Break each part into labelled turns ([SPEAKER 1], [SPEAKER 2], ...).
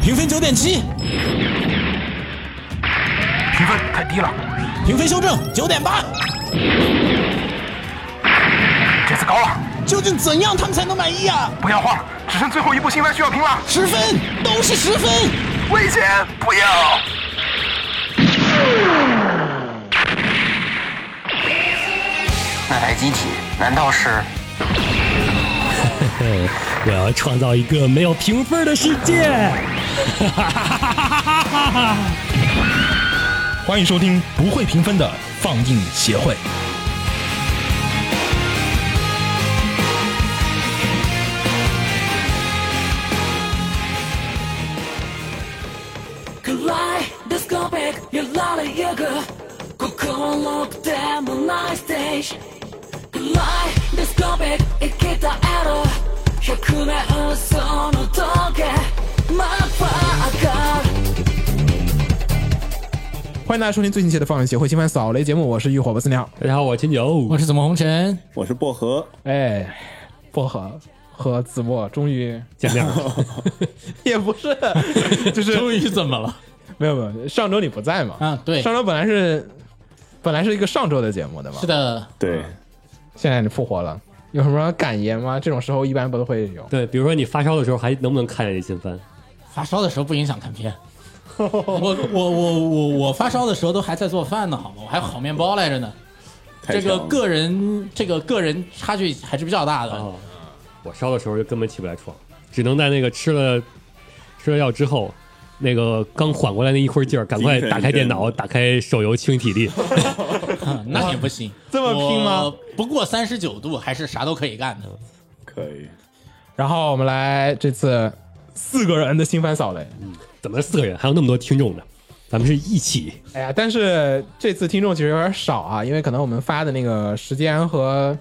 [SPEAKER 1] 评分九点七，
[SPEAKER 2] 评分太低了，
[SPEAKER 1] 评分修正九点八。
[SPEAKER 2] 这次高了，
[SPEAKER 1] 究竟怎样他们才能满意啊？
[SPEAKER 2] 不要晃了，只剩最后一步新番需要评了。
[SPEAKER 1] 十分，都是十分。
[SPEAKER 2] 危险，不要！
[SPEAKER 3] 那台机体难道是？
[SPEAKER 4] 嘿，我要创造一个没有评分的世界！哈哈哈哈哈！
[SPEAKER 5] 欢迎收听不会评分的放映协会。
[SPEAKER 6] Kaleidoscopic 揺られゆく心のくてもないステージ Kaleidoscopic 生き絶える100年その時また上がる
[SPEAKER 7] 欢迎大家收听最新一期的放映协会新番扫雷节目，我是浴火不死鸟。
[SPEAKER 4] 大家好，我是秦九。
[SPEAKER 1] 我是怎么红尘？
[SPEAKER 8] 我是薄荷，
[SPEAKER 7] 哎，薄荷和子墨终于
[SPEAKER 4] 见面 了，
[SPEAKER 7] 也不是，就是
[SPEAKER 1] 终于怎么了？
[SPEAKER 7] 没有没有，上周你不在嘛？
[SPEAKER 1] 啊对
[SPEAKER 7] 上周本来是本来是一个上周的节目的嘛，
[SPEAKER 1] 是的，
[SPEAKER 8] 对，
[SPEAKER 7] 现在你复活了，有什么感言吗？这种时候一般不都会有。
[SPEAKER 4] 对，比如说你发烧的时候，还能不能看见这新番？
[SPEAKER 1] 发烧的时候不影响看片。我我我我我发烧的时候都还在做饭呢，好吗？我还有烤面包来着呢。
[SPEAKER 8] 太
[SPEAKER 1] 这个
[SPEAKER 8] 强了
[SPEAKER 1] 个人这个个人差距还是比较大的。
[SPEAKER 4] 哦，我烧的时候就根本起不来床，只能在那个吃了吃了药之后，那个刚缓过来那一会儿劲儿，赶快
[SPEAKER 8] 精神一
[SPEAKER 4] 打开电脑，
[SPEAKER 8] 振
[SPEAKER 4] 打开手游清体力。
[SPEAKER 1] 嗯那也不行，
[SPEAKER 7] 这么拼吗？
[SPEAKER 1] 不过三十九度还是啥都可以干的。
[SPEAKER 8] 可以，
[SPEAKER 7] 然后我们来这次四个人的新番扫雷。
[SPEAKER 4] 怎么四个人还有那么多听众呢？咱们是一起
[SPEAKER 7] 哎呀，但是这次听众其实有点少啊，因为可能我们发的那个时间和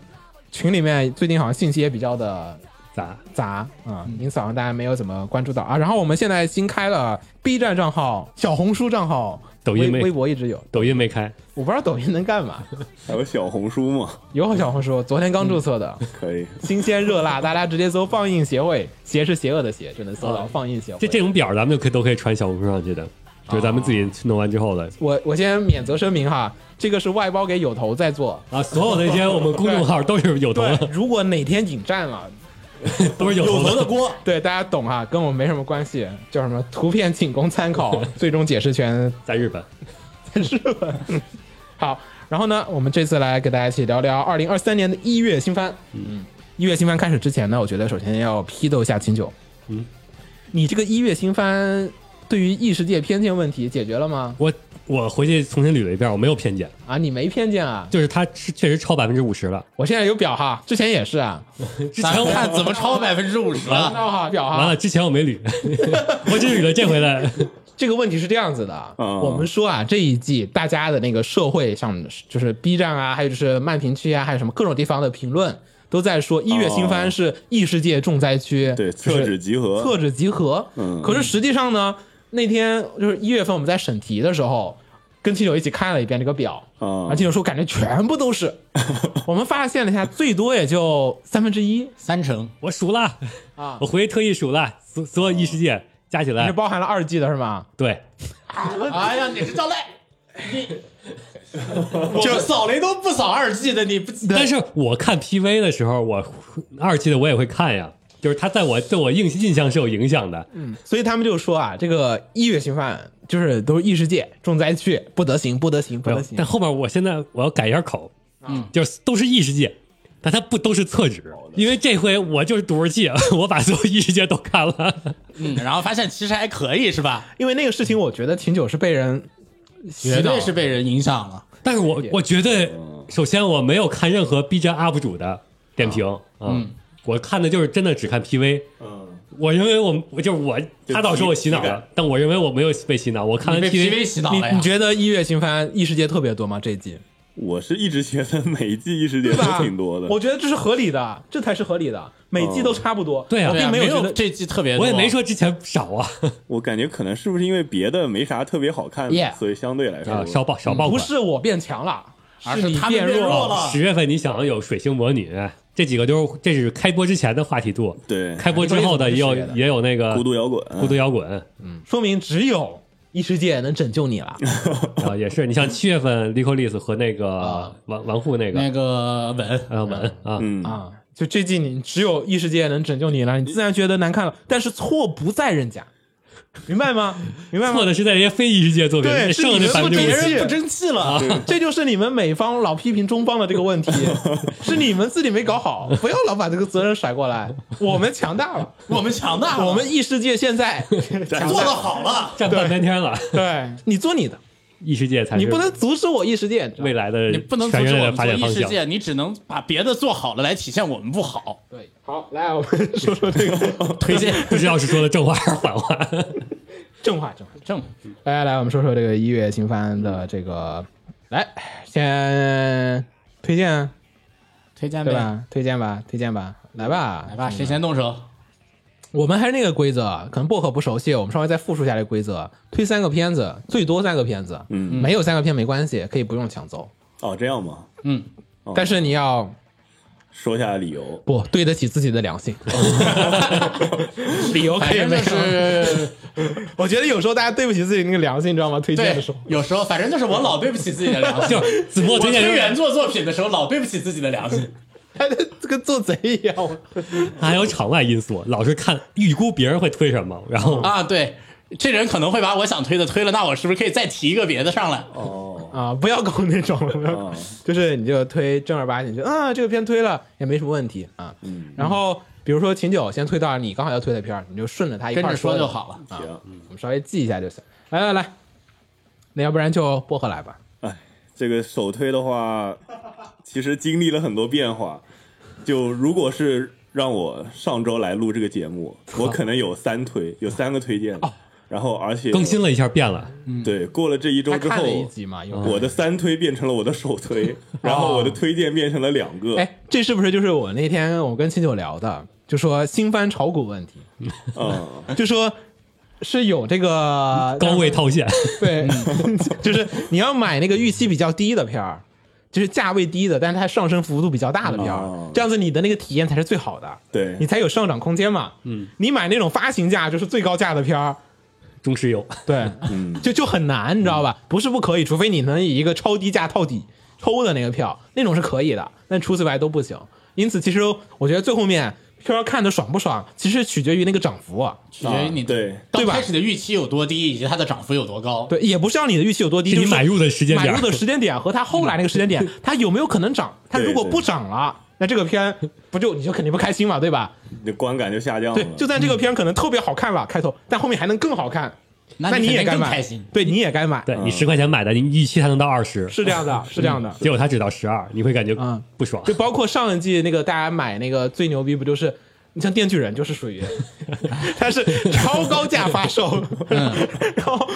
[SPEAKER 7] 群里面最近好像信息也比较的
[SPEAKER 4] 砸，
[SPEAKER 7] 杂啊，因此好像大家没有怎么关注到啊。然后我们现在新开了 B 站账号、小红书账号、
[SPEAKER 4] 抖音
[SPEAKER 7] 微
[SPEAKER 4] 没
[SPEAKER 7] 微博一直有，
[SPEAKER 4] 抖音没开，
[SPEAKER 7] 我不知道抖音能干嘛。
[SPEAKER 8] 还有小红书嘛，
[SPEAKER 7] 有小红书，昨天刚注册的，
[SPEAKER 8] 可以，
[SPEAKER 7] 新鲜热辣，大家直接搜“放映协会”，邪是邪恶的邪，就能搜到“放映协会”
[SPEAKER 4] 这这种表儿咱们就可以都可以传小红书上去的，就是咱们自己弄完之后的
[SPEAKER 7] 我我先免责声明哈，这个是外包给有头在做。
[SPEAKER 4] 啊，所有的一些我们公众号都是有头
[SPEAKER 7] 对
[SPEAKER 4] 的，，
[SPEAKER 7] 如果哪天引战了，
[SPEAKER 4] 都是有头的锅。
[SPEAKER 7] 对大家懂哈，跟我没什么关系。叫什么？图片仅供参考，最终解释权
[SPEAKER 4] 在日本，
[SPEAKER 7] 是吧？好，然后呢，我们这次来给大家一起聊聊二零二三年的一月新番。嗯，一月新番开始之前呢，我觉得首先要批斗一下秦九。
[SPEAKER 4] 嗯，
[SPEAKER 7] 你这个一月新番对于异世界偏见问题解决了吗？
[SPEAKER 4] 我我回去重新捋了一遍，我没有偏见，
[SPEAKER 7] 啊，你没偏见啊！
[SPEAKER 4] 就是它是确实超百分之五十了。
[SPEAKER 7] 我现在有表哈，之前也是啊，
[SPEAKER 4] 之
[SPEAKER 1] 咱
[SPEAKER 4] 前我
[SPEAKER 1] 看怎么超百分之五十啊
[SPEAKER 7] 看
[SPEAKER 1] 了。
[SPEAKER 7] 到哈表
[SPEAKER 4] 完
[SPEAKER 7] 哈
[SPEAKER 4] 了，。之前我 没捋，我只捋了这回的。
[SPEAKER 7] 这个问题是这样子的，
[SPEAKER 8] 嗯
[SPEAKER 7] 我们说啊，这一季大家的那个社会上，就是 B 站啊，还有就是漫评区啊，还有什么各种地方的评论，都在说一月新番是异世界重灾区，
[SPEAKER 8] 哦对，
[SPEAKER 7] 就是
[SPEAKER 8] 特指集合，
[SPEAKER 7] 特指集合。
[SPEAKER 8] 嗯
[SPEAKER 7] 可是实际上呢，那天就是一月份我们在审题的时候，跟亲友一起看了一遍这个表，
[SPEAKER 8] 啊
[SPEAKER 7] 而亲友说感觉全部都 是。我们发现了一下，最多也就三分之一
[SPEAKER 1] 三成，
[SPEAKER 4] 我数了，
[SPEAKER 7] 啊
[SPEAKER 4] 我，回去特意数了，所所有异世
[SPEAKER 1] 哦
[SPEAKER 4] 界加起
[SPEAKER 7] 是
[SPEAKER 4] 来，
[SPEAKER 7] 包含了二季的是吗？
[SPEAKER 4] 对，
[SPEAKER 1] 哎呀，你是赵赖，你 我们扫雷都不扫二 G 的，你不
[SPEAKER 4] 但是我看 PV 的时候，我二期的我也会看呀，就是它在我对我印印象是有影响的。
[SPEAKER 1] 嗯
[SPEAKER 7] 所以他们就说啊，这个一月新番就是都是异世界重灾区，不得行，不得行，不
[SPEAKER 4] 没有
[SPEAKER 7] 得行
[SPEAKER 4] 但。后面我现在我要改一下口，
[SPEAKER 1] 啊
[SPEAKER 4] 嗯，就是都是异世界，但它不都是厕纸，因为这回我就是赌着气， 我把所有异世界都看了，
[SPEAKER 1] 嗯，然后发现其实还可以是吧？
[SPEAKER 7] 因为那个事情，我觉得秦九是被人洗
[SPEAKER 1] 绝
[SPEAKER 7] 脑
[SPEAKER 1] 对是被人影响了。
[SPEAKER 4] 但是我我绝对，
[SPEAKER 8] 嗯
[SPEAKER 4] 首先我没有看任何 B 站 UP 主的点评，嗯，我看的就是真的只看 PV，
[SPEAKER 8] 嗯，
[SPEAKER 4] 我认为我我就是我，他老说我洗脑
[SPEAKER 8] 体感
[SPEAKER 4] 了，但我认为我没有被洗脑，我看
[SPEAKER 1] 呃你
[SPEAKER 4] 了
[SPEAKER 1] 被 PV 洗脑了
[SPEAKER 7] 你
[SPEAKER 1] 呀
[SPEAKER 7] 你？觉得一月新番异世界特别多吗？这一季
[SPEAKER 8] 我是一直觉得每一季异世界
[SPEAKER 7] 对
[SPEAKER 8] 都
[SPEAKER 7] 吧？
[SPEAKER 8] 挺多的，
[SPEAKER 7] 我觉得这是合理的，这才是合理的，每季都差不多。
[SPEAKER 4] 对啊
[SPEAKER 7] 我
[SPEAKER 1] 对
[SPEAKER 7] 并
[SPEAKER 1] 啊，
[SPEAKER 7] 没
[SPEAKER 1] 没
[SPEAKER 7] 觉得
[SPEAKER 1] 有。这季特别多，
[SPEAKER 4] 我也没说之前少啊，
[SPEAKER 8] 我感觉可能是不是因为别的没啥特别好看
[SPEAKER 1] Yeah
[SPEAKER 8] 所以相对来
[SPEAKER 4] 啊
[SPEAKER 8] 说
[SPEAKER 4] 少爆少爆
[SPEAKER 7] 不
[SPEAKER 4] 款。
[SPEAKER 7] 是我变强了，
[SPEAKER 1] 而是
[SPEAKER 7] 你
[SPEAKER 1] 他们变
[SPEAKER 7] 弱
[SPEAKER 1] 弱
[SPEAKER 7] 了。
[SPEAKER 8] 啊
[SPEAKER 1] 了
[SPEAKER 4] 十月份你想有水星魔女，这几个都是这是开播之前的话题度，
[SPEAKER 8] 对
[SPEAKER 4] 开播之后的也有
[SPEAKER 7] 对
[SPEAKER 4] 也有那个
[SPEAKER 8] 孤独摇滚，
[SPEAKER 4] 孤独摇滚，嗯，
[SPEAKER 7] 说明只有异世界能拯救你了。
[SPEAKER 4] 啊，也是。你像七月份 l i c o l i s 和那
[SPEAKER 8] 啊
[SPEAKER 4] 个玩玩户那个
[SPEAKER 1] 那个稳，
[SPEAKER 4] 呃文啊，
[SPEAKER 8] 嗯
[SPEAKER 7] 啊，就这季你只有异世界能拯救你了，你自然觉得难看了。但是错不在人家，明白吗？明白
[SPEAKER 4] 错
[SPEAKER 7] 吗？
[SPEAKER 4] 的是在人家非异世界作品，
[SPEAKER 7] 对是
[SPEAKER 4] 剩
[SPEAKER 7] 你
[SPEAKER 4] 的百分
[SPEAKER 7] 们不
[SPEAKER 4] 之
[SPEAKER 7] 争
[SPEAKER 4] 五
[SPEAKER 7] 气
[SPEAKER 4] 十。
[SPEAKER 7] 不
[SPEAKER 1] 争气了，
[SPEAKER 7] 这就是你们美方老批评中方的这个问题，是你们自己没搞好，不要老把这个责任甩过来。我们强大了，
[SPEAKER 1] 我们强大了，
[SPEAKER 7] 我们异世界现在强
[SPEAKER 1] 做
[SPEAKER 7] 大
[SPEAKER 1] 的
[SPEAKER 7] 了。
[SPEAKER 1] 好了。
[SPEAKER 4] 站半边天了，
[SPEAKER 7] 对你做你的，
[SPEAKER 4] 异世界才是
[SPEAKER 7] 你不能阻止我异世界，你知道吗
[SPEAKER 4] 未来的
[SPEAKER 1] 你不能阻
[SPEAKER 4] 全人
[SPEAKER 1] 止
[SPEAKER 4] 类
[SPEAKER 1] 我
[SPEAKER 4] 的
[SPEAKER 1] 们
[SPEAKER 4] 发
[SPEAKER 1] 做
[SPEAKER 4] 展
[SPEAKER 1] 异
[SPEAKER 4] 方
[SPEAKER 1] 世
[SPEAKER 4] 向。
[SPEAKER 1] 界，你只能把别的做好了来体现我们不好。
[SPEAKER 7] 对，好，来，我们说说这个
[SPEAKER 1] 推荐
[SPEAKER 4] 不知道是说的正话还是反话。
[SPEAKER 7] 正话，正话。
[SPEAKER 1] 正
[SPEAKER 7] 来来来，我们说说这个一月新番的这个，来先推荐
[SPEAKER 1] 推荐
[SPEAKER 7] 对
[SPEAKER 1] 呗，哎
[SPEAKER 7] 吧？推荐吧，推荐吧，来吧，嗯
[SPEAKER 1] 来吧，谁先动手？
[SPEAKER 7] 我们还是那个规则，可能薄荷不熟悉，我们稍微再复述一下这个规则：推三个片子，最多三个片子，
[SPEAKER 8] 嗯
[SPEAKER 7] 没有三个片没关系，可以不用抢走，
[SPEAKER 8] 哦，这样吗？
[SPEAKER 1] 嗯，
[SPEAKER 8] 哦
[SPEAKER 7] 但是你要
[SPEAKER 8] 说一下理由。
[SPEAKER 7] 不对得起自己的良心，理由
[SPEAKER 1] 反
[SPEAKER 7] 可以
[SPEAKER 1] 正
[SPEAKER 7] 没
[SPEAKER 1] 就
[SPEAKER 7] 有。
[SPEAKER 1] 是
[SPEAKER 7] 我觉得有时候大家对不起自己那个良心，你知道吗？推荐的
[SPEAKER 1] 对
[SPEAKER 7] 时候，，
[SPEAKER 1] 有时候反正就是我老对不起自己的良心。
[SPEAKER 4] 就是子墨
[SPEAKER 1] 我
[SPEAKER 4] 推
[SPEAKER 1] 推
[SPEAKER 4] 荐就是
[SPEAKER 1] 原作作品的时候，老对不起自己的良心。
[SPEAKER 7] 他就 跟做贼一样。
[SPEAKER 4] 还有场外因素，老是看预估别人会推什么，然后
[SPEAKER 1] 啊，对，这人可能会把我想推的推了，那我是不是可以再提一个别的上来？
[SPEAKER 8] 哦，
[SPEAKER 7] 啊，不要搞那种，不要搞
[SPEAKER 8] 啊
[SPEAKER 7] 就是你就推正儿八经，就啊这个片推了也没什么问题啊。嗯，然后比如说秦九先推到你刚好要推的片儿，你就顺着他一
[SPEAKER 1] 跟
[SPEAKER 7] 块儿
[SPEAKER 1] 着说就
[SPEAKER 7] 就
[SPEAKER 1] 好了。
[SPEAKER 7] 啊。
[SPEAKER 8] 行，
[SPEAKER 7] 我们稍微记一下就行。来来来，那要不然就薄荷来吧。
[SPEAKER 8] 哎，这个首推的话，其实经历了很多变化。就如果是让我上周来录这个节目，我可能有三推，有三个推荐
[SPEAKER 7] 哦
[SPEAKER 8] 的。然后而且
[SPEAKER 4] 更新了一下变了。
[SPEAKER 8] 对，过了这一周
[SPEAKER 7] 他
[SPEAKER 8] 之
[SPEAKER 7] 看
[SPEAKER 8] 后
[SPEAKER 7] 了，一集嘛，有哦
[SPEAKER 8] 我的三推变成了我的首推，然后我的推荐变成了两个。
[SPEAKER 7] 哎，这是不是就是我那天我跟秦九聊的，就说新番炒股问题，
[SPEAKER 8] 嗯，
[SPEAKER 7] 就说是有这个
[SPEAKER 4] 高位套现，
[SPEAKER 7] 对，嗯就是你要买那个预期比较低的片儿，就是价位低的，但是它上升幅度比较大的片儿，
[SPEAKER 8] 哦
[SPEAKER 7] 这样子你的那个体验才是最好的，
[SPEAKER 8] 对
[SPEAKER 7] 你才有上涨空间嘛。嗯，你买那种发行价就是最高价的片儿，
[SPEAKER 4] 中石油
[SPEAKER 7] 对，
[SPEAKER 8] 嗯
[SPEAKER 7] 就就很难，你知道吧？不是不可以，除非你能以一个超低价套底抽的那个票，那种是可以的，但除此之外都不行。因此，其实我觉得最后面片儿看的爽不爽，其实取决于那个涨幅、啊。
[SPEAKER 1] 取决于你
[SPEAKER 8] 啊对
[SPEAKER 1] 刚
[SPEAKER 7] 对吧
[SPEAKER 1] 开始的预期有多低，以及它的涨幅有多高。
[SPEAKER 7] 对，也不是要你的预期有多低，
[SPEAKER 4] 是你
[SPEAKER 7] 就是
[SPEAKER 4] 买入的时间点
[SPEAKER 7] 买入的时间点和它后来那个时间点，它有没有可能涨？它如果
[SPEAKER 8] 对对
[SPEAKER 7] 不涨了，那这个片不就你就肯定不开心嘛，对吧？
[SPEAKER 8] 你的观感就下降
[SPEAKER 7] 对，
[SPEAKER 8] 了。
[SPEAKER 7] 就算这个片可能特别好看了开头，但后面还能更好看，
[SPEAKER 1] 那你
[SPEAKER 7] 你也
[SPEAKER 1] 肯
[SPEAKER 7] 该
[SPEAKER 1] 定更
[SPEAKER 7] 买，
[SPEAKER 1] 开心。
[SPEAKER 7] 对你也该买，
[SPEAKER 4] 对你十块钱买的，你预期它能到二十，
[SPEAKER 7] 嗯是这样的，是这样的。
[SPEAKER 4] 结果它只到十二，你会感觉
[SPEAKER 7] 嗯
[SPEAKER 4] 不爽
[SPEAKER 7] 就。包括上一季那个大家买那个最牛逼，不就是你像电锯人就是属于，它是超高价发售， 然后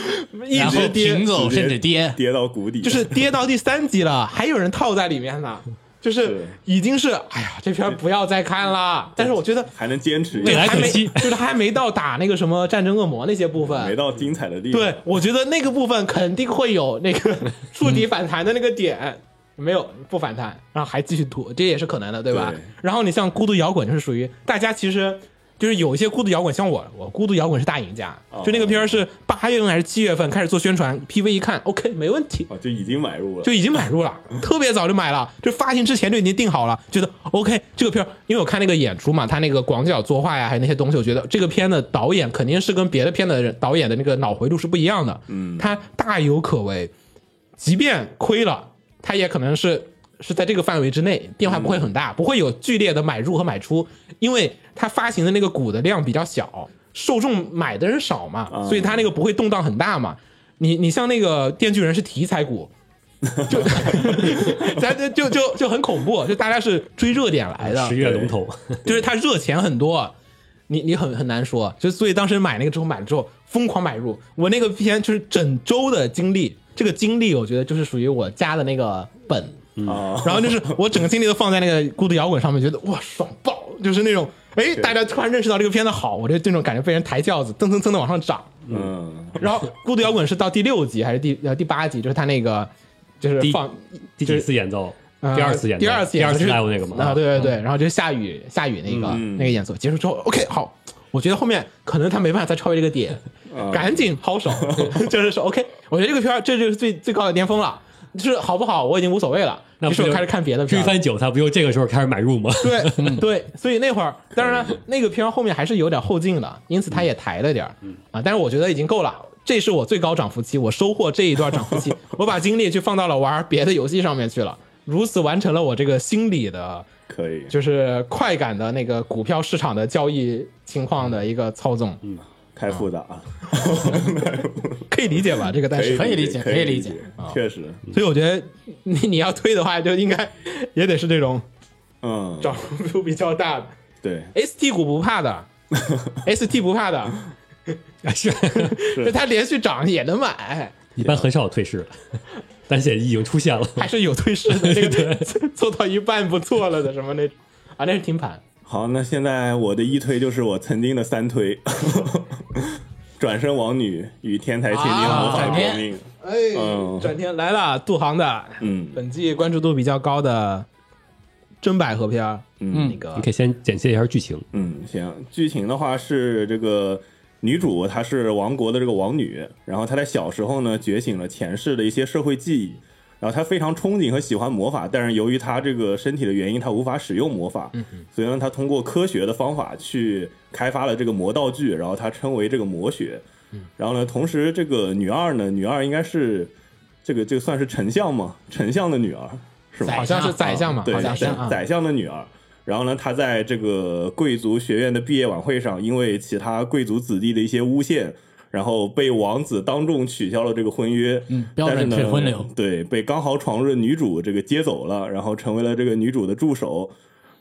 [SPEAKER 7] 一
[SPEAKER 1] 然后
[SPEAKER 7] 直跌
[SPEAKER 1] 平，走
[SPEAKER 8] 直接
[SPEAKER 1] 甚至跌，
[SPEAKER 8] 跌到谷 底，
[SPEAKER 7] 就是跌到第三集了，还有人套在里面呢，就是
[SPEAKER 8] 是
[SPEAKER 7] 已经是哎呀，这片儿不要再看了。但是我觉得
[SPEAKER 8] 还能坚持一下，
[SPEAKER 4] 未来
[SPEAKER 7] 还
[SPEAKER 4] 可
[SPEAKER 7] 没
[SPEAKER 4] 期
[SPEAKER 7] 就是还没到打那个什么战争恶魔那些部
[SPEAKER 8] 没
[SPEAKER 7] 分。
[SPEAKER 8] 到精彩的地方。
[SPEAKER 7] 对，我觉得那个部分肯定会有那 个触底反弹的那个点，没有不反弹，然后还继续吐，这也是可能的，对吧？
[SPEAKER 8] 对
[SPEAKER 7] 然后你像孤独摇滚就是属于大家其实就是有一些孤独摇滚，像我，我孤独摇滚是大赢家，
[SPEAKER 8] 哦
[SPEAKER 7] 就那个片儿是八月份还是七月份开始做宣传，PV 一看，OK 没问题，
[SPEAKER 8] 哦，就已经买入了。
[SPEAKER 7] 就已经买入了，特别早就买了，就发行之前就已经定好了，觉得 OK 这个片儿，因为我看那个演出嘛，他那个广角作画呀，还有那些东西，我觉得这个片的导演肯定是跟别的片的人导演的那个脑回路是不一样的，嗯，他大有可为，即便亏了，他也可能是是在这个范围之内，变化不会很大，不会有剧烈的买入和买出，因为他发行的那个股的量比较小，受众买的人少嘛，所以他那个不会动荡很大嘛。你你像那个电锯人是题材股，就 咱就就就就很恐怖，就大家是追热点来的，
[SPEAKER 4] 十月龙头，
[SPEAKER 7] 就是他热钱很多，你你很很难说。就所以当时买那个之后买了之后疯狂买入，我那个片就是整周的经历，这个经历我觉得就是属于我加的那个本，
[SPEAKER 4] 嗯
[SPEAKER 8] 啊，
[SPEAKER 7] 然后就是我整个精力都放在那个孤独摇滚上面，觉得哇爽爆，就是那种哎大家突然认识到这个片子好，我就这种感觉被人抬轿子，蹭蹭蹭的往上涨。
[SPEAKER 8] 嗯，
[SPEAKER 7] 然后孤独摇滚是到第六集还是第呃第八集，就是他那个就是
[SPEAKER 4] 第
[SPEAKER 7] 放
[SPEAKER 4] 第几次演奏？
[SPEAKER 7] 呃
[SPEAKER 4] 第二次演奏，
[SPEAKER 7] 第二次
[SPEAKER 4] 第
[SPEAKER 7] 演
[SPEAKER 4] 二
[SPEAKER 7] 奏
[SPEAKER 4] 次
[SPEAKER 7] 就是
[SPEAKER 4] live 那个嘛。嗯
[SPEAKER 7] 啊，对对对，然后就是下雨下雨那个、那个演奏结束之后，OK，好，我觉得后面可能他没办法再超越这个点，赶紧抛手，就是说 OK，我觉得这个片儿这就是最最高的巅峰了，就是好不好我已经无所谓了，
[SPEAKER 4] 那
[SPEAKER 7] 于
[SPEAKER 4] 不
[SPEAKER 7] 是
[SPEAKER 4] 就
[SPEAKER 7] 我开始看别的片
[SPEAKER 4] 追
[SPEAKER 7] 儿了。
[SPEAKER 4] 番韭菜不就这个时候开始买入吗？
[SPEAKER 7] 对对，所以那会儿，当然了，那个片儿后面还是有点后劲的，因此它也抬了点儿啊。但是我觉得已经够了，这是我最高涨幅期，我收获这一段涨幅期，我把精力去放到了玩别的游戏上面去了，如此完成了我这个心理的，
[SPEAKER 8] 可以，
[SPEAKER 7] 就是快感的那个股票市场的交易情况的一个操纵，
[SPEAKER 8] 嗯，太复杂了，
[SPEAKER 7] 可以理解吧？这啊 个但是。
[SPEAKER 1] 可以理
[SPEAKER 8] 解，
[SPEAKER 1] 解
[SPEAKER 8] 可
[SPEAKER 1] 可以
[SPEAKER 8] 理
[SPEAKER 1] 理
[SPEAKER 8] 解
[SPEAKER 1] 解，
[SPEAKER 7] 啊
[SPEAKER 8] 确实，
[SPEAKER 7] 所以我觉得你你要推的话，就应该也得是这种
[SPEAKER 8] 嗯，
[SPEAKER 7] 涨幅比较大的。
[SPEAKER 8] 对，
[SPEAKER 7] ST 股不怕 的，ST 不怕的，
[SPEAKER 4] 是，
[SPEAKER 7] 就它连续涨也能买，
[SPEAKER 4] 一般很少有退市的，但是也已经出现了。
[SPEAKER 7] 还是有退市的。这个 做到一半不错了的什么那啊，那是停盘。
[SPEAKER 8] 好，那现在我的一推就是我曾经的三推，
[SPEAKER 7] 啊
[SPEAKER 8] 转身王女与天才千金
[SPEAKER 7] 啊
[SPEAKER 8] 魔法
[SPEAKER 1] 转天
[SPEAKER 8] 革命，
[SPEAKER 7] 哎
[SPEAKER 8] 嗯
[SPEAKER 7] 转天来了，杜航的
[SPEAKER 8] 嗯
[SPEAKER 7] 本季关注度比较高的真百合片儿，
[SPEAKER 8] 嗯
[SPEAKER 7] 那个
[SPEAKER 4] 你可以先简介一下剧情，
[SPEAKER 8] 嗯，行。剧情的话是这个女主她是王国的这个王女，然后她在小时候呢觉醒了前世的一些社会记忆，然后她非常憧憬和喜欢魔法，但是由于她这个身体的原因，她无法使用魔法，所以呢她通过科学的方法去开发了这个魔道具，然后她称为这个魔学。然后呢，同时这个女二呢，女二应该是这个这个算是丞相嘛，丞相的女儿是吗？
[SPEAKER 7] 好像
[SPEAKER 1] 哎
[SPEAKER 7] 是宰相嘛，
[SPEAKER 8] 对，
[SPEAKER 7] 好像是
[SPEAKER 8] 宰
[SPEAKER 7] 啊。
[SPEAKER 8] 宰相的女儿。然后呢，她在这个贵族学院的毕业晚会上，因为其他贵族子弟的一些诬陷，然后被王子当众取消了这个婚约。
[SPEAKER 1] 嗯标准
[SPEAKER 8] 但是呢
[SPEAKER 1] 退婚 流
[SPEAKER 8] 对，被刚好闯入的女主这个接走了，然后成为了这个女主的助手。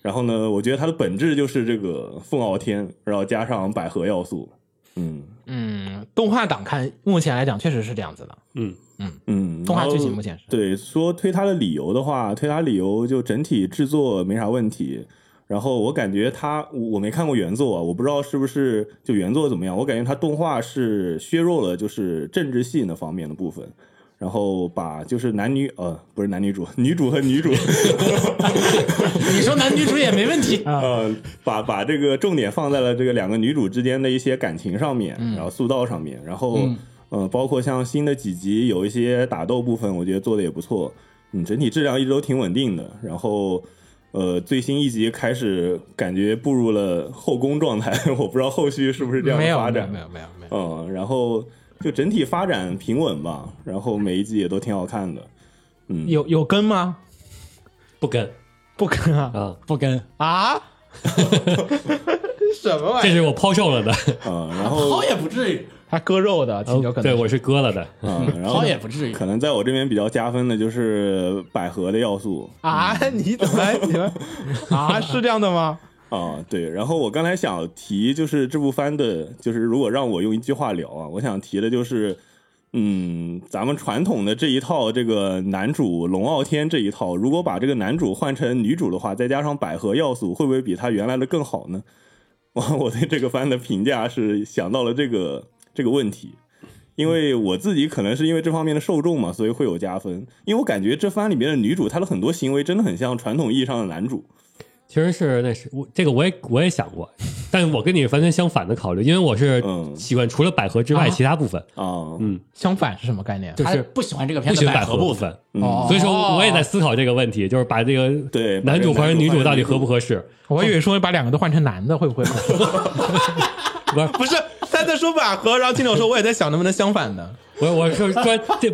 [SPEAKER 8] 然后呢，我觉得它的本质就是这个凤傲天，然后加上百合要素。嗯
[SPEAKER 7] 嗯，动画党看目前来讲确实是这样子的。
[SPEAKER 8] 嗯，
[SPEAKER 7] 动画
[SPEAKER 8] 然后
[SPEAKER 7] 剧情目前是
[SPEAKER 8] 对说推它的理由的话，推它理由就整体制作没啥问题。然后我感觉它，我我没看过原作啊，我不知道是不是就原作怎么样。我感觉它动画是削弱了就是政治性那方面的部分，然后把就是男女呃不是男女主，女主和女 主
[SPEAKER 1] 你说男女主也没问题，
[SPEAKER 7] 啊
[SPEAKER 8] 呃，把把这个重点放在了这个两个女主之间的一些感情上面，
[SPEAKER 7] 嗯
[SPEAKER 8] 然后塑造上面，然后、呃，包括像新的几集有一些打斗部分，我觉得做的也不错，嗯，整体质量一直都挺稳定的。然后呃，最新一集开始感觉步入了后宫状态， 我不知道后续是不是这样
[SPEAKER 7] 没
[SPEAKER 8] 的
[SPEAKER 7] 有
[SPEAKER 8] 发
[SPEAKER 7] 没
[SPEAKER 8] 展
[SPEAKER 7] 有，没有没有没有，
[SPEAKER 8] 嗯，然后就整体发展平稳吧，然后每一集也都挺好看的，嗯，
[SPEAKER 7] 有有跟吗？
[SPEAKER 4] 不跟
[SPEAKER 7] 不跟啊
[SPEAKER 4] 啊，
[SPEAKER 1] 不跟
[SPEAKER 7] 啊！ 什么玩
[SPEAKER 4] 这
[SPEAKER 7] 意儿？
[SPEAKER 4] 是我抛售了的，
[SPEAKER 8] 嗯，然后
[SPEAKER 1] 好也不至于，
[SPEAKER 7] 还割肉的，挺有可能。
[SPEAKER 4] 对我是割了的，
[SPEAKER 8] 嗯，然 后
[SPEAKER 1] 好也不至于
[SPEAKER 8] 可，能在我这边比较加分的就是百合的要素
[SPEAKER 7] 啊，你怎 么你们啊？是这样的吗？
[SPEAKER 8] 啊、对。然后我刚才想提，就是这部番的，就是如果让我用一句话聊啊，我想提的就是，嗯，咱们传统的这一套这个男主龙傲天这一套，如果把这个男主换成女主的话，再加上百合要素，会不会比他原来的更好呢？我我对这个番的评价是想到了这个这个问题。因为我自己可能是因为这方面的受众嘛，所以会有加分。因为我感觉这番里面的女主，她的很多行为真的很像传统意义上的男主。
[SPEAKER 4] 其实是那是我这个我也我也想过，但我跟你完全相反的考虑，因为我是
[SPEAKER 8] 嗯
[SPEAKER 4] 喜欢除了百合之外
[SPEAKER 7] 啊
[SPEAKER 4] 其他部分，
[SPEAKER 8] 啊，
[SPEAKER 4] 嗯
[SPEAKER 7] 相反是什么概念？
[SPEAKER 4] 就
[SPEAKER 1] 他
[SPEAKER 4] 是
[SPEAKER 1] 不喜欢这个
[SPEAKER 4] 不
[SPEAKER 1] 片
[SPEAKER 4] 喜
[SPEAKER 1] 子
[SPEAKER 4] 欢百
[SPEAKER 1] 百
[SPEAKER 4] 合
[SPEAKER 1] 合
[SPEAKER 4] 部
[SPEAKER 1] 部分。
[SPEAKER 4] 分，嗯
[SPEAKER 1] 哦
[SPEAKER 4] 所以说我也在思考这个问题，就是把这个
[SPEAKER 8] 对
[SPEAKER 4] 男主换成女主到底合不合适？
[SPEAKER 7] 我以为说把两个都换成男的会不会？不
[SPEAKER 4] 是
[SPEAKER 7] 不是，他在说百合，然后听友说我也在想能不能相反的。
[SPEAKER 4] 我我是专这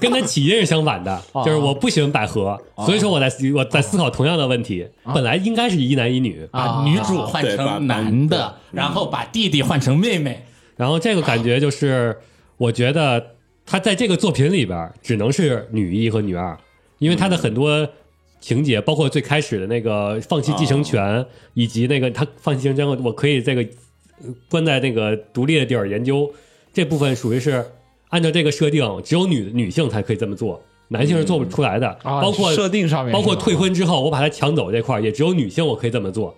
[SPEAKER 4] 跟他起因是相反的，就是我不喜欢百合，所以说我在思我在思考同样的问题。本来应该是一男一女，
[SPEAKER 1] 把啊女主换
[SPEAKER 8] 对把
[SPEAKER 1] 成男的，然后把弟弟换成妹妹，
[SPEAKER 4] 然后这个感觉就是，我觉得他在这个作品里边儿只能是女一和女二，因为他的很多情节，包括最开始的那个放弃继承权，以及那个他放弃继承权，我我可以这个呃关在那个独立的地儿研究这部分，属于是按照这个设定，只有女女性才可以这么做，男性是做不出来的，
[SPEAKER 7] 啊
[SPEAKER 4] 包括
[SPEAKER 7] 设定上面是
[SPEAKER 4] 包
[SPEAKER 7] 吗
[SPEAKER 4] 括退婚之后我把他抢走这块儿，也只有女性我可以这么做。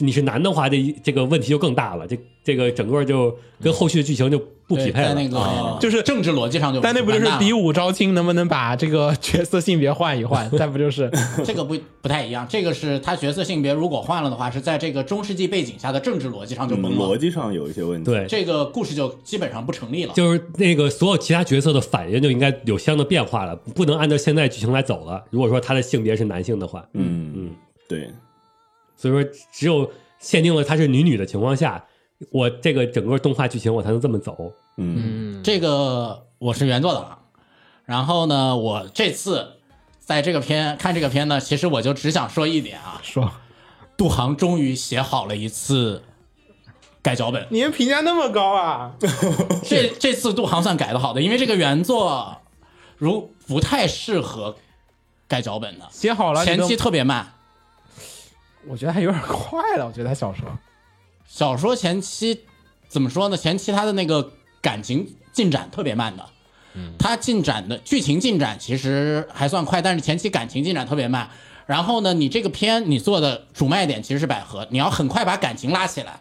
[SPEAKER 4] 你是男的话，这这个问题就更大了，这这个整个就跟后续的剧情就不匹配了。
[SPEAKER 1] 在
[SPEAKER 4] 啊
[SPEAKER 1] 那
[SPEAKER 8] 哦
[SPEAKER 1] 个
[SPEAKER 7] 就是
[SPEAKER 1] 政治逻辑上就
[SPEAKER 7] 但那不就是比
[SPEAKER 1] 比
[SPEAKER 7] 武招亲能不能把这个角色性别换一 换？但不就是
[SPEAKER 1] 这个不不太一样，这个是他角色性别如果换了的话，是在这个中世纪背景下的政治逻辑上就
[SPEAKER 7] 嗯
[SPEAKER 1] 崩
[SPEAKER 8] 嗯逻
[SPEAKER 1] 了，
[SPEAKER 8] 辑上有一些问题。
[SPEAKER 4] 对，
[SPEAKER 1] 这个故事就基本上不成立了。
[SPEAKER 4] 就是那个所有其他角色的反应就应该有相应的变化了，不能按照现在剧情来走了。如果说他的性别是男性的话，
[SPEAKER 8] 嗯嗯，对，
[SPEAKER 4] 所以说只有限定了他是女女的情况下，我这个整个动画剧情我才能这么走。
[SPEAKER 8] 嗯
[SPEAKER 1] 这个我是原作党，然后呢，我这次在这个片看这个片呢，其实我就只想说一点啊，
[SPEAKER 7] 说？
[SPEAKER 1] 杜航终于写好了一次改 脚本，
[SPEAKER 7] 你们评价那么高啊？
[SPEAKER 1] 这这次杜航算改的好的，因为这个原作如不太适合改脚本的，
[SPEAKER 7] 写好了
[SPEAKER 1] 前期
[SPEAKER 7] 你都
[SPEAKER 1] 特别慢。
[SPEAKER 7] 我觉得还有点快了，我觉得他小说
[SPEAKER 1] 小说前期怎么说呢？前期他的那个感情进展特别慢的，他进展的剧情进展其实还算快，但是前期感情进展特别慢。然后呢，你这个片你做的主卖点其实是百合，你要很快把感情拉起来。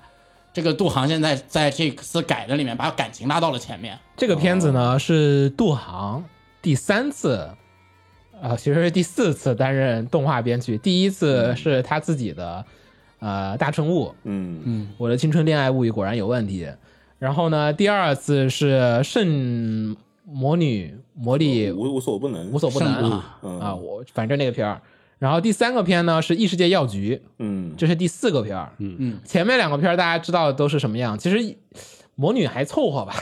[SPEAKER 1] 这个杜航现在在这次改的里面把感情拉到了前面，
[SPEAKER 7] 这个片子呢是杜航第三次。啊、其实是第四次担任动画编剧，第一次是他自己的，呃，《大春物》，
[SPEAKER 8] 嗯
[SPEAKER 7] 我的青春恋爱物语果然有问题。然后呢，第二次是圣魔女魔力
[SPEAKER 8] 无哦无所不能，
[SPEAKER 7] 无所不能
[SPEAKER 1] 圣母
[SPEAKER 7] 啊、啊！我反正那个片儿。然后第三个片呢是异世界药局，
[SPEAKER 8] 嗯，
[SPEAKER 7] 这是第四个片儿。嗯嗯，前面两个片儿大家知道都是什么样，其实魔女还凑合吧。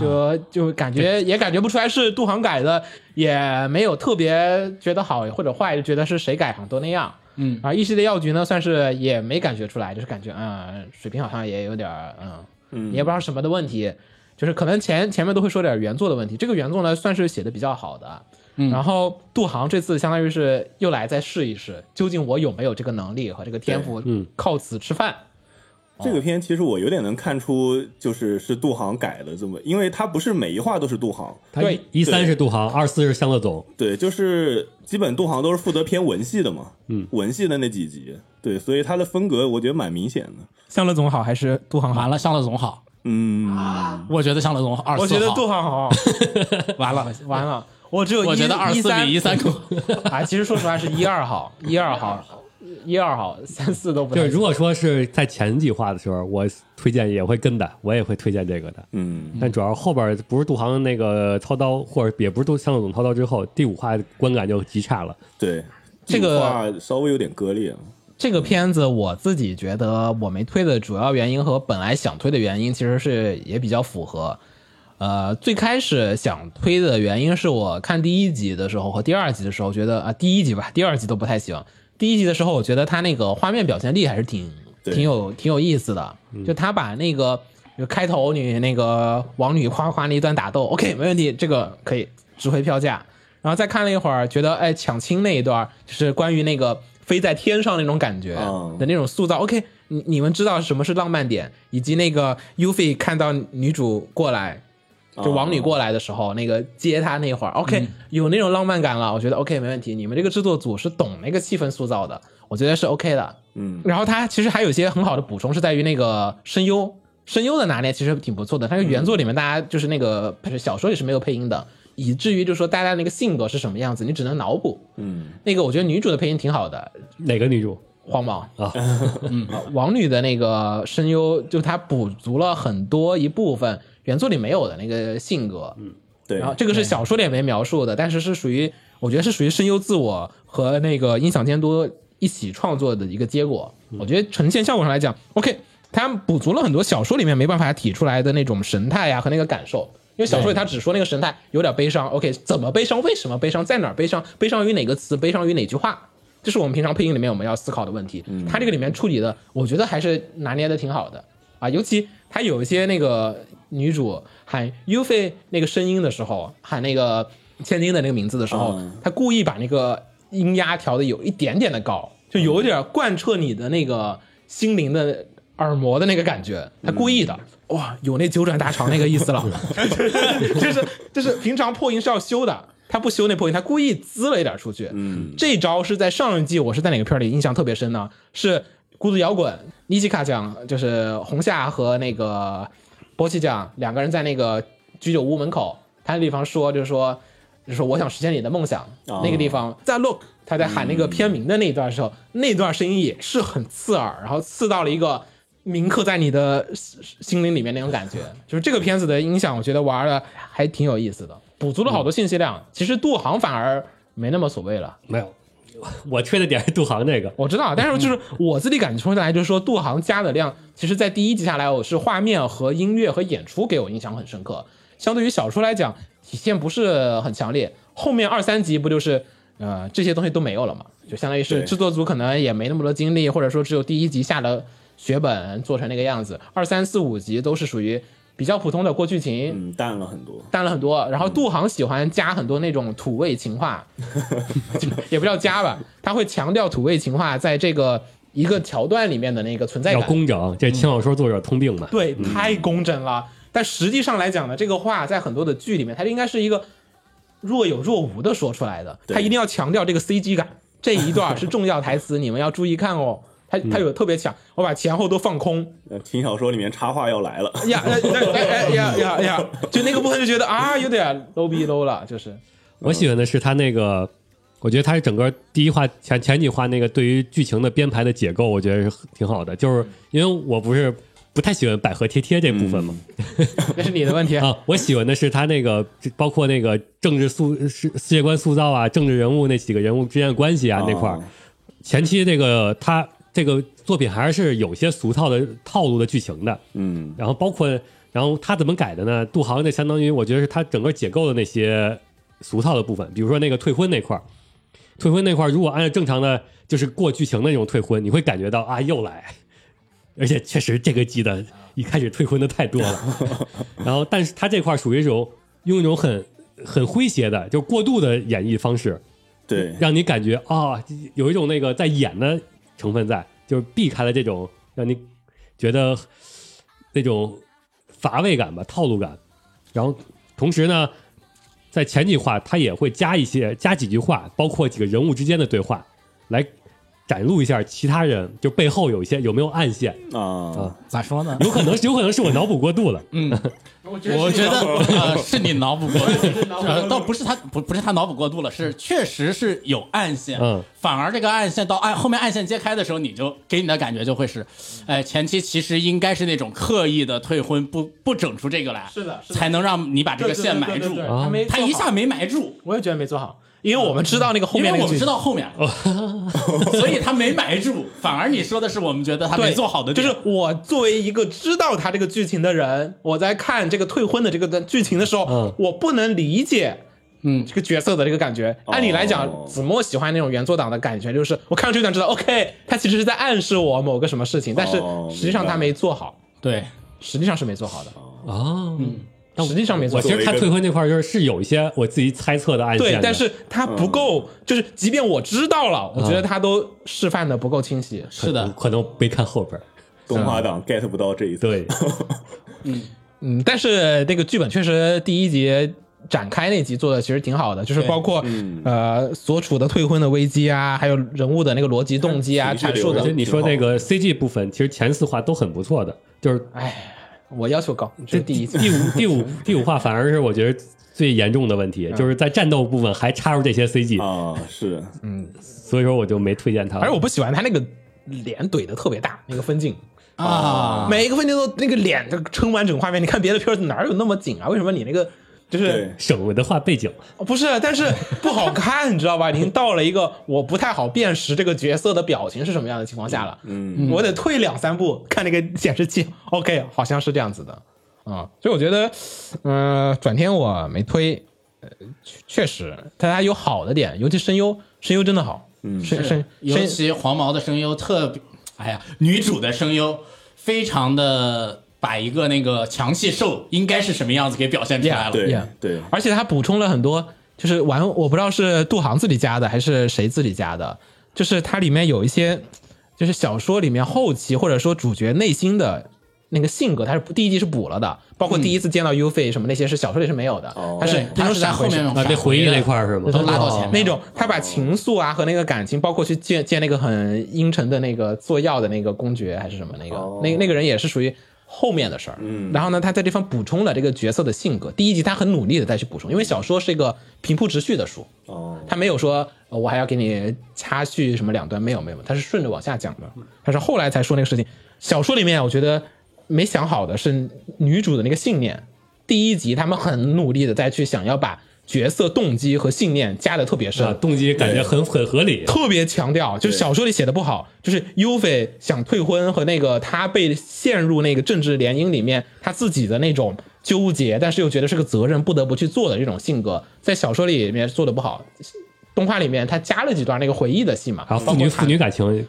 [SPEAKER 7] 就就感觉也感觉不出来是杜航改的，也没有特别觉得好或者坏，就觉得是谁改好像都那样。
[SPEAKER 1] 嗯
[SPEAKER 7] 而异世界药局呢，算是也没感觉出来，就是感觉嗯，水平好像也有点儿嗯，
[SPEAKER 8] 嗯
[SPEAKER 7] 也不知道什么的问题，就是可能前前面都会说点原作的问题，这个原作呢算是写的比较好的。
[SPEAKER 1] 嗯
[SPEAKER 7] 然后杜航这次相当于是又来再试一试，究竟我有没有这个能力和这个天赋，
[SPEAKER 1] 嗯
[SPEAKER 7] 靠此吃饭。哦
[SPEAKER 8] 这个片其实我有点能看出，就是是杜航改的这么，因为它不是每一话都是杜航，
[SPEAKER 4] 他
[SPEAKER 7] 对
[SPEAKER 4] 一三
[SPEAKER 8] 对
[SPEAKER 4] 是杜航，二四是向乐总，
[SPEAKER 8] 对，就是基本杜航都是负责偏文戏的嘛，嗯，文戏的那几集，对，所以他的风格我觉得蛮明显的，
[SPEAKER 7] 向乐总好还是杜航
[SPEAKER 1] 完？了向乐总好，
[SPEAKER 8] 嗯，
[SPEAKER 1] 我觉得向乐总好二
[SPEAKER 7] 我觉
[SPEAKER 1] 四
[SPEAKER 7] 得
[SPEAKER 1] 好，
[SPEAKER 7] 杜航 好，完了完了，我只有
[SPEAKER 1] 我觉得二四比一三更
[SPEAKER 7] 啊，其实说实话是一二好，一二好，一二好，三四都不
[SPEAKER 4] 就是
[SPEAKER 7] 太
[SPEAKER 4] 如果说是在前几话的时候，我推荐也会跟的，我也会推荐这个的。
[SPEAKER 8] 嗯，
[SPEAKER 4] 但主要后边不是杜航那个操刀，或者也不是杜向乐总操刀之后，第五话观感就极差了。
[SPEAKER 8] 对，
[SPEAKER 7] 这个
[SPEAKER 8] 话稍微有点割裂，啊
[SPEAKER 7] 这个片子我自己觉得我没推的主要原因和本来想推的原因其实是也比较符合。呃，最开始想推的原因是我看第一集的时候和第二集的时候觉得啊，第一集吧，第二集都不太行。第一集的时候，我觉得他那个画面表现力还是挺
[SPEAKER 8] 对
[SPEAKER 7] 挺有挺有意思的，就他把那个就开头女那个王女夸夸那一段打斗，OK，没问题，这个可以值回票价。然后再看了一会儿，觉得哎抢亲那一段就是关于那个飞在天上那种感觉
[SPEAKER 8] 嗯
[SPEAKER 7] 的那种塑造。OK，你你们知道什么是浪漫点，以及那个 Ufi 看到女主过来，就王女过来的时候，那个接她那会儿，OK，、有那种浪漫感了。我觉得 OK 没问题，你们这个制作组是懂那个气氛塑造的，我觉得是 OK 的。
[SPEAKER 8] 嗯
[SPEAKER 7] 然后它其实还有一些很好的补充，是在于那个声优，声优的拿捏其实挺不错的。它是原作里面大家就是那个就是小说也是没有配音的，以至于就是说大家那个性格是什么样子，你只能脑补。
[SPEAKER 8] 嗯
[SPEAKER 7] 那个我觉得女主的配音挺好的，
[SPEAKER 4] 哪个女 主？
[SPEAKER 7] 黄毛
[SPEAKER 4] 啊，
[SPEAKER 7] 嗯，王女的那个声优就她补足了很多一部分原作里没有的那个性格，嗯，
[SPEAKER 8] 对，
[SPEAKER 7] 然后这个是小说里也没描述的，但是是属于我觉得是属于声优自我和那个音响监督一起创作的一个结果。
[SPEAKER 8] 嗯
[SPEAKER 7] 我觉得呈现效果上来讲，OK，它补足了很多小说里面没办法体出来的那种神态呀、和那个感受。因为小说里他只说那个神态有点悲伤，OK，怎么悲伤？为什么悲伤？在哪儿悲伤？悲伤于哪个词？悲伤于哪句话？这是我们平常配音里面我们要思考的问题。
[SPEAKER 8] 嗯
[SPEAKER 7] 他这个里面处理的，我觉得还是拿捏的挺好的啊，尤其他有一些那个女主喊 Ufi 那个声音的时候，喊那个千金的那个名字的时候
[SPEAKER 8] 嗯，
[SPEAKER 7] 他故意把那个音压调的有一点点的高，就有点贯彻你的那个心灵的。耳膜的那个感觉，他故意的，哇，有那九转大肠那个意思了，就是就是平常破音是要修的，他不修那破音，他故意滋了一点出去，
[SPEAKER 8] 嗯
[SPEAKER 7] 这招是在上一季，我是在哪个片儿里印象特别深呢？是孤独摇滚，伊基卡酱就是红夏和那个波奇酱两个人在那个居酒屋门口他那地方说，就是说，就是说我想实现你的梦想。
[SPEAKER 8] 哦
[SPEAKER 7] 那个地方在 Look，他在喊那个片名的那一段时候，那段声音也是很刺耳，然后刺到了一个铭刻在你的心灵里面那种感觉。就是这个片子的音响，我觉得玩的还挺有意思的，补足了好多信息量。其实杜航反而没那么所谓了。
[SPEAKER 4] 没有，我吹的点是杜航这个，
[SPEAKER 7] 我知道，但是就是我自己感觉出来，就是说杜航加的量，其实在第一集下来，我是画面和音乐和演出给我印象很深刻。相对于小说来讲，体现不是很强烈。后面二三集不就是呃这些东西都没有了嘛？就相当于是
[SPEAKER 8] 对
[SPEAKER 7] 制作组可能也没那么多精力，或者说只有第一集下的血本做成那个样子，二三四五集都是属于比较普通的过剧情，
[SPEAKER 8] 嗯，淡了很多。
[SPEAKER 7] 淡了很多。然后
[SPEAKER 4] 嗯
[SPEAKER 7] 杜航喜欢加很多那种土味 情话，也不叫加吧，他会强调土味情话在这个一个桥段里面的那个存在
[SPEAKER 4] 要
[SPEAKER 7] 感。
[SPEAKER 4] 工嗯整，这是轻小说作者通病嘛。
[SPEAKER 7] 对，太工整了。但实际上来讲呢，这个话在很多的剧里面，它应该是一个若有若无的说出来的，
[SPEAKER 8] 对
[SPEAKER 7] 它一定要强调这个 CG 感。这一段是重要台词，你们要注意看哦。它它
[SPEAKER 4] 嗯
[SPEAKER 7] 有特别强，我把前后都放空，
[SPEAKER 8] 呃轻小说里面插画要来了，
[SPEAKER 7] 呀呀呀呀呀呀呀！就那个部分就觉得啊，有点 low 逼 low 了，就是
[SPEAKER 4] 我喜欢的是他那个，我觉得他是整个第一话前前几话那个对于剧情的编排的解构，我觉得是挺好的。就是因为我不是不太喜欢百合贴贴这部分嘛，
[SPEAKER 7] 那是你的问题。
[SPEAKER 4] 啊，我喜欢的是他那个包括那个政治塑世世界观塑造啊，政治人物那几个人物之间的关系啊、那块儿
[SPEAKER 8] 哦，
[SPEAKER 4] 前期这个他这个作品还是有些俗套的套路的剧情的，
[SPEAKER 8] 嗯，
[SPEAKER 4] 然后包括，然后他怎么改的呢？杜航那相当于我觉得是他整个解构的那些俗套的部分，比如说那个退婚那块儿，退婚那块儿如果按照正常的就是过剧情的那种退婚，你会感觉到啊又来， 而且确实这个季的一开始退婚的太多了， 然后但是他这块儿属于一种用一种很很诙谐的，就过度的演绎方式，
[SPEAKER 8] 对，
[SPEAKER 4] 让你感觉啊、有一种那个在演的成分在，就是避开了这种让你觉得那种乏味感吧、套路感。然后同时呢，在前几话他也会加一些加几句话，包括几个人物之间的对话，来展露一下其他人就背后有一些有没有暗线，
[SPEAKER 8] 啊，
[SPEAKER 1] 咋说呢？
[SPEAKER 4] 有可能是有可能是我脑补过度了。
[SPEAKER 1] 我觉得呃 是你脑补过度，呃倒不是他不不是他脑补过度了，是确实是有暗线，
[SPEAKER 4] 嗯
[SPEAKER 1] 反而这个暗线到暗后面暗线揭开的时候，你就给你的感觉就会是，哎、前期其实应该是那种刻意的退婚，不不整出这个来，
[SPEAKER 7] 是的是的
[SPEAKER 1] 才能让你把这个线埋住，啊
[SPEAKER 7] 他没
[SPEAKER 1] 他一下，没埋住，
[SPEAKER 7] 我也觉得没做好，因为我们知道那个后
[SPEAKER 1] 因
[SPEAKER 7] 面
[SPEAKER 1] 为
[SPEAKER 7] 那
[SPEAKER 1] 我
[SPEAKER 7] 个
[SPEAKER 1] 们
[SPEAKER 7] 剧
[SPEAKER 1] 知道后面了，
[SPEAKER 4] 哦
[SPEAKER 1] 所以他没埋住，反而你说的是我们觉得他
[SPEAKER 7] 对
[SPEAKER 1] 没做好的
[SPEAKER 7] 就
[SPEAKER 1] 点，
[SPEAKER 7] 是我作为一个知道他这个剧情的人，我在看这个退婚的这个的剧情的时候，
[SPEAKER 4] 嗯
[SPEAKER 7] 我不能理解。
[SPEAKER 1] 嗯
[SPEAKER 7] 这个角色的这个感觉，按理来讲，
[SPEAKER 8] 哦
[SPEAKER 7] 子墨喜欢那种原作党的感觉，就是我看到这段知道，OK，他其实是在暗示我某个什么事情，但是
[SPEAKER 8] 哦
[SPEAKER 7] 实际上他没做好，
[SPEAKER 1] 对，
[SPEAKER 7] 实际上是没做好的，
[SPEAKER 4] 哦，
[SPEAKER 7] 嗯实际上没做
[SPEAKER 4] 我
[SPEAKER 7] 好
[SPEAKER 4] 其。实看
[SPEAKER 8] 作为一个
[SPEAKER 4] 退婚那块儿就是是有一些我自己猜测的暗线
[SPEAKER 7] 对
[SPEAKER 4] 的，，
[SPEAKER 7] 但是他不够，就是即便我知道了，我觉得他都示范的不够清晰。
[SPEAKER 1] 是的，
[SPEAKER 4] 可能没看后边儿。
[SPEAKER 8] 动画党 get 不到这一层，
[SPEAKER 4] 对，
[SPEAKER 7] 嗯，但是那个剧本确实第一集展开那集做的其实挺好的，就是包括、呃所处的退婚的危机啊，还有人物的那个逻辑动机啊，
[SPEAKER 8] 情绪
[SPEAKER 7] 阐述
[SPEAKER 8] 流
[SPEAKER 7] 的
[SPEAKER 8] 动
[SPEAKER 4] 而且你说那个 CG 部分，其实前四话都很不错的，就是
[SPEAKER 7] 我要求高，
[SPEAKER 4] 这
[SPEAKER 7] 这是第一集。
[SPEAKER 4] 第五第五第五话反而是我觉得最严重的问题，就是在战斗部分还插入这些 CG，
[SPEAKER 8] 啊，是，
[SPEAKER 4] 所以说我就没推荐它了。
[SPEAKER 7] 而且我不喜欢他那个脸怼的特别大，那个分镜，
[SPEAKER 1] 啊，
[SPEAKER 7] 每一个分镜都那个脸就撑完整画面。你看别的片儿哪有那么紧啊？为什么你那个就是
[SPEAKER 8] 对，
[SPEAKER 4] 省了的话背景，
[SPEAKER 7] 哦不是，但是不好看，你知道吧？已经到了一个我不太好辨识这个角色的表情是什么样的情况下了。嗯，我得退两三步看那个显示器。OK，好像是这样子的啊、所以我觉得，嗯，转天我没推，呃，确确实，但它有好的点，尤其声优，声优真的好。嗯，声声
[SPEAKER 1] 尤
[SPEAKER 7] 声，
[SPEAKER 1] 其黄毛的声优特别，哎呀，女主的声优非常的把一个那个强气兽应该是什么样子给表现出来了。
[SPEAKER 8] 对
[SPEAKER 7] Yeah，
[SPEAKER 8] 对，
[SPEAKER 7] 而且它补充了很多，就是玩我不知道是杜航自己加的还是谁自己加的，就是它里面有一些，就是小说里面后期或者说主角内心的那个性格，他是第一季是补了的，包括第一次见到 U 费什么那些是小说里是没有的，他是
[SPEAKER 1] 对
[SPEAKER 7] 他
[SPEAKER 1] 他
[SPEAKER 7] 能
[SPEAKER 1] 是在
[SPEAKER 7] 闪
[SPEAKER 1] 后
[SPEAKER 7] 回去
[SPEAKER 1] 面
[SPEAKER 4] 啊，这回忆那块儿是吗？啊
[SPEAKER 1] 都拉到
[SPEAKER 8] 哦
[SPEAKER 1] 前面
[SPEAKER 7] 那种他把情愫啊和那个感情，包括去见见那个很阴沉的那个做药的那个公爵还是什么那个，
[SPEAKER 8] 哦
[SPEAKER 7] 那那个人也是属于后面的事儿。
[SPEAKER 8] 嗯
[SPEAKER 7] 然后呢，他在这方补充了这个角色的性格。第一集他很努力的再去补充，因为小说是一个平铺直叙的书，
[SPEAKER 8] 哦，
[SPEAKER 7] 他没有说、呃我还要给你掐续什么两段，没有没有，他是顺着往下讲的。他是后来才说那个事情。小说里面我觉得没想好的是女主的那个信念。第一集他们很努力的再去想要把角色动机和信念加的特别深，
[SPEAKER 4] 啊，动机感觉很很合理。
[SPEAKER 7] 特别强调，就是小说里写的不好，就是优菲想退婚和那个他被陷入那个政治联姻里面，他自己的那种纠结，但是又觉得是个责任，不得不去做的这种性格，在小说里面做的不好。动画里面他加了几段那个回忆的戏嘛，
[SPEAKER 4] 然后父女
[SPEAKER 7] 包括他
[SPEAKER 4] 父女感情、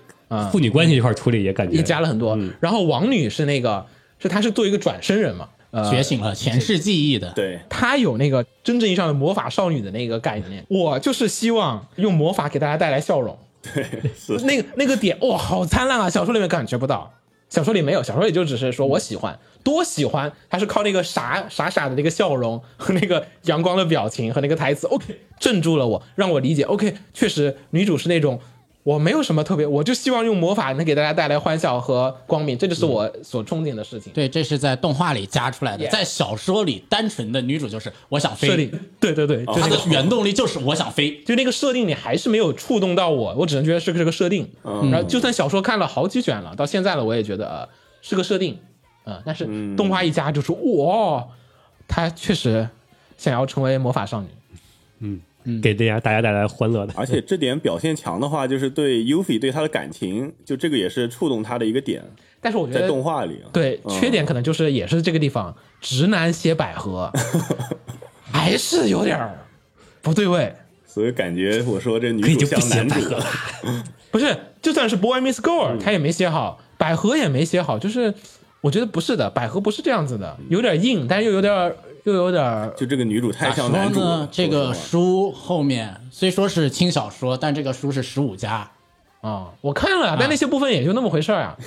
[SPEAKER 4] 父女关系这块儿处理也感觉
[SPEAKER 7] 也加了很多。
[SPEAKER 4] 嗯
[SPEAKER 7] 然后王女是那个是她是做一个转生人嘛，呃，
[SPEAKER 1] 觉醒了前世记忆的，
[SPEAKER 8] 对，
[SPEAKER 7] 她有那个真正意义上的魔法少女的那个概念。我就是希望用魔法给大家带来笑容。
[SPEAKER 8] 是
[SPEAKER 7] 那个那个点哇，好灿烂啊！小说里面感觉不到，小说里没有，小说里就只是说我喜欢，多喜欢，他是靠那个傻傻傻的那个笑容 和那个阳光的表情和那个台词，OK，镇住了我，让我理解，OK，确实女主是那种。我没有什么特别，我就希望用魔法能给大家带来欢笑和光明，这就是我所憧憬的事情。
[SPEAKER 1] 对，这是在动画里加出来的，
[SPEAKER 7] Yeah
[SPEAKER 1] 在小说里单纯的女主就是我想
[SPEAKER 7] 设
[SPEAKER 1] 飞
[SPEAKER 7] 定，，对对对，就
[SPEAKER 1] 她
[SPEAKER 7] 那
[SPEAKER 1] 的
[SPEAKER 7] 个
[SPEAKER 1] 原动力就是我想飞。
[SPEAKER 7] 就那个设定你还是没有触动到我，我只能觉得是个是个设定。
[SPEAKER 8] 嗯
[SPEAKER 7] 然后就算小说看了好几卷了，到现在了我也觉得呃是个设定，嗯、但是
[SPEAKER 8] 嗯
[SPEAKER 7] 动画一加就说哇，她确实想要成为魔法少女。
[SPEAKER 4] 给大家大家带来欢乐的。
[SPEAKER 8] 而且这点表现强的话，就是对 Yuffie 对他的感情，就这个也是触动他的一个点，
[SPEAKER 7] 但是我觉
[SPEAKER 8] 在
[SPEAKER 7] 得
[SPEAKER 8] 动画里啊。
[SPEAKER 7] 对
[SPEAKER 8] 嗯
[SPEAKER 7] 缺点可能就是也是这个地方，直男写百 合还是有点儿不对味。
[SPEAKER 8] 所以感觉我说这
[SPEAKER 4] 可以
[SPEAKER 8] 女主
[SPEAKER 4] 就不
[SPEAKER 8] 像
[SPEAKER 4] 写
[SPEAKER 8] 男
[SPEAKER 4] 百
[SPEAKER 8] 主
[SPEAKER 4] 合了，
[SPEAKER 7] 不是，就算是 Boy Miss
[SPEAKER 1] 嗯
[SPEAKER 7] Girl，他也没写好，百合也没写好，就是我觉得不是的，百合不是这样子的，有点硬，但是又有点又有点
[SPEAKER 8] 就这个女主太
[SPEAKER 1] 咋
[SPEAKER 8] 像
[SPEAKER 1] 啊说
[SPEAKER 8] 男主了
[SPEAKER 1] 呢？。这
[SPEAKER 8] 说实
[SPEAKER 1] 个
[SPEAKER 8] 话
[SPEAKER 1] 书后面虽说是轻小说，但这个书是十五加
[SPEAKER 7] 啊、我看了，但那些部分也就那么回事儿啊。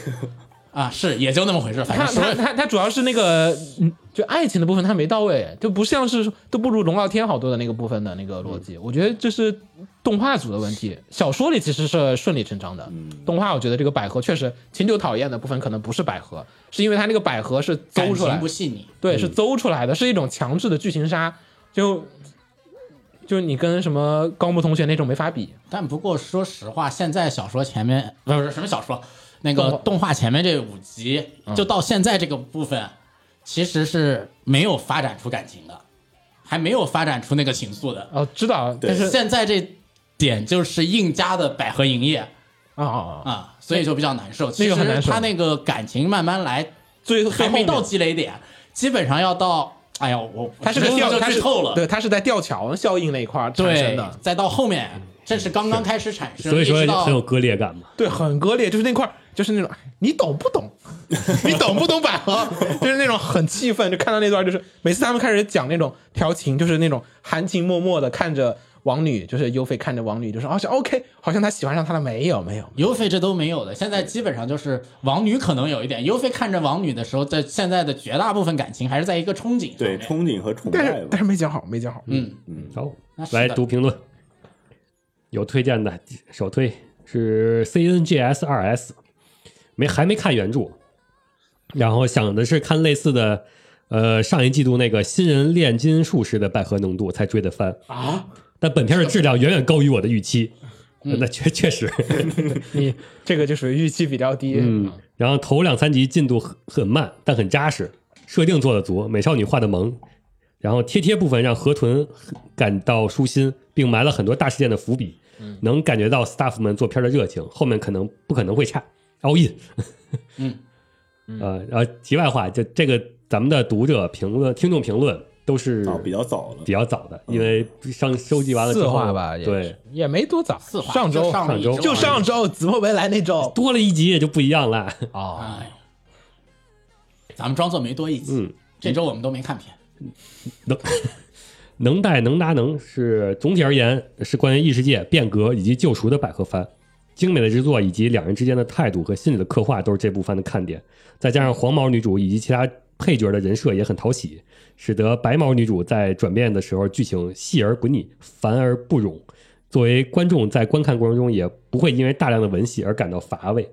[SPEAKER 1] 啊，是也就那么回事。反
[SPEAKER 7] 他
[SPEAKER 1] 正
[SPEAKER 7] 他
[SPEAKER 1] 说
[SPEAKER 7] 他他主要是那个，嗯就爱情的部分他没到位，就不像是都不如龙傲天好多的那个部分的那个逻
[SPEAKER 1] 嗯
[SPEAKER 7] 辑。我觉得这是动画组的问题，小说里其实是顺理成章的。
[SPEAKER 1] 嗯
[SPEAKER 7] 动画我觉得这个百合确实秦九讨厌的部分可能不是百合，是因为他那个百合是
[SPEAKER 1] 感
[SPEAKER 7] 邹出来
[SPEAKER 1] 情不，细腻，
[SPEAKER 7] 对，是邹出来的，是一种强制的剧情杀，就就你跟什么高木同学那种没法比。
[SPEAKER 1] 但不过说实话，现在小说前面不是不是什么小说，那个
[SPEAKER 7] 动画嗯
[SPEAKER 1] 动画前面这五集，就到现在这个部分，其实是没有发展出感情的，还没有发展出那个情愫的。
[SPEAKER 7] 哦，知道，但是
[SPEAKER 1] 现在这点就是硬加的百合营业
[SPEAKER 7] 啊啊啊，
[SPEAKER 1] 啊，所以就比较难受。
[SPEAKER 7] 那个很难受
[SPEAKER 1] 其实他那个感情慢慢来，
[SPEAKER 7] 最后
[SPEAKER 1] 还没
[SPEAKER 7] 最后
[SPEAKER 1] 到
[SPEAKER 7] 面
[SPEAKER 1] 积累点，基本上要到，哎呀，我
[SPEAKER 7] 它是个
[SPEAKER 1] 我这
[SPEAKER 7] 吊，
[SPEAKER 1] 就
[SPEAKER 7] 它
[SPEAKER 1] 剧
[SPEAKER 7] 是
[SPEAKER 1] 透了，
[SPEAKER 7] 对，它是在吊桥效应那一块儿产生
[SPEAKER 1] 对
[SPEAKER 7] 的，，
[SPEAKER 1] 再到后面，这是刚刚开始产生，
[SPEAKER 4] 所以
[SPEAKER 1] 一
[SPEAKER 4] 说
[SPEAKER 1] 直到
[SPEAKER 4] 很有割裂感嘛。
[SPEAKER 7] 对，很割裂，就是那块儿，就是那种，哎你懂不懂？ 你懂不懂百合？ 就是那种很气愤，就看到那段，就是每次他们开始讲那种调情，就是那种含情脉脉的看着王女，就是优菲看着王女，就说哦，是 OK，好像他喜欢上她了，没有，没有，
[SPEAKER 1] 尤菲这都没有的，现在基本上就是王女可能有一点。尤菲看着王女的时候，在现在的绝大部分感情还是在一个憧憬上
[SPEAKER 8] 对
[SPEAKER 1] 面。
[SPEAKER 8] 憧憬和崇
[SPEAKER 7] 但
[SPEAKER 8] 拜
[SPEAKER 7] 是
[SPEAKER 8] 吧
[SPEAKER 7] 但。是没讲好，没讲好，
[SPEAKER 1] 嗯，
[SPEAKER 4] 好
[SPEAKER 1] 那，是的
[SPEAKER 4] 来读评论，有推荐的首推是 CNGS 2 S，没还没看原著，然后想的是看类似的，呃，上一季度那个新人炼金术士的百合浓度才追的番啊，但本片的质量远远高于我的预期，
[SPEAKER 1] 嗯
[SPEAKER 4] 那确确实，
[SPEAKER 7] 你这个就属于预期比较低，
[SPEAKER 4] 嗯，然后头两三集进度很很慢，但很扎实，设定做的足，美少女画的萌，然后贴贴部分让河豚感到舒心，并埋了很多大事件的伏笔，
[SPEAKER 7] 嗯
[SPEAKER 4] 能感觉到 staff 们做片的热情，后面可能不可能会差，all in。嗯， 呃，然后题外话，就这个咱们的读者评论、听众评论都是
[SPEAKER 8] 啊，比较早了
[SPEAKER 4] 比，较早的，因为上收集完了之
[SPEAKER 7] 四
[SPEAKER 4] 后，
[SPEAKER 7] 话吧，也
[SPEAKER 4] 对
[SPEAKER 7] 是，也没多早，
[SPEAKER 1] 四话
[SPEAKER 7] 上周
[SPEAKER 1] 就上了一周
[SPEAKER 7] 就上周子墨没来那周
[SPEAKER 4] 多了一集也就不一样了。
[SPEAKER 7] 哦，
[SPEAKER 1] 哎，咱们装作没多一集。
[SPEAKER 4] 嗯
[SPEAKER 1] 这周我们都没看片。
[SPEAKER 4] 能能带能拿能是总体而言是关于异世界变革以及救赎的百合番，精美的制作以及两人之间的态度和心理的刻画都是这部番的看点。再加上黄毛女主以及其他配角的人设也很讨喜，使得白毛女主在转变的时候剧情细而不腻，繁而不冗。作为观众在观看过程中也不会因为大量的文戏而感到乏味。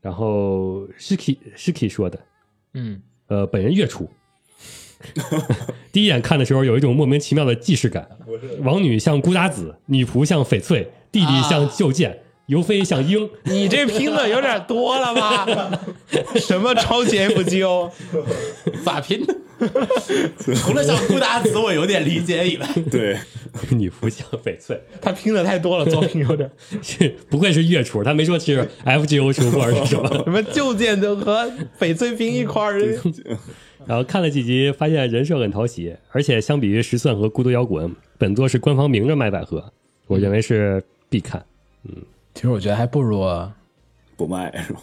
[SPEAKER 4] 然后 Shiki Shiki 说的，
[SPEAKER 7] 嗯，
[SPEAKER 4] 呃，本人月初，第一眼看的时候有一种莫名其妙的既视感。王女像孤达子，女仆像翡翠，弟弟像旧剑，尤妃像鹰。
[SPEAKER 7] 你这拼的有点多了吧？ 什么超级 F G O？
[SPEAKER 1] 咋拼？除了像孤达子我有点理解以外，
[SPEAKER 8] 对，
[SPEAKER 4] 女仆像翡翠，
[SPEAKER 7] 他拼的太多了，作品 有点
[SPEAKER 4] 是不愧是月厨，他没说是 F G O 厨或者是什 么。
[SPEAKER 7] 什么旧剑都和翡翠拼一块 儿，
[SPEAKER 4] 然后看了几集，发现人设很讨喜，而且相比于《十算》和《孤独摇滚》，本作是官方明着卖百合，我认为是必看。
[SPEAKER 7] 其实我觉得还不如啊
[SPEAKER 8] 不卖是吧？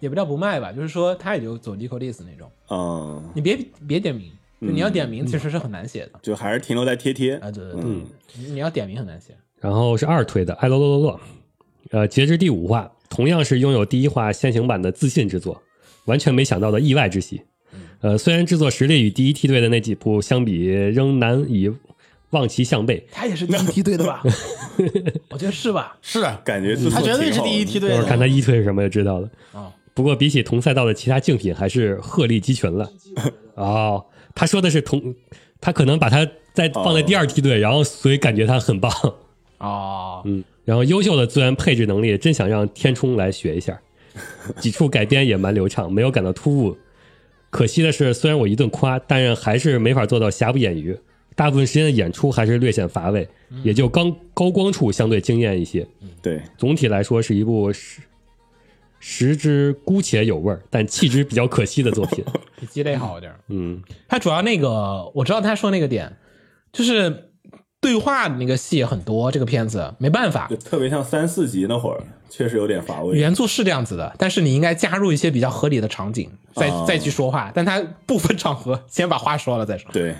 [SPEAKER 7] 也不叫不卖吧，就是说他也就走 n i c o l i s 那种，
[SPEAKER 8] 嗯，
[SPEAKER 7] 你别别点名，就你要点名其实是很难写的
[SPEAKER 8] 就还是停留在贴贴。
[SPEAKER 7] 啊，对对对，你你要点名很难写。
[SPEAKER 4] 然后是二推的《爱乐乐乐乐》，呃，截至第五话，同样是拥有第一话先行版的自信之作，完全没想到的意外之喜。呃，虽然制作实力与第一梯队的那几部相比，仍难以望其项背。
[SPEAKER 7] 他也是第一梯队的 吧？我觉得是吧？
[SPEAKER 1] 是
[SPEAKER 8] 感觉制作
[SPEAKER 1] 他绝对
[SPEAKER 8] 挺
[SPEAKER 1] 是
[SPEAKER 8] 好
[SPEAKER 1] 第一
[SPEAKER 8] 的
[SPEAKER 1] 梯队
[SPEAKER 4] 一会儿看
[SPEAKER 1] 的。
[SPEAKER 4] 他一推是什么就知道了。
[SPEAKER 7] 啊
[SPEAKER 4] 不过比起同赛道的其他竞品，还是鹤立鸡群了。哦，他说的是同，他可能把他再放在第二梯队，然后所以感觉他很棒。
[SPEAKER 7] 哦，
[SPEAKER 4] 嗯，然后优秀的资源配置能力，真想让天冲来学一下。几处改编也蛮流畅，没有感到突兀。可惜的是，虽然我一顿夸，但是还是没法做到瑕不掩瑜。大部分时间的演出还是略显乏味，也就刚高光处相对惊艳一些。
[SPEAKER 8] 对，
[SPEAKER 4] 总体来说是一部食食之姑且有味儿，但弃之比较可惜的作品。
[SPEAKER 7] 比鸡肋好一点。
[SPEAKER 4] 嗯，
[SPEAKER 7] 他主要那个，我知道他说那个点，就是对话的那个戏也很多。这个片子没办法
[SPEAKER 8] 就，特别像三四集那会儿，确实有点乏味。
[SPEAKER 7] 原著是这样子的，但是你应该加入一些比较合理的场景，再、
[SPEAKER 8] 哦
[SPEAKER 7] 再去说话。但他部分场合先把话说了再说。
[SPEAKER 8] 对，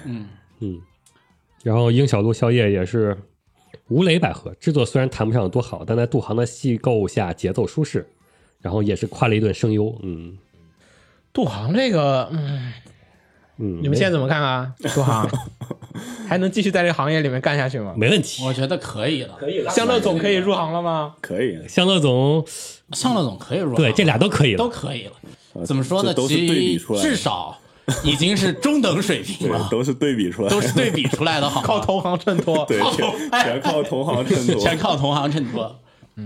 [SPEAKER 4] 然后樱小路宵夜也是吴磊百合制作，虽然谈不上有多好，但在杜航的戏构下节奏舒适，然后也是夸了一顿声优。嗯
[SPEAKER 7] 杜航这个，嗯，
[SPEAKER 4] 嗯，
[SPEAKER 7] 你们现在怎么看 啊？杜航还能继续在这个行业里面干下去吗？
[SPEAKER 4] 没没问题。
[SPEAKER 1] 我觉得可以了，可以了。
[SPEAKER 7] 香乐总可以入行了吗？
[SPEAKER 8] 可以。
[SPEAKER 4] 香乐总
[SPEAKER 1] 向乐总可以入行，
[SPEAKER 4] 对这俩都可以
[SPEAKER 1] 都
[SPEAKER 4] 了，
[SPEAKER 1] 可以了。怎么说呢？
[SPEAKER 8] 这都是
[SPEAKER 1] 其
[SPEAKER 8] 对比出来的
[SPEAKER 1] 至少已经是中等水平了
[SPEAKER 8] 对，，都是对比出来 的，
[SPEAKER 1] 都是对比出来的好吗，
[SPEAKER 7] 靠同行衬托。
[SPEAKER 8] 对，
[SPEAKER 1] 靠头
[SPEAKER 8] 全全靠同行衬托，
[SPEAKER 1] 全靠同行衬托。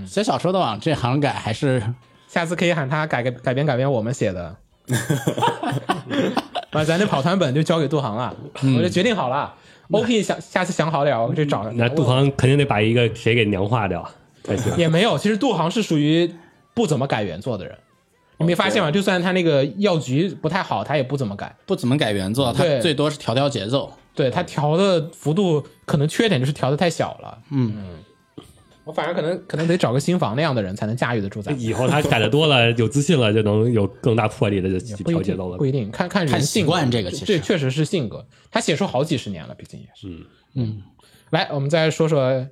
[SPEAKER 1] 写小说的往这行改还是
[SPEAKER 7] 下次可以喊他改个改编改编我们写的。 啊，咱这跑团本就交给杜航了，
[SPEAKER 4] 嗯
[SPEAKER 7] 我就决定好了。OP 想下次想好点，我去找
[SPEAKER 4] 那杜航肯定得把一个谁给娘化掉才行。
[SPEAKER 7] 也没有。其实杜航是属于不怎么改原作的人，你
[SPEAKER 4] 哦
[SPEAKER 7] 没发现吗？就算他那个药局不太好，他也不怎么改。
[SPEAKER 1] 不怎么改原作，他
[SPEAKER 7] 对
[SPEAKER 1] 最多是调调节奏。
[SPEAKER 7] 对
[SPEAKER 4] 嗯
[SPEAKER 7] 他调的幅度，可能缺点就是调的太小了。嗯我反正可能可能得找个新房那样的人才能驾驭得住咱们。
[SPEAKER 4] 以后他改的多了，有自信了，就能有更大魄力的就去
[SPEAKER 7] 不一
[SPEAKER 4] 调节
[SPEAKER 7] 定
[SPEAKER 4] 到了
[SPEAKER 7] 不。一定看看人
[SPEAKER 1] 看
[SPEAKER 7] 性
[SPEAKER 1] 习
[SPEAKER 7] 格
[SPEAKER 1] 惯这个其实
[SPEAKER 7] 对，确实是性格。他写书好几十年了，毕竟也是。嗯嗯，来，我们再说说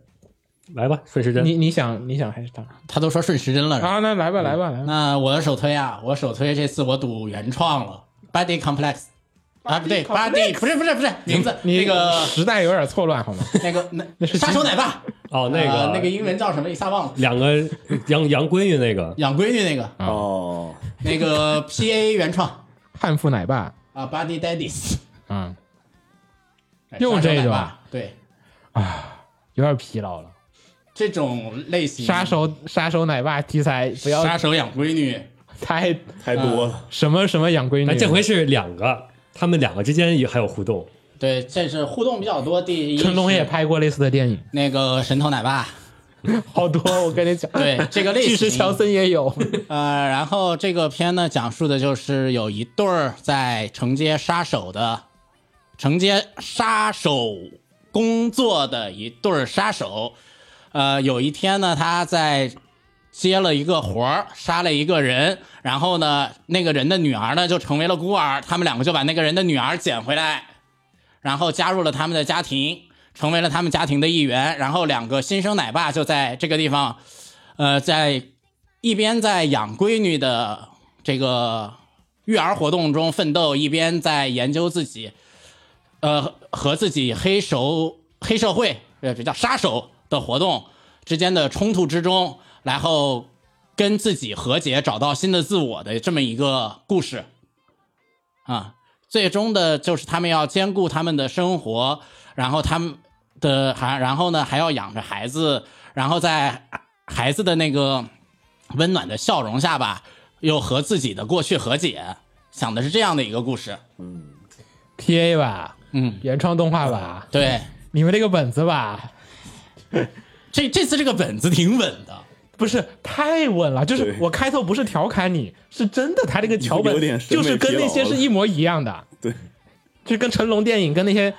[SPEAKER 4] 来吧，顺时针。
[SPEAKER 7] 你，你想你想还是他
[SPEAKER 1] 他都说顺时针了，
[SPEAKER 7] 啊？那来吧，来吧，来吧。
[SPEAKER 1] 嗯那我的首推啊，我首推这次我赌原创了，Body Complex 啊，不对，Body 不是不是不是名字，
[SPEAKER 7] 你
[SPEAKER 1] 那 个
[SPEAKER 7] 时代有点错乱，好吗？
[SPEAKER 1] 那个那
[SPEAKER 7] 那是
[SPEAKER 1] 杀手奶爸
[SPEAKER 4] 哦，那个、
[SPEAKER 1] 呃那个英文叫什么一下忘了，
[SPEAKER 4] 两个洋洋闺女那个，
[SPEAKER 1] 养闺女那个
[SPEAKER 8] 哦，
[SPEAKER 1] 那个 PA 原创
[SPEAKER 7] 汉服奶爸，
[SPEAKER 1] 啊，Body Daddies
[SPEAKER 7] 嗯，
[SPEAKER 1] 哎
[SPEAKER 7] 又
[SPEAKER 1] 杀手
[SPEAKER 7] 这
[SPEAKER 1] 奶
[SPEAKER 7] 种
[SPEAKER 1] 爸对
[SPEAKER 7] 有点疲劳了。
[SPEAKER 1] 这种类型
[SPEAKER 7] 杀手杀手奶爸题材不要
[SPEAKER 1] 嗯杀手养闺女，
[SPEAKER 7] 太
[SPEAKER 8] 太多了，
[SPEAKER 7] 什么什么养
[SPEAKER 4] 但
[SPEAKER 7] 闺女，
[SPEAKER 4] 哎这回是两个，他们两个之间也还有互动。
[SPEAKER 1] 对，这是互动比较多。第一是
[SPEAKER 7] 成龙也拍过类似的电影，
[SPEAKER 1] 那个神偷奶爸，
[SPEAKER 7] 好多。我跟你讲，
[SPEAKER 1] 对这个类型
[SPEAKER 7] 巨石强森也 有。
[SPEAKER 1] 呃，然后这个片呢，讲述的就是有一对儿在承接杀手的，承接杀手工作的一对儿杀手。呃，有一天呢，他在接了一个活儿，杀了一个人，然后呢，那个人的女儿呢就成为了孤儿，他们两个就把那个人的女儿捡回来，然后加入了他们的家庭。成为了他们家庭的一员。然后两个新生奶爸就在这个地方，呃，在一边在养闺女的这个育儿活动中奋斗，一边在研究自己，呃，和自己黑手黑社会，呃，这叫杀手的活动之间的冲突之中，然后跟自己和解，找到新的自我的这么一个故事。啊，最终的就是他们要兼顾他们的生活，然后他们的还然后呢还要养着孩子，然后在孩子的那个温暖的笑容下吧，又和自己的过去和解，想的是这样的一个故事。
[SPEAKER 7] P A 吧，
[SPEAKER 1] 嗯，
[SPEAKER 7] 原创动画吧，
[SPEAKER 1] 对，
[SPEAKER 7] 你们这个本子吧，
[SPEAKER 1] 这这次这个本子挺稳的，
[SPEAKER 7] 不是太稳了，就是
[SPEAKER 8] 对
[SPEAKER 7] 我开头不是调侃你，是真的，他这个桥
[SPEAKER 8] 有
[SPEAKER 7] 本
[SPEAKER 8] 点审
[SPEAKER 7] 就
[SPEAKER 8] 美
[SPEAKER 7] 是跟那些
[SPEAKER 8] 疲劳
[SPEAKER 7] 是
[SPEAKER 8] 了
[SPEAKER 7] 一模一样的，
[SPEAKER 8] 对，
[SPEAKER 7] 就是跟成龙电影跟那些。呃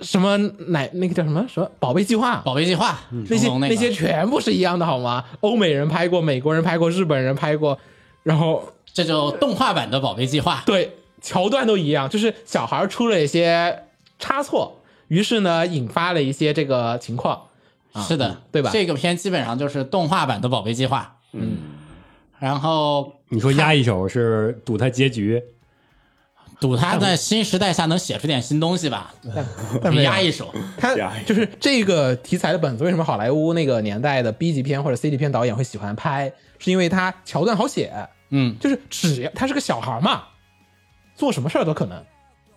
[SPEAKER 7] 什么奶那个叫什么什么宝贝计划，
[SPEAKER 1] 宝贝计划
[SPEAKER 7] 那些
[SPEAKER 1] 成龙那
[SPEAKER 7] 嗯那
[SPEAKER 1] 个
[SPEAKER 7] 些全部是一样的好吗？欧美人拍过，美国人拍过，日本人拍过，然后
[SPEAKER 1] 这就动画版的宝贝计划，
[SPEAKER 7] 对桥段都一样，就是小孩出了一些差错，于是呢引发了一些这个情况。
[SPEAKER 1] 啊是的，
[SPEAKER 7] 嗯对吧
[SPEAKER 1] 这个片基本上就是动画版的宝贝计划，嗯，然后
[SPEAKER 4] 你说压一手是赌他结局，
[SPEAKER 1] 赌他在新时代下能写出点新东西吧，
[SPEAKER 7] 但没有
[SPEAKER 1] 压一手。
[SPEAKER 7] 他
[SPEAKER 8] 呀呀
[SPEAKER 7] 就是这个题材的本子，为什么好莱坞那个年代的 B 级片或者 C 级片导演会喜欢拍？是因为他桥段好写，
[SPEAKER 1] 嗯，
[SPEAKER 7] 就是只要他是个小孩嘛，做什么事儿都可能，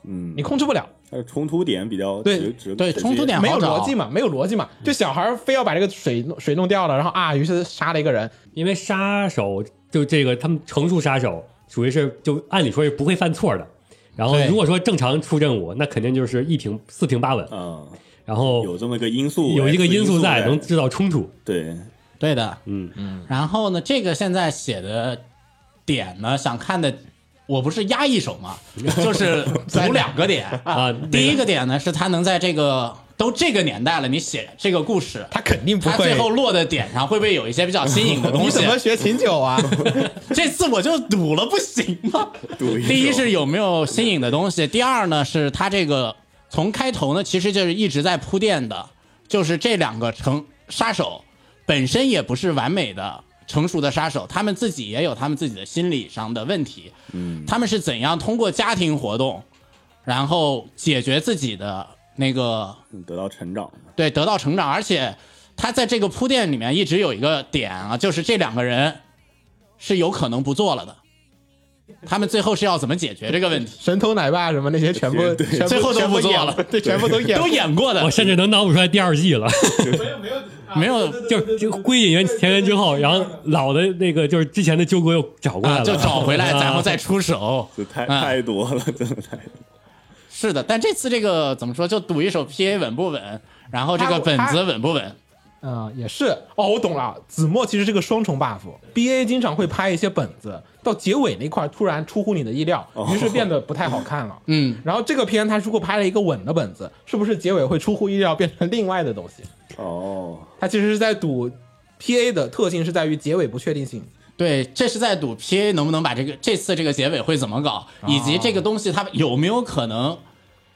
[SPEAKER 8] 嗯
[SPEAKER 7] 你，控制不了，
[SPEAKER 8] 它的冲突点比较
[SPEAKER 7] 对
[SPEAKER 8] 直直
[SPEAKER 1] 对
[SPEAKER 8] 直
[SPEAKER 1] 冲突
[SPEAKER 8] 接
[SPEAKER 1] 点
[SPEAKER 7] 没有
[SPEAKER 1] 好找嗯
[SPEAKER 7] 逻辑嘛，没有逻辑嘛，就小孩非要把这个水弄水弄掉了，然后啊，于是杀了一个人，
[SPEAKER 4] 因为杀手就这个他们成熟杀手属于是就按理说是不会犯错的。然后
[SPEAKER 1] 对
[SPEAKER 4] 如果说正常出任务，那肯定就是一平四平八稳。
[SPEAKER 8] 啊，
[SPEAKER 4] 然后
[SPEAKER 8] 有这么一个因素，
[SPEAKER 4] 有一个因素在，
[SPEAKER 8] 在
[SPEAKER 4] 能制造冲突。
[SPEAKER 8] 对，
[SPEAKER 1] 对的，
[SPEAKER 4] 嗯
[SPEAKER 1] 嗯。然后呢，这个现在写的点呢，想看的，我不是压一手 嘛，就是赌两个点
[SPEAKER 4] 啊
[SPEAKER 1] 第一
[SPEAKER 4] 那
[SPEAKER 1] 个点呢，是他能在这个都这个年代了，你写这个故事，
[SPEAKER 7] 他肯定不
[SPEAKER 1] 他
[SPEAKER 7] 会。
[SPEAKER 1] 最后落的点上会不会有一些比较新颖的东
[SPEAKER 7] 你
[SPEAKER 1] 西
[SPEAKER 7] 怎？么学琴酒啊？
[SPEAKER 1] 这次我就赌了，不行吗？
[SPEAKER 8] 赌一手
[SPEAKER 1] 第一是有没有新颖的东西，第二呢是它这个从开头呢其实就是一直在铺垫的，就是这两个成杀手本身也不是完美的成熟的杀手，他们自己也有他们自己的心理上的问题，嗯，他们是怎样通过家庭活动，然后解决自己的那个
[SPEAKER 8] 嗯得到成长，
[SPEAKER 1] 对，得到成长，而且他在这个铺垫里面一直有一个点啊，就是这两个人是有可能不做了的，他们最后是要怎么解决这个问题，
[SPEAKER 7] 神偷奶爸什么那些全部
[SPEAKER 8] 对
[SPEAKER 7] 全部
[SPEAKER 1] 最后都
[SPEAKER 7] 全部
[SPEAKER 1] 不做
[SPEAKER 7] 演
[SPEAKER 1] 了
[SPEAKER 7] 对，全部都演
[SPEAKER 1] 都演过的
[SPEAKER 4] 我，甚至能脑补出来第二季了，
[SPEAKER 1] 没有
[SPEAKER 4] 就是就归隐原田园之后，然后老的那个就是之前的纠葛又找过来
[SPEAKER 1] 啊，
[SPEAKER 4] 了，
[SPEAKER 1] 就找回来，
[SPEAKER 4] 啊
[SPEAKER 1] 然后再出 手
[SPEAKER 8] 这，太
[SPEAKER 1] 啊
[SPEAKER 8] 太多了， 真的太多了。
[SPEAKER 1] 是的。但这次这个怎么说，就赌一手 PA 稳不稳，然后这个
[SPEAKER 7] 他
[SPEAKER 1] 本子
[SPEAKER 7] 他
[SPEAKER 1] 稳不稳，
[SPEAKER 7] 嗯，也是哦，我懂了。子墨其实是个双重 buff。B A 经常会拍一些本子，到结尾那块儿突然出乎你的意料，于是变得不太好看了。
[SPEAKER 1] 哦 嗯，
[SPEAKER 7] 然后这个片他如果拍了一个稳的本子，是不是结尾会出乎意料变成另外的东西？
[SPEAKER 8] 哦，
[SPEAKER 7] 他其实是在赌 P A 的特性是在于结尾不确定性。
[SPEAKER 1] 对，这是在赌 PA 能不能把这个这次这个结尾会怎么搞，
[SPEAKER 7] 啊
[SPEAKER 1] 以及这个东西它有没有可能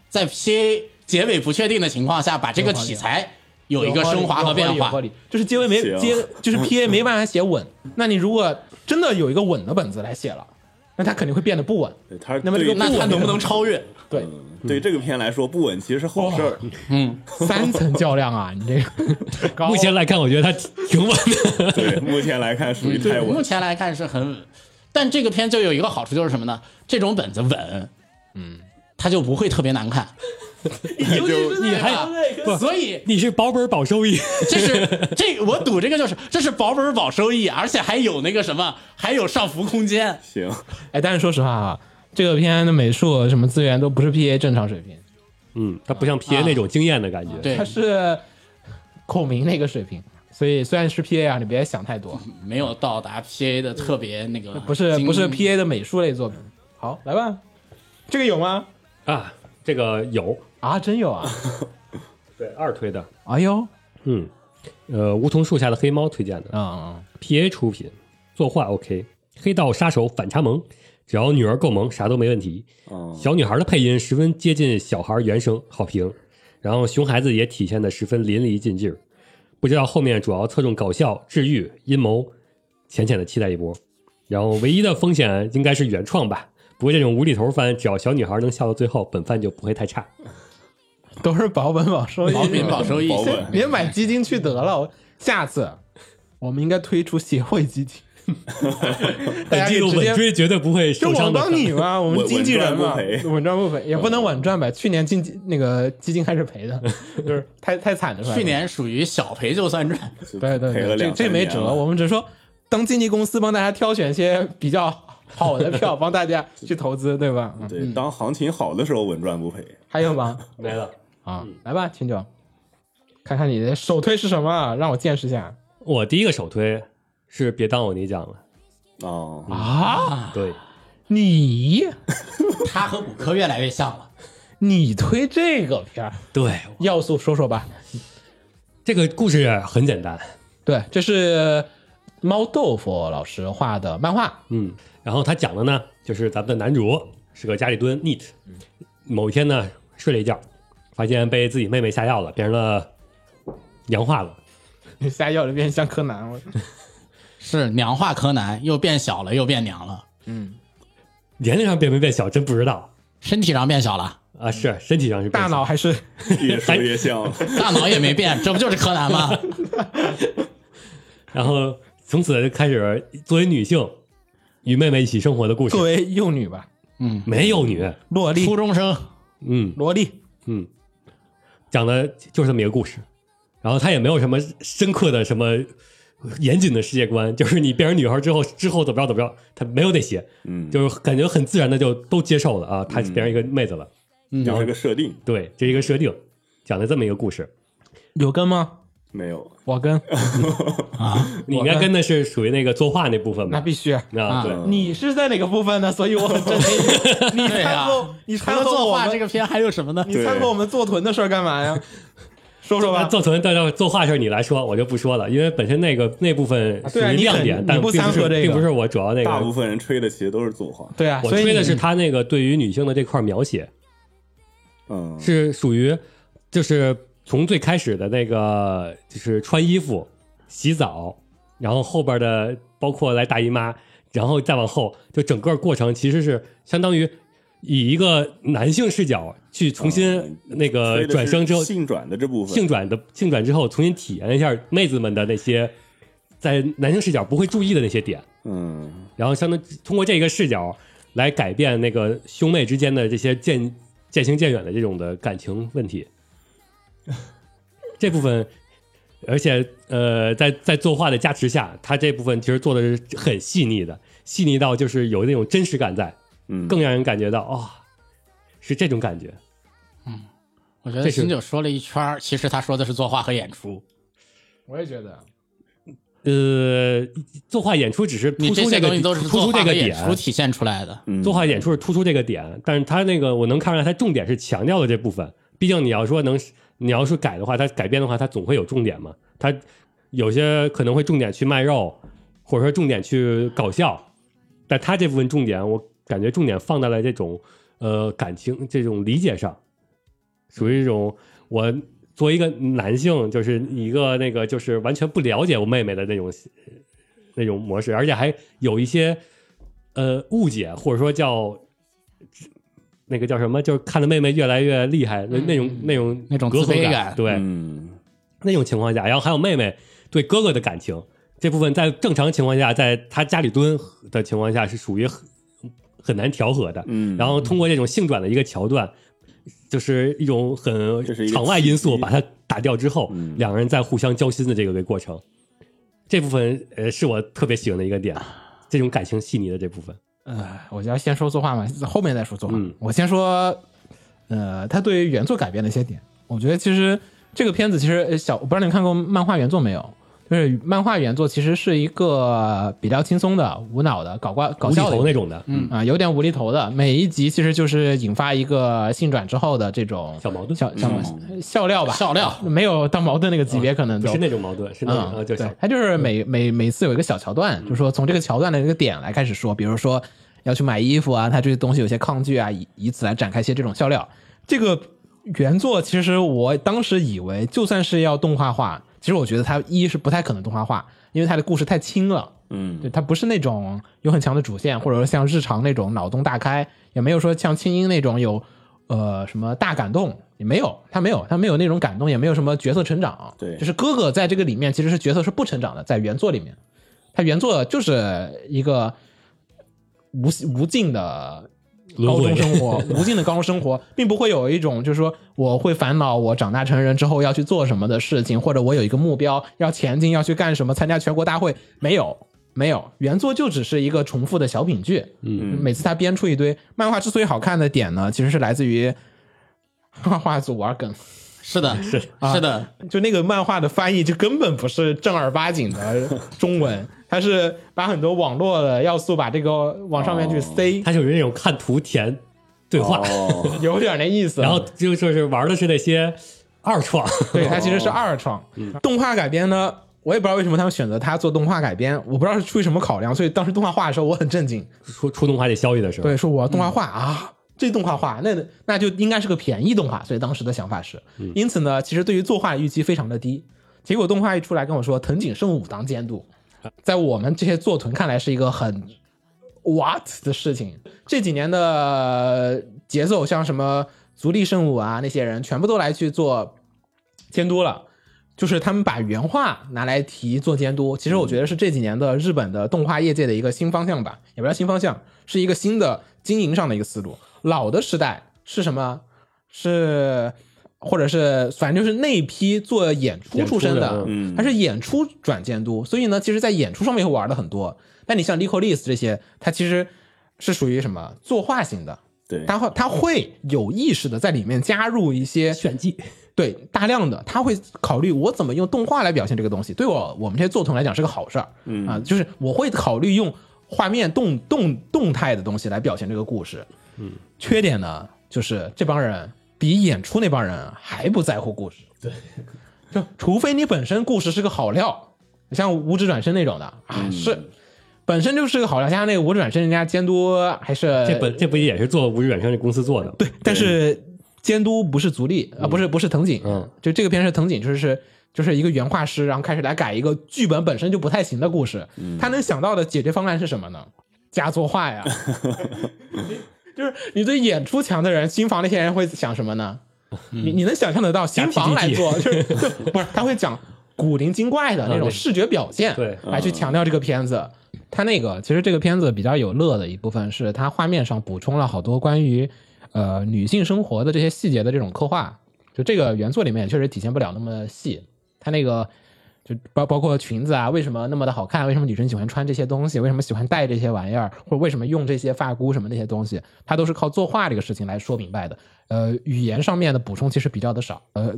[SPEAKER 1] 在 PA 结尾不确定的情况下，把这个
[SPEAKER 7] 有合理
[SPEAKER 1] 题材有一个
[SPEAKER 7] 合理
[SPEAKER 1] 升华和变
[SPEAKER 7] 有
[SPEAKER 1] 化
[SPEAKER 7] 合。理有合理就是结尾没
[SPEAKER 8] 行
[SPEAKER 7] 结，就是 P A 没办法写 稳。那你如果真的有一个稳的本子来写了，那他肯定会变得不稳。
[SPEAKER 8] 对他
[SPEAKER 7] 那么这
[SPEAKER 8] 对
[SPEAKER 7] 个
[SPEAKER 8] 于
[SPEAKER 1] 那
[SPEAKER 7] 不
[SPEAKER 1] 它
[SPEAKER 7] 稳
[SPEAKER 1] 能不能超越？
[SPEAKER 7] 对
[SPEAKER 1] 嗯
[SPEAKER 8] 对这个片来说不稳其实是好事儿，
[SPEAKER 7] 三层较量啊？你这 个高
[SPEAKER 4] 目前来看，我觉得他挺稳的。
[SPEAKER 8] 对目前来看属于
[SPEAKER 1] 嗯
[SPEAKER 8] 太
[SPEAKER 1] 对，目
[SPEAKER 8] 稳，
[SPEAKER 1] 前来看是很稳，但这个片就有一个好处就是什么呢？这种本子稳，嗯，它就不会特别难看。
[SPEAKER 8] 就
[SPEAKER 4] 你还
[SPEAKER 1] 所以
[SPEAKER 4] 你是保本保收益，
[SPEAKER 1] 这是这我赌这个就是这是保本保收益，而且还有那个什么，还有上浮空间。
[SPEAKER 8] 行，
[SPEAKER 7] 哎，但是说实话啊，这个片的美术什么资源都不是 PA 正常水平，
[SPEAKER 4] 嗯，他不像 P A 那种惊艳的感觉。
[SPEAKER 1] 啊对
[SPEAKER 7] 它，是孔明那个水平。所以虽然是 PA 啊，你别想太多，
[SPEAKER 1] 没有到达 PA 的特别那个，
[SPEAKER 7] 不是不是
[SPEAKER 1] 精
[SPEAKER 7] PA 的美术类作品。好，来吧，这个有吗？
[SPEAKER 4] 啊，这个有
[SPEAKER 7] 啊，真有啊！
[SPEAKER 4] 对二推的，
[SPEAKER 7] 哎呦，
[SPEAKER 4] 嗯，呃，梧桐树下的黑猫推荐的
[SPEAKER 7] 嗯，
[SPEAKER 4] P A 出品，作画 OK，黑道杀手反差萌，只要女儿够萌，啥都没问题。
[SPEAKER 8] 哦
[SPEAKER 4] 小女孩的配音十分接近小孩原声，好评。然后熊孩子也体现的十分淋漓尽致。不知道后面主要侧重搞笑、治愈、阴谋，浅浅的期待一波。然后唯一的风险应该是原创吧，不过这种无厘头番，只要小女孩能笑到最后，本番就不会太差。
[SPEAKER 7] 都是保本保收益，
[SPEAKER 1] 保本保收益，
[SPEAKER 8] 保本
[SPEAKER 7] 别买基金去得了。我下次我们应该推出协会基 金，大
[SPEAKER 4] 本
[SPEAKER 7] 家可
[SPEAKER 4] 季
[SPEAKER 7] 以
[SPEAKER 4] 度
[SPEAKER 7] 直
[SPEAKER 4] 稳
[SPEAKER 7] 接
[SPEAKER 4] 追绝对不会
[SPEAKER 7] 就
[SPEAKER 4] 受
[SPEAKER 7] 我
[SPEAKER 4] 伤的。
[SPEAKER 7] 帮你嘛，我们
[SPEAKER 8] 稳
[SPEAKER 7] 经纪人嘛，
[SPEAKER 8] 稳赚不赔
[SPEAKER 7] 稳赚不赔，也不能稳赚吧。去年经济那个基金还是赔的，就是太太惨了。是吧
[SPEAKER 1] 去年属于小赔就 算赚，
[SPEAKER 7] 对对
[SPEAKER 8] 赔
[SPEAKER 7] 对，
[SPEAKER 8] 了
[SPEAKER 7] 这
[SPEAKER 8] 两
[SPEAKER 7] 这
[SPEAKER 8] 三
[SPEAKER 7] 没
[SPEAKER 8] 年
[SPEAKER 7] 辙，
[SPEAKER 8] 了
[SPEAKER 7] 我们只说当经纪公司帮大家挑选一些比较好的票，帮大家去投资，对吧？嗯
[SPEAKER 8] 对，当行情好的时候稳赚不赔。
[SPEAKER 7] 还有吗？
[SPEAKER 4] 没了。
[SPEAKER 7] 啊，来吧，秦九，看看你的首推是什么，啊让我见识一下
[SPEAKER 4] 我第一个首推是《别当我你讲了
[SPEAKER 8] 哦，
[SPEAKER 7] 啊！》，
[SPEAKER 4] 对，
[SPEAKER 7] 你
[SPEAKER 1] 他和骨科越来越 像了。
[SPEAKER 7] 你推这个片儿，
[SPEAKER 4] 对，
[SPEAKER 7] 要素说说吧。
[SPEAKER 4] 这个故事很简单，
[SPEAKER 7] 对，这是猫豆腐老师画的漫画，
[SPEAKER 4] 嗯，然后他讲的呢，就是咱们的男主是个家里蹲 neat，某一天呢睡了一觉，发现被自己妹妹下药了，变成了娘化了，
[SPEAKER 7] 下药了变像柯南了。
[SPEAKER 1] 是娘化柯南，又变小了，又变娘了，
[SPEAKER 4] 年龄上变没变小真不知道
[SPEAKER 1] 身体上变小了，
[SPEAKER 4] 啊，是身体上是变
[SPEAKER 7] 大
[SPEAKER 4] 小
[SPEAKER 7] 脑还是
[SPEAKER 8] 越说越像。
[SPEAKER 4] 哎
[SPEAKER 1] 大脑也没变，这不就是柯南吗？
[SPEAKER 4] 然后从此就开始作为女性与妹妹一起生活的故事
[SPEAKER 7] 作，为幼女吧，
[SPEAKER 4] 没有女，
[SPEAKER 7] 萝莉
[SPEAKER 1] 初中生
[SPEAKER 4] 嗯，
[SPEAKER 7] 萝莉，
[SPEAKER 4] 嗯，讲的就是这么一个故事，然后它也没有什么深刻的什么严谨的世界观，就是你变成女孩之后，之后怎么着怎么着，它没有那些，
[SPEAKER 8] 嗯，
[SPEAKER 4] 就是感觉很自然的就都接受了啊，她变成一个妹子了，
[SPEAKER 8] 就是这个设定
[SPEAKER 4] 对，这是一个设定，讲的这么一个故事，
[SPEAKER 7] 有根吗？
[SPEAKER 8] 没有。
[SPEAKER 7] 我跟
[SPEAKER 4] 你应该跟的是属于那个作画那部分
[SPEAKER 7] 那
[SPEAKER 4] 吧？
[SPEAKER 7] 必须。
[SPEAKER 4] 啊，对，
[SPEAKER 8] 嗯
[SPEAKER 7] 你是在哪个部分呢？所以我很震 惊。你参
[SPEAKER 1] 对呀
[SPEAKER 7] 透，你
[SPEAKER 1] 除
[SPEAKER 7] 参
[SPEAKER 1] 了
[SPEAKER 7] 透
[SPEAKER 1] 作
[SPEAKER 7] 我
[SPEAKER 1] 画
[SPEAKER 7] 们
[SPEAKER 1] 这个片还有什么呢？
[SPEAKER 7] 你参透我们做臀的事儿干嘛 呀？说说
[SPEAKER 4] 那
[SPEAKER 7] 吧。
[SPEAKER 4] 作存到到作画事儿你来说，我就不说了，因为本身那个那部分属
[SPEAKER 7] 对啊
[SPEAKER 4] 于
[SPEAKER 7] 你
[SPEAKER 4] 亮
[SPEAKER 7] 很
[SPEAKER 4] 点，
[SPEAKER 7] 你
[SPEAKER 4] 但
[SPEAKER 7] 不
[SPEAKER 4] 并不
[SPEAKER 7] 掺和
[SPEAKER 4] 是
[SPEAKER 7] 这
[SPEAKER 4] 并
[SPEAKER 7] 个
[SPEAKER 4] 不是我主要那
[SPEAKER 8] 大
[SPEAKER 4] 个
[SPEAKER 8] 部分人吹的其实都是作画，
[SPEAKER 7] 对啊，
[SPEAKER 4] 我
[SPEAKER 7] 所以
[SPEAKER 4] 吹的
[SPEAKER 7] 你
[SPEAKER 4] 是他那个对于女性的这块描写，
[SPEAKER 8] 嗯，
[SPEAKER 4] 是属于就是从最开始的那个就是穿衣服、洗澡，然后后边的包括来大姨妈，然后再往后，就整个过程其实是相当于以一个男性视角去重新
[SPEAKER 8] 嗯
[SPEAKER 4] 那个
[SPEAKER 8] 吹的是
[SPEAKER 4] 转生之后，
[SPEAKER 8] 性转的这部分，
[SPEAKER 4] 性转的性转之后重新体验一下妹子们的那些在男性视角不会注意的那些点。
[SPEAKER 8] 嗯，
[SPEAKER 4] 然后相当于通过这个视角来改变那个兄妹之间的这些渐渐行渐远的这种的感情问题。 这部分，而且呃，在在作画的加持下，他这部分其实做的是很细腻的，细腻到就是有那种真实感在，
[SPEAKER 8] 嗯
[SPEAKER 4] 更让人感觉到哦，是这种感觉。
[SPEAKER 1] 我觉得
[SPEAKER 4] 这是
[SPEAKER 1] 秦九说了一圈儿，其实他说的是作画和演出。
[SPEAKER 7] 我也觉得啊
[SPEAKER 4] 呃，作画演出只是
[SPEAKER 1] 你
[SPEAKER 4] 突
[SPEAKER 1] 这
[SPEAKER 4] 出
[SPEAKER 1] 些
[SPEAKER 4] 这个
[SPEAKER 1] 东西都是
[SPEAKER 4] 突
[SPEAKER 1] 作
[SPEAKER 4] 出这
[SPEAKER 1] 画和
[SPEAKER 4] 个
[SPEAKER 1] 演
[SPEAKER 4] 点，
[SPEAKER 1] 出体现出来的。
[SPEAKER 8] 嗯
[SPEAKER 4] 作画演出是突出这个点，但是他那个我能看出来，他重点是强调了这部分。毕竟你要说能，你要是改的话，他改编的话，他总会有重点嘛。他有些可能会重点去卖肉，或者说重点去搞笑，但他这部分重点，我感觉重点放在了这种呃感情这种理解上，属于一种我作为一个男性，就是一个那个就是完全不了解我妹妹的那种那种模式，而且还有一些呃误解，或者说叫那个叫什么，就是看着妹妹越来越厉害，那那种那种
[SPEAKER 1] 嗯那种
[SPEAKER 4] 隔
[SPEAKER 1] 自
[SPEAKER 4] 阂
[SPEAKER 1] 卑
[SPEAKER 4] 感，
[SPEAKER 1] 感
[SPEAKER 4] 对，
[SPEAKER 8] 嗯，
[SPEAKER 4] 那种情况下，然后还有妹妹对哥哥的感情这部分，在正常情况下，在他家里蹲的情况下是属于很很难调和的。
[SPEAKER 8] 嗯
[SPEAKER 4] 然后通过这种性转的一个桥段，就是一种很
[SPEAKER 8] 这是一个
[SPEAKER 4] 场外因
[SPEAKER 8] 契
[SPEAKER 4] 素
[SPEAKER 8] 机
[SPEAKER 4] 把它打掉之后，
[SPEAKER 8] 嗯
[SPEAKER 4] 两个人在互相交心的这个过程，这部分呃是我特别喜欢的一个点，
[SPEAKER 8] 啊
[SPEAKER 4] 这种感情细腻的这部分。
[SPEAKER 7] 呃，我就要先说作画嘛，后面再说作画。
[SPEAKER 4] 嗯
[SPEAKER 7] 我先说，呃，他对于原作改编的一些点，我觉得其实这个片子其实呃小，我不知道你们看过漫画原作没有？就是漫画原作其实是一个比较轻松的、无脑的、搞怪、搞
[SPEAKER 4] 无厘
[SPEAKER 7] 笑的
[SPEAKER 4] 头那种的，嗯，
[SPEAKER 7] 啊、有点无厘头的。每一集其实就是引发一个性转之后的这种
[SPEAKER 4] 小矛盾
[SPEAKER 7] 小小
[SPEAKER 4] 嗯
[SPEAKER 7] 笑料吧，
[SPEAKER 1] 笑料
[SPEAKER 7] 没有到矛盾那个级别，可能
[SPEAKER 4] 哦不
[SPEAKER 7] 都
[SPEAKER 4] 是那种矛盾，是那种、呃就
[SPEAKER 7] 嗯对
[SPEAKER 4] 小，
[SPEAKER 7] 他就是每每每次有一个小桥段，就是说从这个桥段的这个点来开始说，比如说要去买衣服啊，他对东西有些抗拒啊，以以此来展开一些这种笑料。这个原作其实我当时以为，就算是要动画化，其实我觉得它一是不太可能动画化，因为它的故事太轻了。对，
[SPEAKER 8] 嗯，
[SPEAKER 7] 它不是那种有很强的主线，或者说像日常那种脑洞大开，也没有说像清音那种有呃什么大感动，也没有，它没有，它没有那种感动，也没有什么角色成长。
[SPEAKER 8] 对
[SPEAKER 7] 就是哥哥在这个里面其实是角色是不成长的，在原作里面，他原作就是一个无无尽的
[SPEAKER 4] 轮
[SPEAKER 7] 高
[SPEAKER 4] 回
[SPEAKER 7] 中生活， 无尽的高中生活，并不会有一种就是说我会烦恼我长大成人之后要去做什么的事情，或者我有一个目标要前进，要去干什么，参加全国大会，没有。没有，原作就只是一个重复的小品剧。嗯，每次他编出一堆漫画，之所以好看的点呢，其实是来自于漫画组玩梗。
[SPEAKER 1] 是的，是是的，
[SPEAKER 7] 就那个漫画的翻译，就根本不是正儿八经的中文，它是把很多网络的要素把这个往上面去塞，
[SPEAKER 4] 他就是那种看图填对话，
[SPEAKER 8] 哦，
[SPEAKER 7] 有点那意思。
[SPEAKER 4] 然后就就是玩的是那些二创，
[SPEAKER 7] 对，它其实是二创。
[SPEAKER 4] 嗯
[SPEAKER 7] 动画改编呢，我也不知道为什么他们选择它做动画改编，我不知道是出于什么考量，所以当时动画化的时候我很震惊，
[SPEAKER 4] 出出动画得消息的时候，
[SPEAKER 7] 对，说我要
[SPEAKER 4] 嗯
[SPEAKER 7] 动画化、啊。这动画化，那那就应该是个便宜动画，所以当时的想法是，
[SPEAKER 4] 嗯
[SPEAKER 7] 因此呢，其实对于作画预期非常的低。结果动画一出来跟我说，藤井圣武当监督，
[SPEAKER 4] 啊
[SPEAKER 7] 在我们这些作豚看来是一个很 what 的事情。这几年的节奏，像什么足利圣武啊那些人，全部都来去做监督了。就是他们把原画拿来提做监督，其实我觉得是这几年的日本的动画业界的一个新方向吧，也不叫新方向，是一个新的经营上的一个思路。老的时代是什么？是或者是反正就是那一批做演出
[SPEAKER 4] 演出
[SPEAKER 7] 出身
[SPEAKER 4] 的
[SPEAKER 7] 的，
[SPEAKER 8] 嗯
[SPEAKER 7] 他是演出转监督，所以呢，其实在演出上面会玩的很多。但你像 Lico Lis 这些，它其实是属于什么作画型的，
[SPEAKER 8] 对，
[SPEAKER 7] 它会它会有意识的在里面加入一些
[SPEAKER 4] 炫技，
[SPEAKER 7] 对，大量的他会考虑我怎么用动画来表现这个东西，对我我们这些作童来讲是个好事儿，嗯啊，就是我会考虑用画面动动动态的东西来表现这个故事，嗯，缺点呢就是这帮人比演出那帮人还不在乎故事， 对，就除非你本身故事是个好料，像五指转身那种的啊是。本身就是个好料，加上那个五指转身，人家监督还是
[SPEAKER 4] 这本这不也是做无日远生这公司做的？对，
[SPEAKER 7] 但是监督不是足利啊，不是不是藤井，
[SPEAKER 4] 嗯，
[SPEAKER 7] 就这个片是藤井，就是就是一个原画师，然后开始来改一个剧本本身就不太行的故事，
[SPEAKER 4] 嗯
[SPEAKER 7] 他能想到的解决方案是什么呢？加作画 呀，就是你对演出强的人，新房那些人会想什么呢？你
[SPEAKER 4] 嗯
[SPEAKER 7] 你能想象得到新房来做，就是就不是他会讲古灵精怪的那种
[SPEAKER 4] 啊对
[SPEAKER 7] 视觉表现，
[SPEAKER 4] 对
[SPEAKER 7] 来去强调这个片子。它那个其实这个片子比较有乐的一部分是它画面上补充了好多关于呃女性生活的这些细节的这种刻画，就这个原作里面也确实体现不了那么细。它那个就包包括裙子啊，为什么那么的好看？为什么女生喜欢穿这些东西？为什么喜欢戴这些玩意儿？或者为什么用这些发箍什么那些东西？它都是靠作画这个事情来说明白的。呃，语言上面的补充其实比较的少。呃，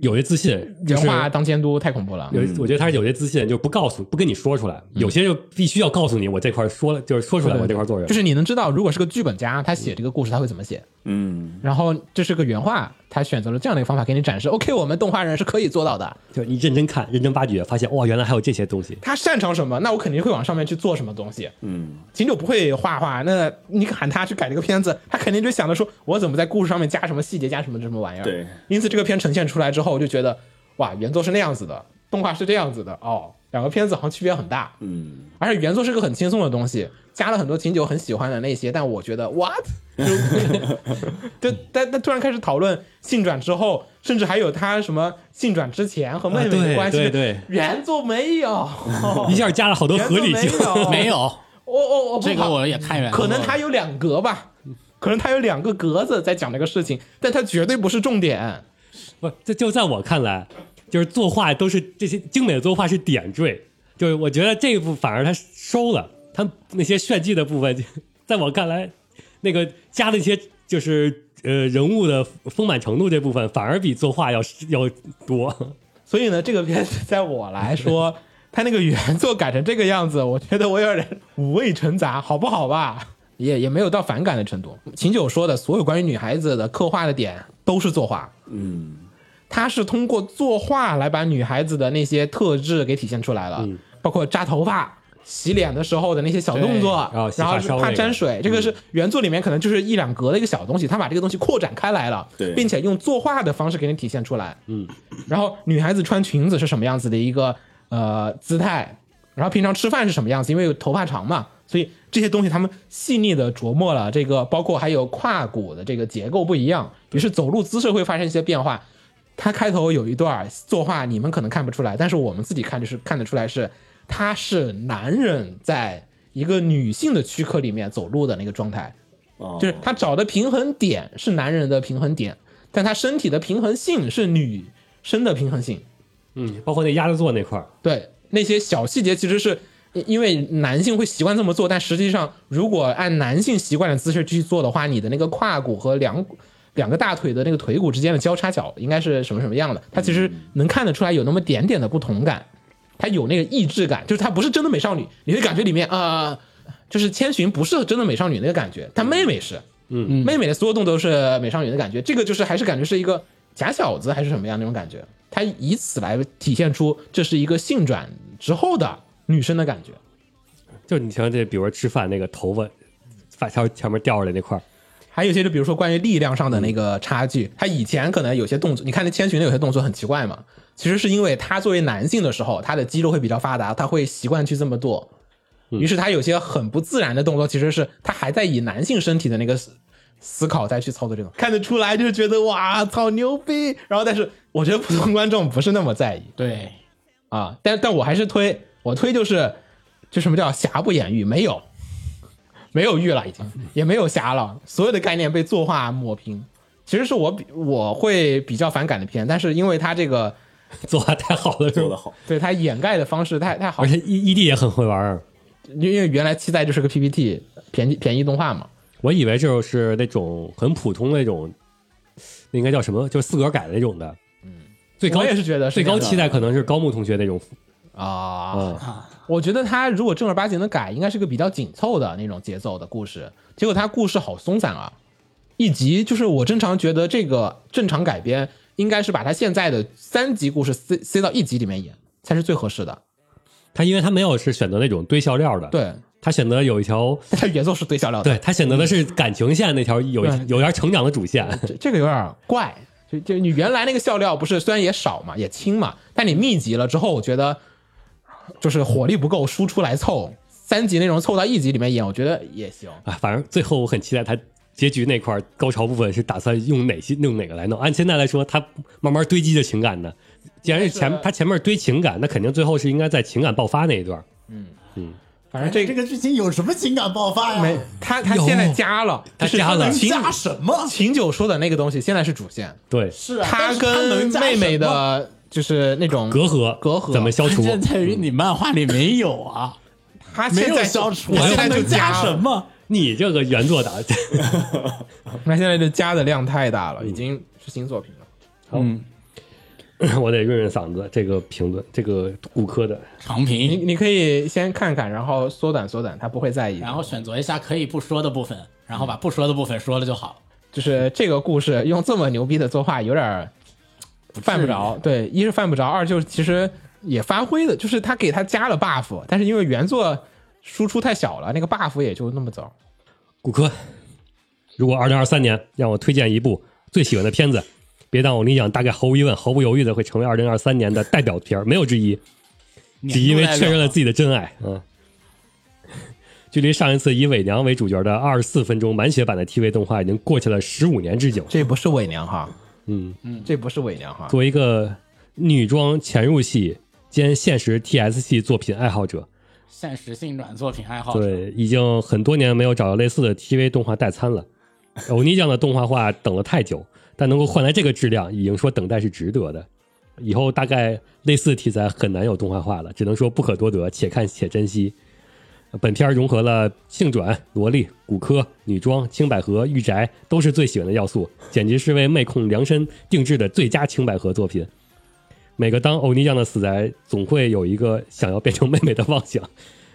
[SPEAKER 4] 有些自信，就
[SPEAKER 7] 原
[SPEAKER 4] 是
[SPEAKER 7] 画当监督太恐怖了。
[SPEAKER 4] 有，我觉得他是有些自信，就是不告诉，不跟你说出
[SPEAKER 7] 嗯
[SPEAKER 4] 来，有些就必须要告诉你，我这块说了，就是说出来，我这块做人
[SPEAKER 7] 就，是你能知道，如果是个剧本家，他写这个故事他会怎么写。
[SPEAKER 8] 嗯，
[SPEAKER 7] 然后这是个原画，他选择了这样的一个方法给你展示。OK，我们动画人是可以做到的。
[SPEAKER 4] 就是你认真看，认真挖掘，发现哇，原来还有这些东西。
[SPEAKER 7] 他擅长什么，那我肯定会往上面去做什么东西。
[SPEAKER 8] 嗯，
[SPEAKER 7] 秦九不会画画，那你喊他去改这个片子，他肯定就想着说，我怎么在故事上面加什么细节，加什么什么玩意儿。
[SPEAKER 8] 对，
[SPEAKER 7] 因此这个片呈现出来之后，我就觉得，哇，原作是那样子的，动画是这样子的，哦，两个片子好像区别很大。
[SPEAKER 8] 嗯，
[SPEAKER 7] 而且原作是个很轻松的东西，加了很多秦九很喜欢的那些，但我觉得 what 就就但但突然开始讨论性转之后，甚至还有他什么性转之前和妹妹
[SPEAKER 4] 啊对
[SPEAKER 7] 的关系，
[SPEAKER 4] 对对
[SPEAKER 7] 原作没有，
[SPEAKER 4] 一下加了好多合理
[SPEAKER 7] 哦原
[SPEAKER 4] 性，
[SPEAKER 7] 作 没有，
[SPEAKER 1] 没，有
[SPEAKER 7] 我我我不
[SPEAKER 1] 这个
[SPEAKER 7] 好
[SPEAKER 1] 我也看远了，
[SPEAKER 7] 可能他有两格吧，可能他有两个格子在讲这个事情，但他绝对不是重点。
[SPEAKER 4] 不，这就在我看来，就是作画都是这些精美的作画是点缀，就是我觉得这一部反而他收了，他那些炫技的部分，就在我看来，那个加了一些就是呃人物的丰满程度这部分，反而比作画要要多。
[SPEAKER 7] 所以呢，这个片子在我来 说，它那个原作改成这个样子，我觉得我有点五味陈杂，好不好吧？也也没有到反感的程度。秦九说的所有关于女孩子的刻画的点都是作画，
[SPEAKER 8] 嗯，
[SPEAKER 7] 他是通
[SPEAKER 4] 嗯
[SPEAKER 7] 过作画来把女孩子的那些特质给体现出来了，包括扎头发、洗脸的时候的那些小动作
[SPEAKER 4] 对然哦后，洗
[SPEAKER 7] 然后
[SPEAKER 4] 发梢
[SPEAKER 7] 怕
[SPEAKER 4] 那个嗯
[SPEAKER 7] 沾水，这个是原作里面可能就是一两格的一个小东西，他把这个东西扩展开来了，
[SPEAKER 8] 对
[SPEAKER 7] 并且用作画的方式给你体现出来。嗯，然后女孩子穿裙子是什么样子的一个呃姿态，然后平常吃饭是什么样子，因为有头发长嘛，所以这些东西他们细腻的琢磨了这个，包括还有胯骨的这个结构不一样，于是走路姿势会发生一些变化。他开头有一段儿作画，你们可能看不出来，但是我们自己看就是看得出来是，他是男人在一个女性的躯壳里面走路的那个状态，
[SPEAKER 8] 哦
[SPEAKER 7] 就是他找的平衡点是男人的平衡点，但他身体的平衡性是女生的平衡性。
[SPEAKER 4] 嗯，包括那鸭子座那块儿，
[SPEAKER 7] 对，那些小细节其实是因因为男性会习惯这么做，但实际上如果按男性习惯的姿势去做的话，你的那个胯骨和两股两个大腿的那个腿骨之间的交叉角应该是什么什么样的？它其实能看得出来有那么点点的不同感，它有那个意志感，就是它不是真的美少女，你会感觉里面啊、呃就是千寻不是真的美少女那个感觉，她妹妹是，嗯，妹妹的所有动作都是美少女的感觉，这个就是还是感觉是一个假小子还是什么样那种感觉，她以此来体现出这是一个性转之后的女生的感觉，
[SPEAKER 4] 就是你像这，比如说吃饭那个头发发梢前面掉下来那块儿，
[SPEAKER 7] 还有一些就比如说关于力量上的那个差距，他以前可能有些动作，你看那千寻的有些动作很奇怪嘛，其实是因为他作为男性的时候，他的肌肉会比较发达，他会习惯去这么做，于是他有些很不自然的动作，其实是他还在以男性身体的那个思思考再去操作这种，看得出来就是觉得哇操牛逼，然后但是我觉得普通观众不是那么在意
[SPEAKER 1] 对，
[SPEAKER 7] 啊，但但我还是推，我推就是就什么叫瑕不掩瑜，没有。没有玉了，已经也没有侠了，所有的概念被作画抹平。其实是我比我会比较反感的片，但是因为它这个
[SPEAKER 4] 做的太好了，
[SPEAKER 8] 做
[SPEAKER 4] 做
[SPEAKER 8] 得，好，
[SPEAKER 7] 对它掩盖的方式太太好
[SPEAKER 4] 而，且 E E D 也很会玩儿。
[SPEAKER 7] 因为原来期待就是个 PPT 便宜便宜动画嘛，
[SPEAKER 4] 我以为就是那种很普通那种，那应该叫什么？就是四格改的那种的。嗯，最高
[SPEAKER 7] 我也是觉得是
[SPEAKER 4] 最
[SPEAKER 7] 这
[SPEAKER 4] 高
[SPEAKER 7] 样的
[SPEAKER 4] 期待可能是高木同学那种
[SPEAKER 7] 啊、
[SPEAKER 4] 啊，
[SPEAKER 7] 我觉得他如果正儿八经的改，应该是个比较紧凑的那种节奏的故事。结果他故事好松散啊，一集就是我正常觉得这个正常改编应该是把他现在的三集故事塞塞到一集里面演才是最合适的。
[SPEAKER 4] 他因为他没有是选择那种堆笑料的，，
[SPEAKER 7] 对，
[SPEAKER 4] 他选择有一条，
[SPEAKER 7] 但他原作是对笑料的，
[SPEAKER 4] 对他选择的是感情线那条有
[SPEAKER 7] 对
[SPEAKER 4] 有点成长的主线，
[SPEAKER 7] 这这个有点怪。就就你原来那个笑料不是虽然也少嘛，也轻嘛，但你密集了之后，我觉得就是火力不够，输出来凑三集内容凑到一集里面演，我觉得也行。
[SPEAKER 4] 啊，反正最后我很期待他结局那块儿高潮部分是打算用哪些用哪个来弄。按现在来说，他慢慢堆积的情感呢，既然是前他前面堆情感，那肯定最后是应该在情感爆发那一段。
[SPEAKER 7] 反正这
[SPEAKER 1] 哎这个剧情有什么情感爆发呀？
[SPEAKER 7] 没他他
[SPEAKER 4] 哦有
[SPEAKER 7] 现在加了，
[SPEAKER 4] 他
[SPEAKER 7] 就是
[SPEAKER 4] 加了
[SPEAKER 7] 能
[SPEAKER 1] 加什么
[SPEAKER 7] 秦九说的那个东西现在是主线，
[SPEAKER 4] 对，
[SPEAKER 1] 是啊，但
[SPEAKER 7] 他
[SPEAKER 1] 是他
[SPEAKER 7] 跟
[SPEAKER 1] 能加
[SPEAKER 7] 妹妹
[SPEAKER 1] 什么
[SPEAKER 7] 的就是那种
[SPEAKER 4] 隔阂
[SPEAKER 7] 隔阂
[SPEAKER 4] 怎么消 除
[SPEAKER 1] 关？键在于你漫画里没有啊，
[SPEAKER 7] 他
[SPEAKER 1] 没
[SPEAKER 7] 现
[SPEAKER 1] 有
[SPEAKER 7] 在
[SPEAKER 1] 消除，
[SPEAKER 7] 他现在
[SPEAKER 1] 还
[SPEAKER 7] 就
[SPEAKER 1] 能加
[SPEAKER 7] 了
[SPEAKER 1] 什？么？
[SPEAKER 4] 你这个原 作党，
[SPEAKER 7] 他现在就加的量太大了，已经是新作品了。
[SPEAKER 4] 我得润润嗓子。这个评论，这个骨科的，
[SPEAKER 1] 长
[SPEAKER 7] 你
[SPEAKER 1] 评，
[SPEAKER 7] 你可以先看看，然后缩短缩短，他不会在意的。
[SPEAKER 1] 然后选择一下可以不说的部分，然后把不说的部分说了就好。
[SPEAKER 7] 就是这个故事用这么牛逼的作画，有点儿犯不
[SPEAKER 4] 啊
[SPEAKER 7] 着。对，一是犯不着，二就是其实也发挥的，就是他给他加了 buff，但是因为原作输出太小了，那个 buff 也就那么走。
[SPEAKER 4] 骨科。如果二零二三年让我推荐一部最喜欢的片子，别当我跟你讲，大概毫无疑问、毫不犹豫的会成为二零二三年的代表片儿，没有之一。只因为确认了自己的真爱。嗯， 距离上一次以伪娘为主角的二十四分钟满血版的 TV 动画已经过去了十五年之久。
[SPEAKER 7] 这不是伪娘哈，
[SPEAKER 4] 嗯，
[SPEAKER 7] 这不是伪娘哈。
[SPEAKER 4] 作为一个女装潜入系兼现实 TS 系作品爱好者，
[SPEAKER 1] 现实性转作品爱好者，
[SPEAKER 4] 对，已经很多年没有找到类似的 TV 动画代餐 了。欧尼酱的动画化等了太久，但能够换来这个质量，已经说等待是值得的。以后大概类似的题材很难有动画化了，只能说不可多得，且看且珍惜。本片融合了性转、萝莉、骨科、女装、青百合、御宅，都是最喜欢的要素，简直是为妹控量身定制的最佳青百合作品。每个当欧尼酱的死宅，总会有一个想要变成妹妹的妄想，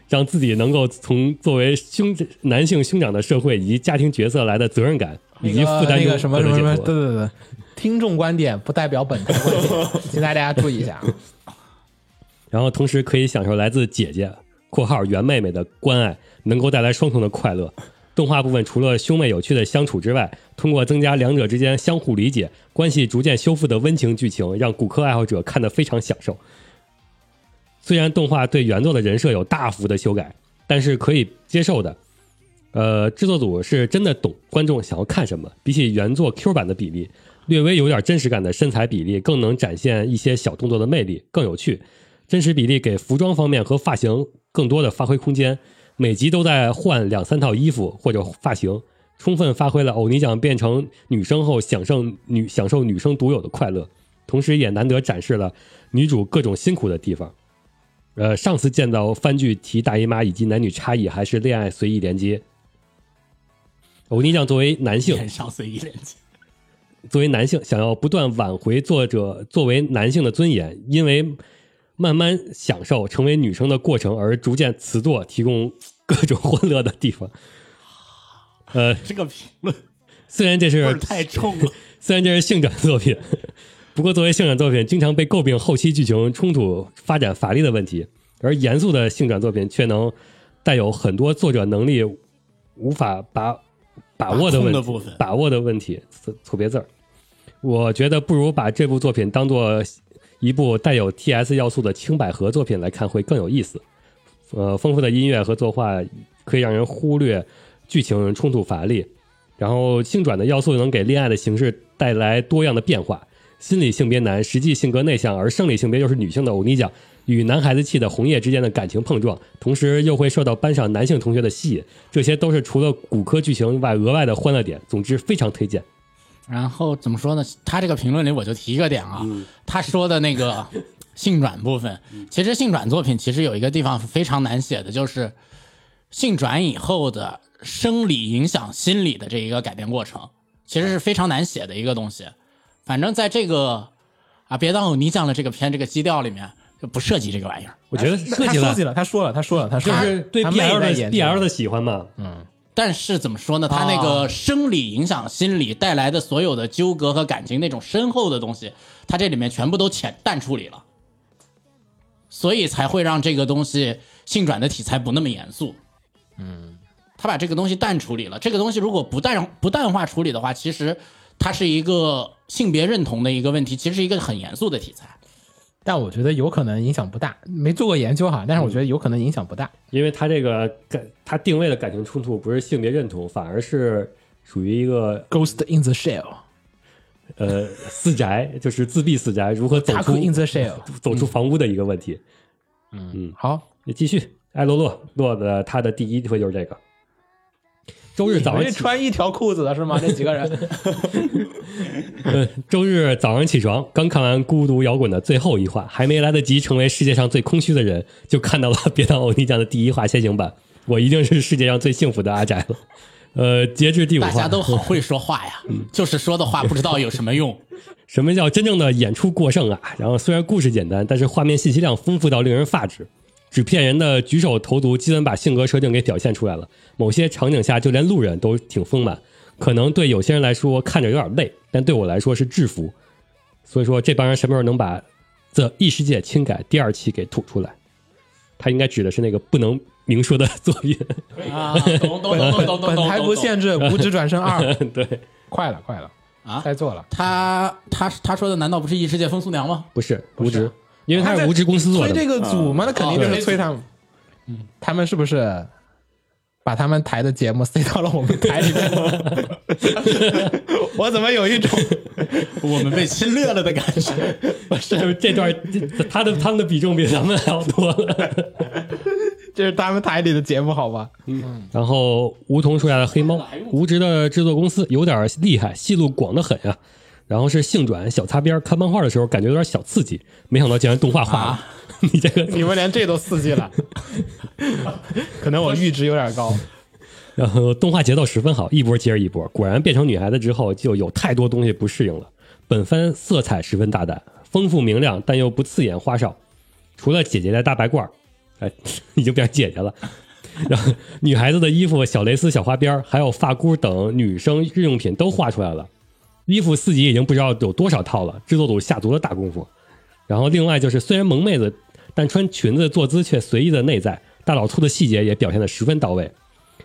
[SPEAKER 4] 让自己能够从作为兄男性兄长的社会以及家庭角色来的责任感以及负担
[SPEAKER 7] 那
[SPEAKER 4] 中
[SPEAKER 7] 个什么什么
[SPEAKER 4] 获
[SPEAKER 7] 什
[SPEAKER 4] 得
[SPEAKER 7] 么，
[SPEAKER 4] 解脱
[SPEAKER 7] 对对对，听众观点不代表本台观点，请大家注意一下。啊
[SPEAKER 4] 然后同时可以享受来自姐姐（括号袁妹妹的关爱能够带来双重的快乐。动画部分除了兄妹有趣的相处之外，通过增加两者之间相互理解、关系逐渐修复的温情剧情，让骨科爱好者看得非常享受。虽然动画对原作的人设有大幅的修改，但是可以接受的。呃，制作组是真的懂观众想要看什么，比起原作 Q 版的比例，略微有点真实感的身材比例更能展现一些小动作的魅力，更有趣。真实比例给服装方面和发型更多的发挥空间，每集都在换两三套衣服或者发型，充分发挥了欧尼酱变成女生后享受女享受女生独有的快乐，同时也难得展示了女主各种辛苦的地方。呃，上次见到番剧提大姨妈以及男女差异，还是恋爱随意连接。欧尼酱作为男性，
[SPEAKER 1] 很少随意连接。
[SPEAKER 4] 作为男性，想要不断挽回作者作为男性的尊严，因为慢慢享受成为女生的过程而逐渐辞作，提供各种 欢乐的地方。呃，
[SPEAKER 1] 这个评论
[SPEAKER 4] 虽然这
[SPEAKER 1] 味
[SPEAKER 4] 是
[SPEAKER 1] 儿太重了。
[SPEAKER 4] 虽然这是性转作品，不过作为性转作品，经常被诟病后期剧情冲突发展乏力的问题，而严肃的性转作品却能带有很多作者能力无法把把握的问
[SPEAKER 1] 把控的部分
[SPEAKER 4] 把握的问题，错错别字儿。我觉得不如把这部作品当做一部带有 T.S 要素的轻百合作品来看会更有意思。呃，丰富的音乐和作画可以让人忽略剧情冲突乏力，然后性转的要素能给恋爱的形式带来多样的变化。心理性别男，实际性格内向，而生理性别又是女性的欧尼酱，与男孩子气的红叶之间的感情碰撞，同时又会受到班上男性同学的吸引，这些都是除了骨科剧情外额外的欢乐点。总之，非常推荐。
[SPEAKER 1] 然后怎么说呢？他这个评论里我就提一个点啊，他说的那个性转部分，其实性转作品其实有一个地方非常难写的，就是性转以后的生理影响心理的这一个改变过程，其实是非常难写的一个东西。反正在这个啊，别当你讲了这个片这个基调里面就不涉及这个玩意儿，
[SPEAKER 4] 我觉得
[SPEAKER 7] 他
[SPEAKER 4] 设计
[SPEAKER 7] 说
[SPEAKER 4] 了
[SPEAKER 7] 起，了，他说了，他说了，他说
[SPEAKER 4] 就
[SPEAKER 7] 了
[SPEAKER 4] 是对
[SPEAKER 7] 他妹
[SPEAKER 4] BL
[SPEAKER 7] 在
[SPEAKER 4] 的
[SPEAKER 7] 演
[SPEAKER 4] BL 的喜欢嘛。
[SPEAKER 1] 但是怎么说呢？他那个生理影响心理带来的所有的纠葛和感情那种深厚的东西，他这里面全部都浅淡处理了，所以才会让这个东西性转的题材不那么严肃。嗯，他把这个东西淡处理了。这个东西如果不淡不淡化处理的话，其实它是一个性别认同的一个问题，其实是一个很严肃的题材。
[SPEAKER 7] 但我觉得有可能影响不大，没做过研究哈，但是我觉得有可能影响不大。
[SPEAKER 4] 因为他这个感，他定位的感情冲突不是性别认同，反而是属于一个
[SPEAKER 7] Ghost in the Shell，
[SPEAKER 4] 呃四宅，就是自闭四宅如何走
[SPEAKER 7] 大
[SPEAKER 4] 出
[SPEAKER 7] 哭 in the shell
[SPEAKER 4] 走出房屋的一个问题。
[SPEAKER 7] 好，
[SPEAKER 4] 你继续，艾洛洛洛的他的第一推就是这个。周日早
[SPEAKER 7] 你
[SPEAKER 4] 上
[SPEAKER 7] 们
[SPEAKER 4] 起，
[SPEAKER 7] 穿一条裤子的是吗？这几 个人
[SPEAKER 4] 呃周日早上起床，刚看完《孤独摇滚》的最后一话，还没来得及成为世界上最空虚的人，就看到了《别当欧尼酱》的第一话先行版。我一定是世界上最幸福的阿宅了。呃，截至第五
[SPEAKER 1] 大
[SPEAKER 4] 话，
[SPEAKER 1] 家都好会说话呀，就是说的话不知道有什么用。
[SPEAKER 4] 什么叫真正的演出过剩啊？然后虽然故事简单，但是画面信息量丰富到令人发指。纸片人的举手投足基本把性格设定给表现出来了。某些场景下，就连路人都挺丰满。可能对有些人来说看着有点累，但对我来说是制服。所以说，这帮人什么时候能把《这异世界轻改》第二期给吐出来？他应该指的是那个不能明说的作品。
[SPEAKER 1] 啊，懂懂懂懂懂
[SPEAKER 7] 本
[SPEAKER 1] 懂
[SPEAKER 7] 台
[SPEAKER 1] 懂
[SPEAKER 7] 不
[SPEAKER 1] 懂。
[SPEAKER 7] 限制，五指转身二，
[SPEAKER 4] 对，
[SPEAKER 7] 快了，快了
[SPEAKER 1] 啊
[SPEAKER 7] 该做了。
[SPEAKER 1] 他他他说的难道不是异世界风俗娘吗？
[SPEAKER 4] 不是无职，因为他
[SPEAKER 7] 他
[SPEAKER 4] 是
[SPEAKER 7] 在
[SPEAKER 4] 无职公司做
[SPEAKER 7] 催
[SPEAKER 4] 的
[SPEAKER 7] 这
[SPEAKER 4] 嘛。
[SPEAKER 7] 个组嘛，那肯定就是催他们。嗯，他们是不是把他们台的节目塞到了我们台里面？ 我怎么有一种
[SPEAKER 1] 我们被侵略了的感 觉。
[SPEAKER 4] 不是这段，这他的他们的比重比咱们还要多了。
[SPEAKER 7] 这是他们台里的节目好吧？
[SPEAKER 4] 然后梧桐树下的黑猫，无职的制作公司有点厉害，戏路广得很呀、然后是性转小擦边，看漫画的时候感觉有点小刺激，没想到竟然动画化了。 你这个，
[SPEAKER 7] 你们连这都刺激了，可能我阈值有点高。
[SPEAKER 4] 然后动画节奏十分好，一波接着一波。果然变成女孩子之后，就有太多东西不适应了。本番色彩十分大胆，丰富明亮，但又不刺眼花哨。除了姐姐的大白褂儿，哎， 已经变成姐姐了。然后女孩子的衣服、小蕾丝、小花边儿，还有发箍等女生日用品都画出来了。衣服四级已经不知道有多少套了，制作组下足了大功夫。然后另外就是，虽然萌妹子，但穿裙子坐姿却随意的内在，大老粗的细节也表现得十分到位。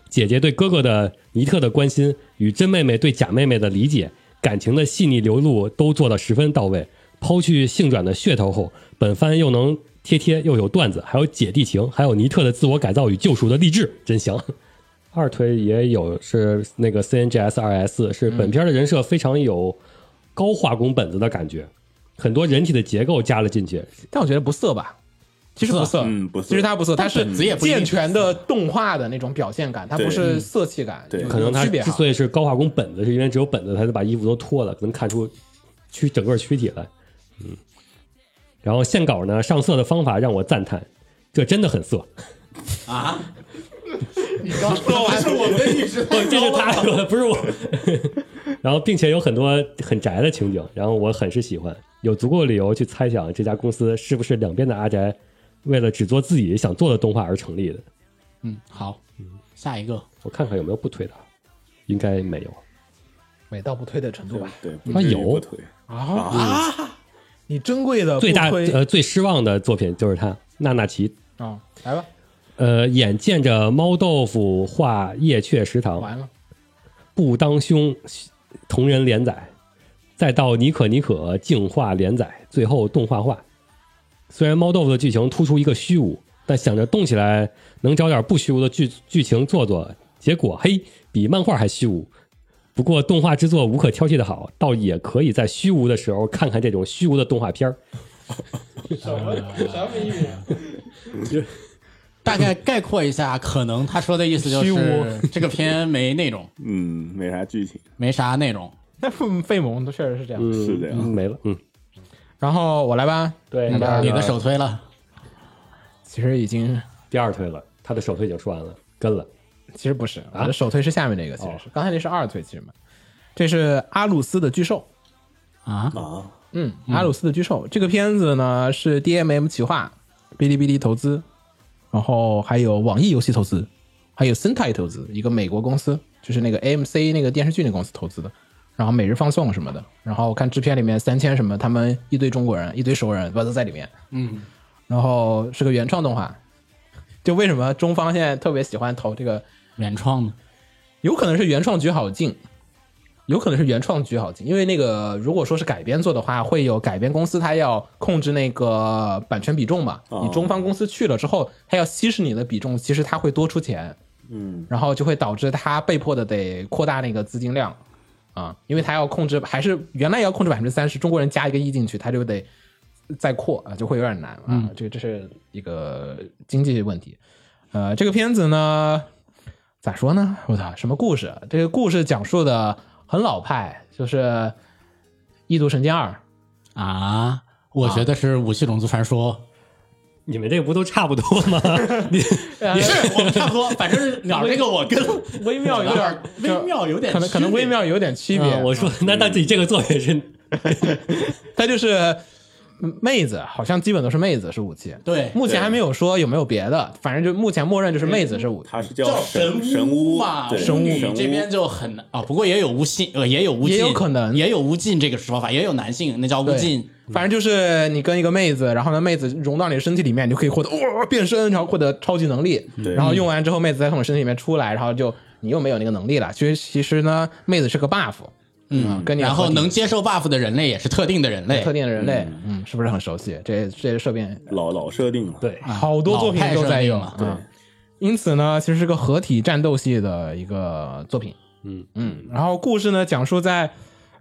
[SPEAKER 4] 姐姐对哥哥的尼特的关心与真妹妹对假妹妹的理解，感情的细腻流露都做得十分到位。抛去性转的噱头后，本番又能贴贴又有段子，还有姐弟情，还有尼特的自我改造与救赎的励志，真香。 二腿也有是那个 CNGS 二 S，是本片的人设非常有高化工本子的感觉，很多人体的结构加了进去，
[SPEAKER 7] 但我觉得不色吧，其实不色，
[SPEAKER 8] 嗯不色
[SPEAKER 7] 其实它不色，它是
[SPEAKER 1] 本子也不一定
[SPEAKER 7] 健全的动画的那种表现感，它不是色气感，
[SPEAKER 8] 对
[SPEAKER 7] 有
[SPEAKER 4] 可能他
[SPEAKER 7] 区别啊
[SPEAKER 4] 之
[SPEAKER 7] 哈
[SPEAKER 4] 所以是高化工本子，是因为只有本子才能把衣服都脱了，能看出躯整个躯体来。嗯，然后线稿呢上色的方法让我赞叹，这真的很 色。
[SPEAKER 1] 啊！你刚
[SPEAKER 4] 哦
[SPEAKER 1] 说完是我们意识
[SPEAKER 4] 哦，这是他说的，不是我。 然后，并且有很多很宅的情景，然后我很是喜欢，有足够理由去猜想这家公司是不是两边的阿宅为了只做自己想做的动画而成立的。
[SPEAKER 1] 嗯，好，下一个
[SPEAKER 4] 我看看有没有不推的，啊应该没有。
[SPEAKER 7] 美到不推的程度吧。
[SPEAKER 8] 对，不至于
[SPEAKER 4] 啊有
[SPEAKER 8] 不推
[SPEAKER 7] 啊你珍贵的
[SPEAKER 4] 最大
[SPEAKER 7] 不推
[SPEAKER 4] 呃最失望的作品就是他娜娜奇，
[SPEAKER 7] 啊，来吧，
[SPEAKER 4] 呃，眼见着猫豆腐画夜雀食堂，
[SPEAKER 7] 完了，
[SPEAKER 4] 不当凶同人连载，再到尼可尼可净化连载，最后动画化。虽然猫豆腐的剧情突出一个虚无，但想着动起来能找点不虚无的剧剧情做做，结果嘿，比漫画还虚无。不过动画制作无可挑剔的好，倒也可以在虚无的时候看看这种虚无的动画片儿。
[SPEAKER 1] 大概概括一下，可能他说的意思就
[SPEAKER 7] 虚
[SPEAKER 1] 是
[SPEAKER 7] 无
[SPEAKER 1] 这个片没内容，
[SPEAKER 8] 嗯，没啥剧情，
[SPEAKER 1] 没啥内容。
[SPEAKER 7] 那费费蒙确实是这样。
[SPEAKER 4] 嗯，
[SPEAKER 8] 是这样
[SPEAKER 4] 嗯没了，嗯，
[SPEAKER 7] 然后我来吧，
[SPEAKER 4] 对
[SPEAKER 1] 你的手推了，
[SPEAKER 7] 其实已经
[SPEAKER 4] 第二推了，他的手推已经说完了，跟了。
[SPEAKER 7] 其实不是，我的手推是下面这个，其实是、刚才那是二推，其实嘛，这是阿鲁斯的巨兽。
[SPEAKER 1] 啊
[SPEAKER 7] 嗯，阿鲁斯的巨兽、这个片子呢是 DMM 企划，哔哩哔哩投资，然后还有网易游戏投资，还有生态投资，一个美国公司，就是那个 AMC 那个电视剧那公司投资的，然后每日放送什么的，然后我看制片里面三千什么，他们一堆中国人，一堆熟人，我都在里面。嗯，然后是个原创动画，就为什么中方现在特别喜欢投这个
[SPEAKER 1] 原创的，
[SPEAKER 7] 有可能是原创局好进，有可能是原创局好进，因为那个如果说是改编做的话，会有改编公司它要控制那个版权比重嘛。
[SPEAKER 8] 哦
[SPEAKER 7] 你中方公司去了之后，它要稀释你的比重，其实它会多出钱，
[SPEAKER 8] 嗯，
[SPEAKER 7] 然后就会导致它被迫的得扩大那个资金量啊，因为它要控制，还是原来要控制百分之三十，中国人加一个亿进去，它就得再扩啊，就会有点难
[SPEAKER 1] 嗯
[SPEAKER 7] 啊。这这是一个经济问题。呃，这个片子呢，咋说呢？我操，什么故事？啊这个故事讲述的很老派，就是《异度神剑二》。
[SPEAKER 1] 啊，我觉得是武器种族传说，
[SPEAKER 4] 啊你们这个不都差不多吗？你
[SPEAKER 1] 也
[SPEAKER 7] 啊
[SPEAKER 1] 是我们差不多，反正鸟这个我跟
[SPEAKER 7] 微妙有 点
[SPEAKER 1] 微妙有点嗯
[SPEAKER 7] 可能可能
[SPEAKER 1] 区别
[SPEAKER 7] 微妙有点区别。
[SPEAKER 4] 啊我说，那那你这个作品是
[SPEAKER 7] 它就是嗯妹子，好像基本都是妹子是武器。
[SPEAKER 1] 对
[SPEAKER 7] 目前还没有说有没有别的，反正就目前默认就是妹子
[SPEAKER 1] 嗯
[SPEAKER 7] 是武器。
[SPEAKER 8] 它是
[SPEAKER 1] 叫
[SPEAKER 8] 叫神
[SPEAKER 1] 神
[SPEAKER 8] 巫
[SPEAKER 1] 嘛，
[SPEAKER 8] 对
[SPEAKER 1] 巫
[SPEAKER 8] 神
[SPEAKER 1] 女这边就很难啊，不过也有无尽，呃，也有无尽，
[SPEAKER 7] 也有可能
[SPEAKER 1] 也有无尽这个说法，也有男性，那叫无
[SPEAKER 7] 对
[SPEAKER 1] 尽。
[SPEAKER 7] 反正就是你跟一个妹子，然后呢，妹子融到你的身体里面，你就可以获得哇、变身，然后获得超级能力。
[SPEAKER 8] 对
[SPEAKER 7] 然后用完之后，妹子再从你身体里面出来，然后就你又没有那个能力了。其实其实呢，妹子是个 buff，嗯，跟你
[SPEAKER 1] 然后
[SPEAKER 7] 合体
[SPEAKER 1] 能接受 buff 的人类也是特定的人类，
[SPEAKER 7] 特定的人类，嗯，是不是很熟悉？这这些设定
[SPEAKER 8] 老老设定了，
[SPEAKER 4] 对
[SPEAKER 7] 好多作品都在用
[SPEAKER 1] 老派设定嘛
[SPEAKER 7] 嗯因此呢，其实是个合体战斗系的一个作品。
[SPEAKER 4] 嗯
[SPEAKER 7] 嗯，然后故事呢，讲述在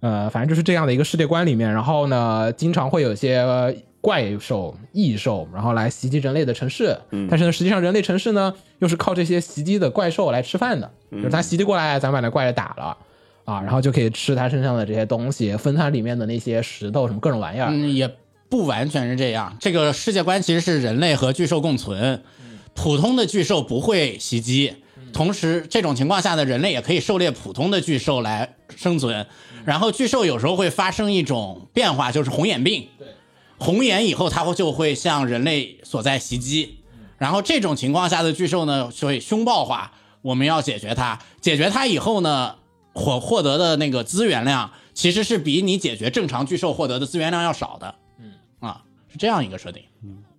[SPEAKER 7] 呃，反正就是这样的一个世界观里面，然后呢，经常会有一些呃怪兽、异兽，然后来袭击人类的城市。嗯，但是呢，实际上人类城市呢，又是靠这些袭击的怪兽来吃饭的，就是它袭击过来，咱们把那怪兽打了。啊，然后就可以吃它身上的这些东西，分它里面的那些石头什么各种玩意儿。
[SPEAKER 1] 嗯，也不完全是这样。这个世界观其实是人类和巨兽共存，普通的巨兽不会袭击，同时这种情况下的人类也可以狩猎普通的巨兽来生存。然后巨兽有时候会发生一种变化，就是红眼病。红眼以后，它会就会向人类所在袭击。然后这种情况下的巨兽呢，所以凶暴化，我们要解决它。解决它以后呢，获获得的那个资源量其实是比你解决正常巨兽获得的资源量要少的。嗯，啊，是这样一个设定。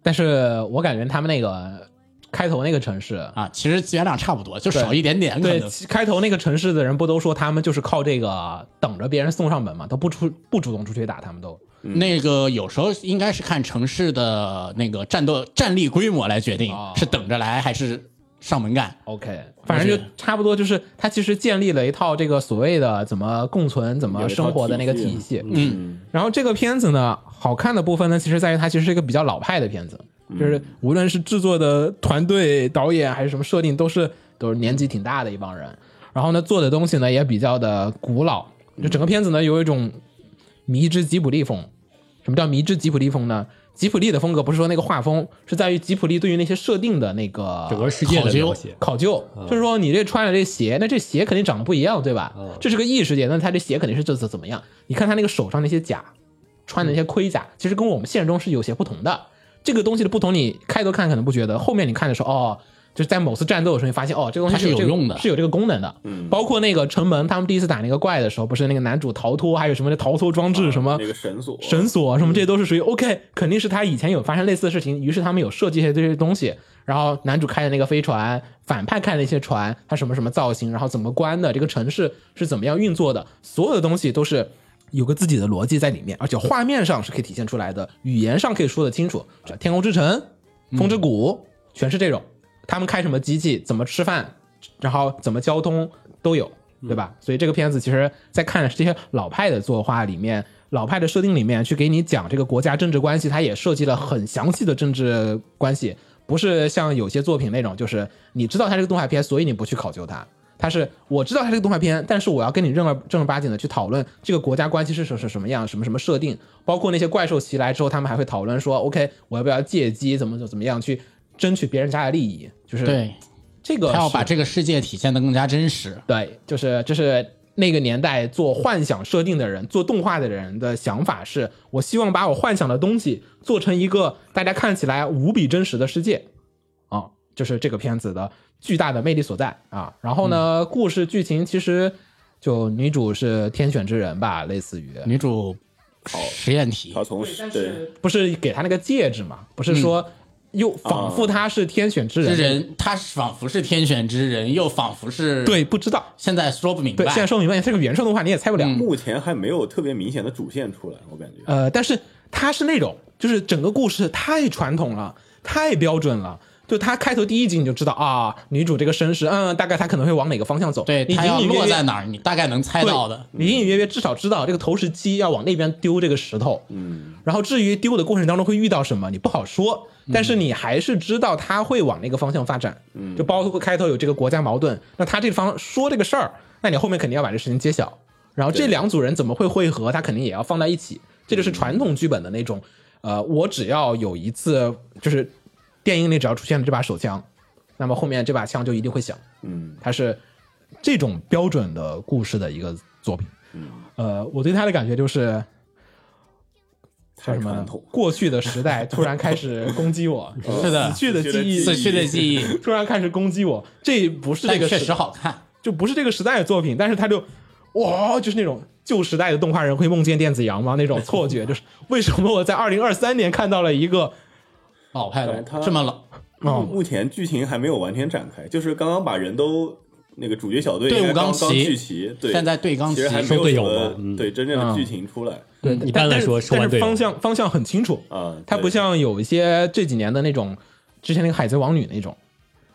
[SPEAKER 7] 但是我感觉他们那个开头那个城市。
[SPEAKER 1] 啊，其实资源量差不多，就少一点点可
[SPEAKER 7] 对，
[SPEAKER 1] 能。
[SPEAKER 7] 其开头那个城市的人不都说他们就是靠这个等着别人送上门嘛，都不出不主动出去打，他们都
[SPEAKER 1] 那个有时候应该是看城市的那个战斗战力规模来决定，
[SPEAKER 7] 哦
[SPEAKER 1] 是等着来还是上门干。
[SPEAKER 7] OK，反正就差不多，就是他其实建立了一套这个所谓的怎么共存、怎么生活的那个体系。
[SPEAKER 8] 嗯，
[SPEAKER 7] 然后这个片子呢，好看的部分呢，其实在于它其实是一个比较老派的片子，就是无论是制作的团队、导演还是什么设定，都是都是年纪挺大的一帮人。然后呢，做的东西呢也比较的古老，就整个片子呢有一种迷之吉卜力风。什么叫迷之吉卜力风呢？吉卜力的风格不是说那个画风，是在于吉卜力对于那些设定的那个
[SPEAKER 4] 整个世界的描写，
[SPEAKER 7] 考究，就是说你这穿了这鞋，那这鞋肯定长得不一样，对吧？这是个异世界，那他这鞋肯定是这次怎么样？你看他那个手上那些甲，穿的那些盔甲，其实跟我们现实中是有些不同的。这个东西的不同，你开头看可能不觉得，后面你看的时候，哦，就是在某次战斗的时候，你发现哦，这个东西
[SPEAKER 1] 它是
[SPEAKER 7] 有这个
[SPEAKER 1] 有用的
[SPEAKER 7] 是有这个功能的。嗯，包括那个城门，他们第一次打那个怪的时候，不是那个男主逃脱，还有什么逃脱装置什么
[SPEAKER 8] 啊那个绳索，
[SPEAKER 7] 绳索什么，这些都是属于 OK，肯定是他以前有发生类似的事情，于是他们有设计一些这些东西。然后男主开的那个飞船，反派开的一些船，它什么什么造型，然后怎么关的，这个城市是怎么样运作的，所有的东西都是有个自己的逻辑在里面，而且画面上是可以体现出来的，语言上可以说得清楚。天空之城、风之谷、全是这种，他们开什么机器，怎么吃饭，然后怎么交通都有，对吧？所以这个片子其实，在看这些老派的作画里面，老派的设定里面去给你讲这个国家政治关系，它也设计了很详细的政治关系，不是像有些作品那种，就是你知道它是个动画片，所以你不去考究它。它是我知道它是个动画片，但是我要跟你正儿正儿八经的去讨论这个国家关系是什是什么样，什么什么设定，包括那些怪兽袭来之后，他们还会讨论说，OK，我要不要借机怎么怎么怎么样去争取别人家的利益，就是
[SPEAKER 1] 对，
[SPEAKER 7] 这个
[SPEAKER 1] 他要
[SPEAKER 7] 哦是
[SPEAKER 1] 把这个世界体现的更加真实。
[SPEAKER 7] 对，就是这是那个年代做幻想设定的人、做动画的人的想法是：我希望把我幻想的东西做成一个大家看起来无比真实的世界。啊，就是这个片子的巨大的魅力所在啊。然后呢，故事剧情其实就女主是天选之人吧，类似于
[SPEAKER 1] 女主
[SPEAKER 7] 哦
[SPEAKER 1] 实验体
[SPEAKER 8] 他，从对
[SPEAKER 7] 不是给她那个戒指嘛，不是说又仿佛她是天选之
[SPEAKER 1] 嗯哦之
[SPEAKER 7] 人，
[SPEAKER 1] 人，她仿佛是天选之人，又仿佛是
[SPEAKER 7] 对，，不知道。
[SPEAKER 1] 现在说不明白。嗯
[SPEAKER 7] 对，现在说明白，这个原创动画你也猜不了。
[SPEAKER 8] 目前还没有特别明显的主线出来，我感觉。
[SPEAKER 7] 呃，但是它是那种，就是整个故事太传统了，太标准了。就它开头第一集你就知道啊，女主这个身世，嗯，大概她可能会往哪个方向走，
[SPEAKER 1] 对
[SPEAKER 7] 你
[SPEAKER 1] 她要
[SPEAKER 7] 隐隐约
[SPEAKER 1] 落
[SPEAKER 7] 约
[SPEAKER 1] 在哪儿，你大概能猜
[SPEAKER 7] 对嗯
[SPEAKER 1] 到的。
[SPEAKER 7] 你隐隐约约至少知道这个投石机要往那边丢这个石头，嗯，然后至于丢的过程当中会遇到什么，你不好说，但是你还是知道它会往那个方向发展，嗯，就包括开头有这个国家矛盾，那他这方说这个事儿，那你后面肯定要把这事情揭晓，然后这两组人怎么会汇合，他肯定也要放在一起，这就是传统剧本的那种，呃，我只要有一次就是电影里只要出现了这把手枪，那么后面这把枪就一定会响，
[SPEAKER 8] 嗯，
[SPEAKER 7] 它是这种标准的故事的一个作品。呃，我对他的感觉就是叫
[SPEAKER 8] 太
[SPEAKER 7] 什么
[SPEAKER 8] 传统？。
[SPEAKER 7] 过去的时代突然开始攻击 我，
[SPEAKER 1] 是的
[SPEAKER 7] 哦死，去的记忆
[SPEAKER 1] 死去的记 忆，
[SPEAKER 7] 突然开始攻击我，这不是这
[SPEAKER 1] 但
[SPEAKER 7] 个
[SPEAKER 1] 哎确
[SPEAKER 7] 时
[SPEAKER 1] 实好看。
[SPEAKER 7] 就不是这个时代的作品，但是他就哇，就是那种旧时代的动画人会梦见电子羊吗？那种错觉，就是为什么我在二零二三年看到了一个
[SPEAKER 1] 老派
[SPEAKER 8] 对
[SPEAKER 1] 的
[SPEAKER 8] 她
[SPEAKER 1] 这么老，
[SPEAKER 7] 哦
[SPEAKER 8] 目前剧情还没有完全展开，就是刚刚把人都那个主角小队
[SPEAKER 1] 队伍
[SPEAKER 8] 应该刚
[SPEAKER 1] 刚
[SPEAKER 8] 刚
[SPEAKER 1] 齐
[SPEAKER 8] 聚齐，对，
[SPEAKER 1] 现在队刚
[SPEAKER 8] 其实
[SPEAKER 1] 齐
[SPEAKER 8] 还没有
[SPEAKER 4] 收队
[SPEAKER 8] 什
[SPEAKER 4] 友
[SPEAKER 8] 么
[SPEAKER 4] 嘛嗯
[SPEAKER 8] 对真正的剧情出来。
[SPEAKER 7] 对，
[SPEAKER 4] 一般来
[SPEAKER 7] 但
[SPEAKER 4] 说
[SPEAKER 7] 但是
[SPEAKER 4] 收完
[SPEAKER 7] 但是
[SPEAKER 4] 队友
[SPEAKER 7] 方向方向很清楚
[SPEAKER 8] 啊
[SPEAKER 7] 它
[SPEAKER 8] 对
[SPEAKER 7] 不像有一些这几年的那种，之前那个《海贼王女》那种，《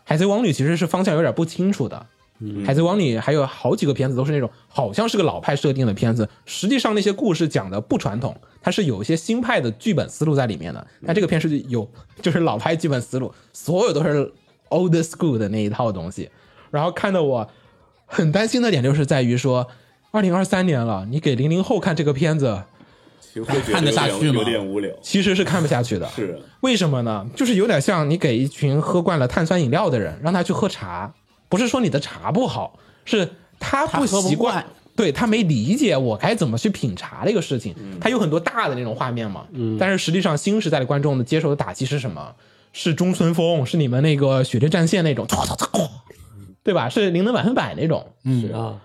[SPEAKER 7] 海贼王女》其实是方向有点不清楚的。
[SPEAKER 8] 嗯
[SPEAKER 7] 海贼王》里还有好几个片子都是那种好像是个老派设定的片子，实际上那些故事讲的不传统，它是有一些新派的剧本思路在里面的。但这个片是有就是老派剧本思路，所有都是 old school 的那一套东西。然后看得我很担心的点就是在于说，二零二三年了，你给零零后看这个片子，
[SPEAKER 8] 其实会觉
[SPEAKER 1] 看得
[SPEAKER 8] 有
[SPEAKER 1] 下
[SPEAKER 8] 点
[SPEAKER 1] 去吗
[SPEAKER 8] 有点无聊。
[SPEAKER 7] 其实是看不下去的。
[SPEAKER 8] 是，
[SPEAKER 7] 为什么呢？就是有点像你给一群喝惯了碳酸饮料的人，让他去喝茶，不是说你的茶不好，是他
[SPEAKER 1] 他
[SPEAKER 7] 不
[SPEAKER 1] 喝不
[SPEAKER 7] 习惯
[SPEAKER 1] 惯，
[SPEAKER 7] 对他没理解我该怎么去品茶这个事情。
[SPEAKER 1] 嗯
[SPEAKER 7] 他有很多大的那种画面嘛，但是实际上新时代的观众的接受的打击是什么？是中村风，是你们那个雪之战线那种，唰唰唰唰对吧？是灵能百分百那种。
[SPEAKER 1] 嗯
[SPEAKER 4] 啊，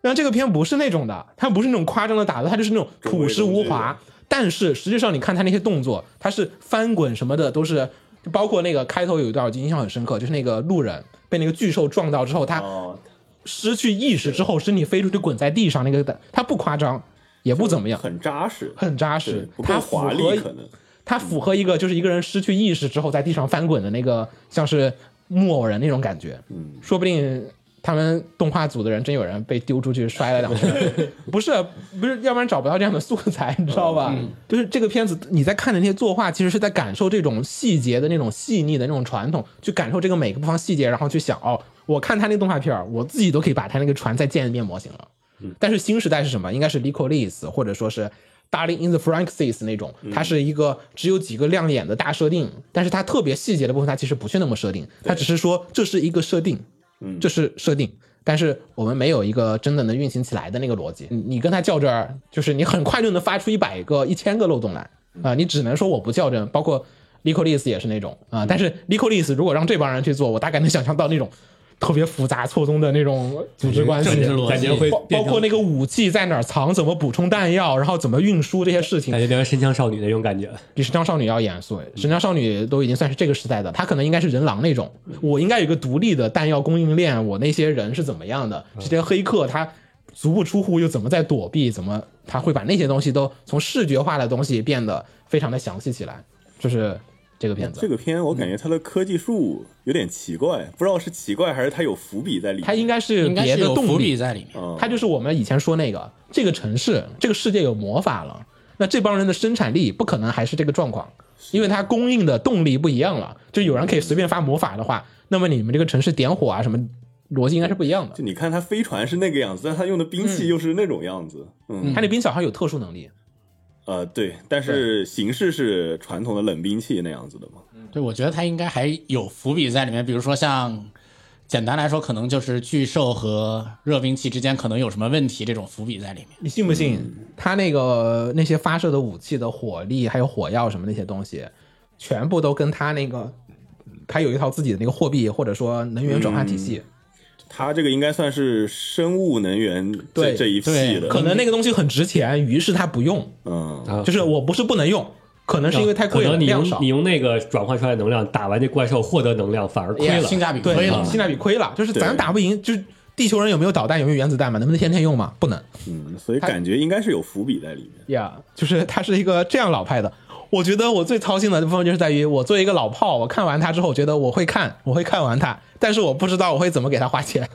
[SPEAKER 7] 然后这个片不是那种的，它不是那种夸张的打斗，它就是那种朴实无
[SPEAKER 8] 中规中
[SPEAKER 7] 华。但是实际上，你看他那些动作，他是翻滚什么的，都是就包括那个开头有一段我就印象很深刻，就是那个路人被那个巨兽撞到之后，他
[SPEAKER 8] 哦，
[SPEAKER 7] 失去意识之后，身体飞出去滚在地上，那个的他不夸张，也不怎么样，
[SPEAKER 8] 很扎实，
[SPEAKER 7] 很扎
[SPEAKER 8] 对
[SPEAKER 7] 实
[SPEAKER 8] 不，够
[SPEAKER 7] 他符
[SPEAKER 8] 华
[SPEAKER 7] 合
[SPEAKER 8] 丽，可能
[SPEAKER 7] 它符合一个就是一个人失去意识之后在地上翻滚的那个像是木偶人那种感觉。嗯，说不定他们动画组的人真有人被丢出去摔了两下，不是不是，要不然找不到这样的素材，你知道吧？就是这个片子你在看的那些作画，其实是在感受这种细节的那种细腻的那种传统，去感受这个每个地方细节，然后去想哦，我看他那动画片儿，我自己都可以把他那个船再建一遍模型了。但是新时代是什么？应该是 l i c o l i s 或者说是 Darling in the Franxis 那种，它是一个只有几个亮眼的大设定，但是它特别细节的部分，它其实不是那么设定，它只是说这是一个设定，这是设定。但是我们没有一个真的能运行起来的那个逻辑，你你跟他较真儿，就是你很快就能发出一百个、一千个漏洞来啊、你只能说我不较真。包括 l i c o l i s 也是那种啊、但是 l i c o l i s 如果让这帮人去做，我大概能想象到那种特别复杂错综的那种组织关系，
[SPEAKER 4] 政治逻辑感觉会
[SPEAKER 7] 包
[SPEAKER 4] 变
[SPEAKER 7] 包
[SPEAKER 4] 成
[SPEAKER 7] 括那个武器在哪儿藏，怎么补充弹药，然后怎么运输这些事情
[SPEAKER 4] 感，觉变成神枪少女那种感觉。
[SPEAKER 7] 比神枪少女要严肃。神枪少女都已经算是这个时代的，她可能应该是人狼那种。我应该有一个独立的弹药供应链，我那些人是怎么样的？这些黑客他足不出户又怎么在躲避？怎么他会把那些东西都从视觉化的东西变得非常的详细起来？这是这个片子。
[SPEAKER 8] 这个片我感觉它的科技树有点奇怪，不知道是奇怪还是它有伏笔在里面。
[SPEAKER 7] 它应该是
[SPEAKER 1] 应该
[SPEAKER 7] 别
[SPEAKER 1] 是
[SPEAKER 7] 的
[SPEAKER 1] 有伏
[SPEAKER 7] 动力
[SPEAKER 1] 笔在里面。
[SPEAKER 8] 嗯
[SPEAKER 7] 它就是我们以前说那个，这个城市、这个世界有魔法了，那这帮人的生产力不可能还是这个状况，因为它供应的动力不一样了。就有人可以随便发魔法的话，那么你们这个城市点火啊什么，逻辑应该是不一样的。
[SPEAKER 8] 就你看它飞船是那个样子，但它用的兵器又是那种样子。嗯，
[SPEAKER 7] 它那冰小孩有特殊能力，
[SPEAKER 8] 呃，对，但是形式是传统的冷兵器那样子的嘛。
[SPEAKER 1] 对，我觉得它应该还有伏笔在里面，比如说像。简单来说，可能就是巨兽和热兵器之间可能有什么问题，这种伏笔在里面。
[SPEAKER 7] 你信不信？它嗯那个那些发射的武器的火力，还有火药什么那些东西，全部都跟它那个，它有一套自己的那个货币或者说能源转化体系。
[SPEAKER 8] 它这个应该算是生物能源这
[SPEAKER 7] 对
[SPEAKER 8] 这一系的，
[SPEAKER 7] 可能那啊个东西很值钱，于是它不用，
[SPEAKER 8] 嗯，
[SPEAKER 7] 就是我不是不能用，可能是因为太贵
[SPEAKER 4] 可
[SPEAKER 7] 了，
[SPEAKER 4] 能你
[SPEAKER 7] 量
[SPEAKER 4] 用
[SPEAKER 7] 少
[SPEAKER 4] 你，用那个转换出来的能量打完这怪兽，获得能量反而亏了。
[SPEAKER 1] 性价比亏
[SPEAKER 7] 对
[SPEAKER 1] 了，，
[SPEAKER 7] 性价比亏了，就是咱
[SPEAKER 8] 对
[SPEAKER 7] 打不赢，就是地球人有没有导弹，有没有原子弹嘛？能不能天天用嘛？不能
[SPEAKER 8] 嗯，所以感觉应该是有伏笔在里面。
[SPEAKER 7] 呀 就是它是一个这样老派的。我觉得我最操心的部分就是在于，我作为一个老炮，我看完它之后，我觉得我会看，我会看完它，但是我不知道我会怎么给它花钱。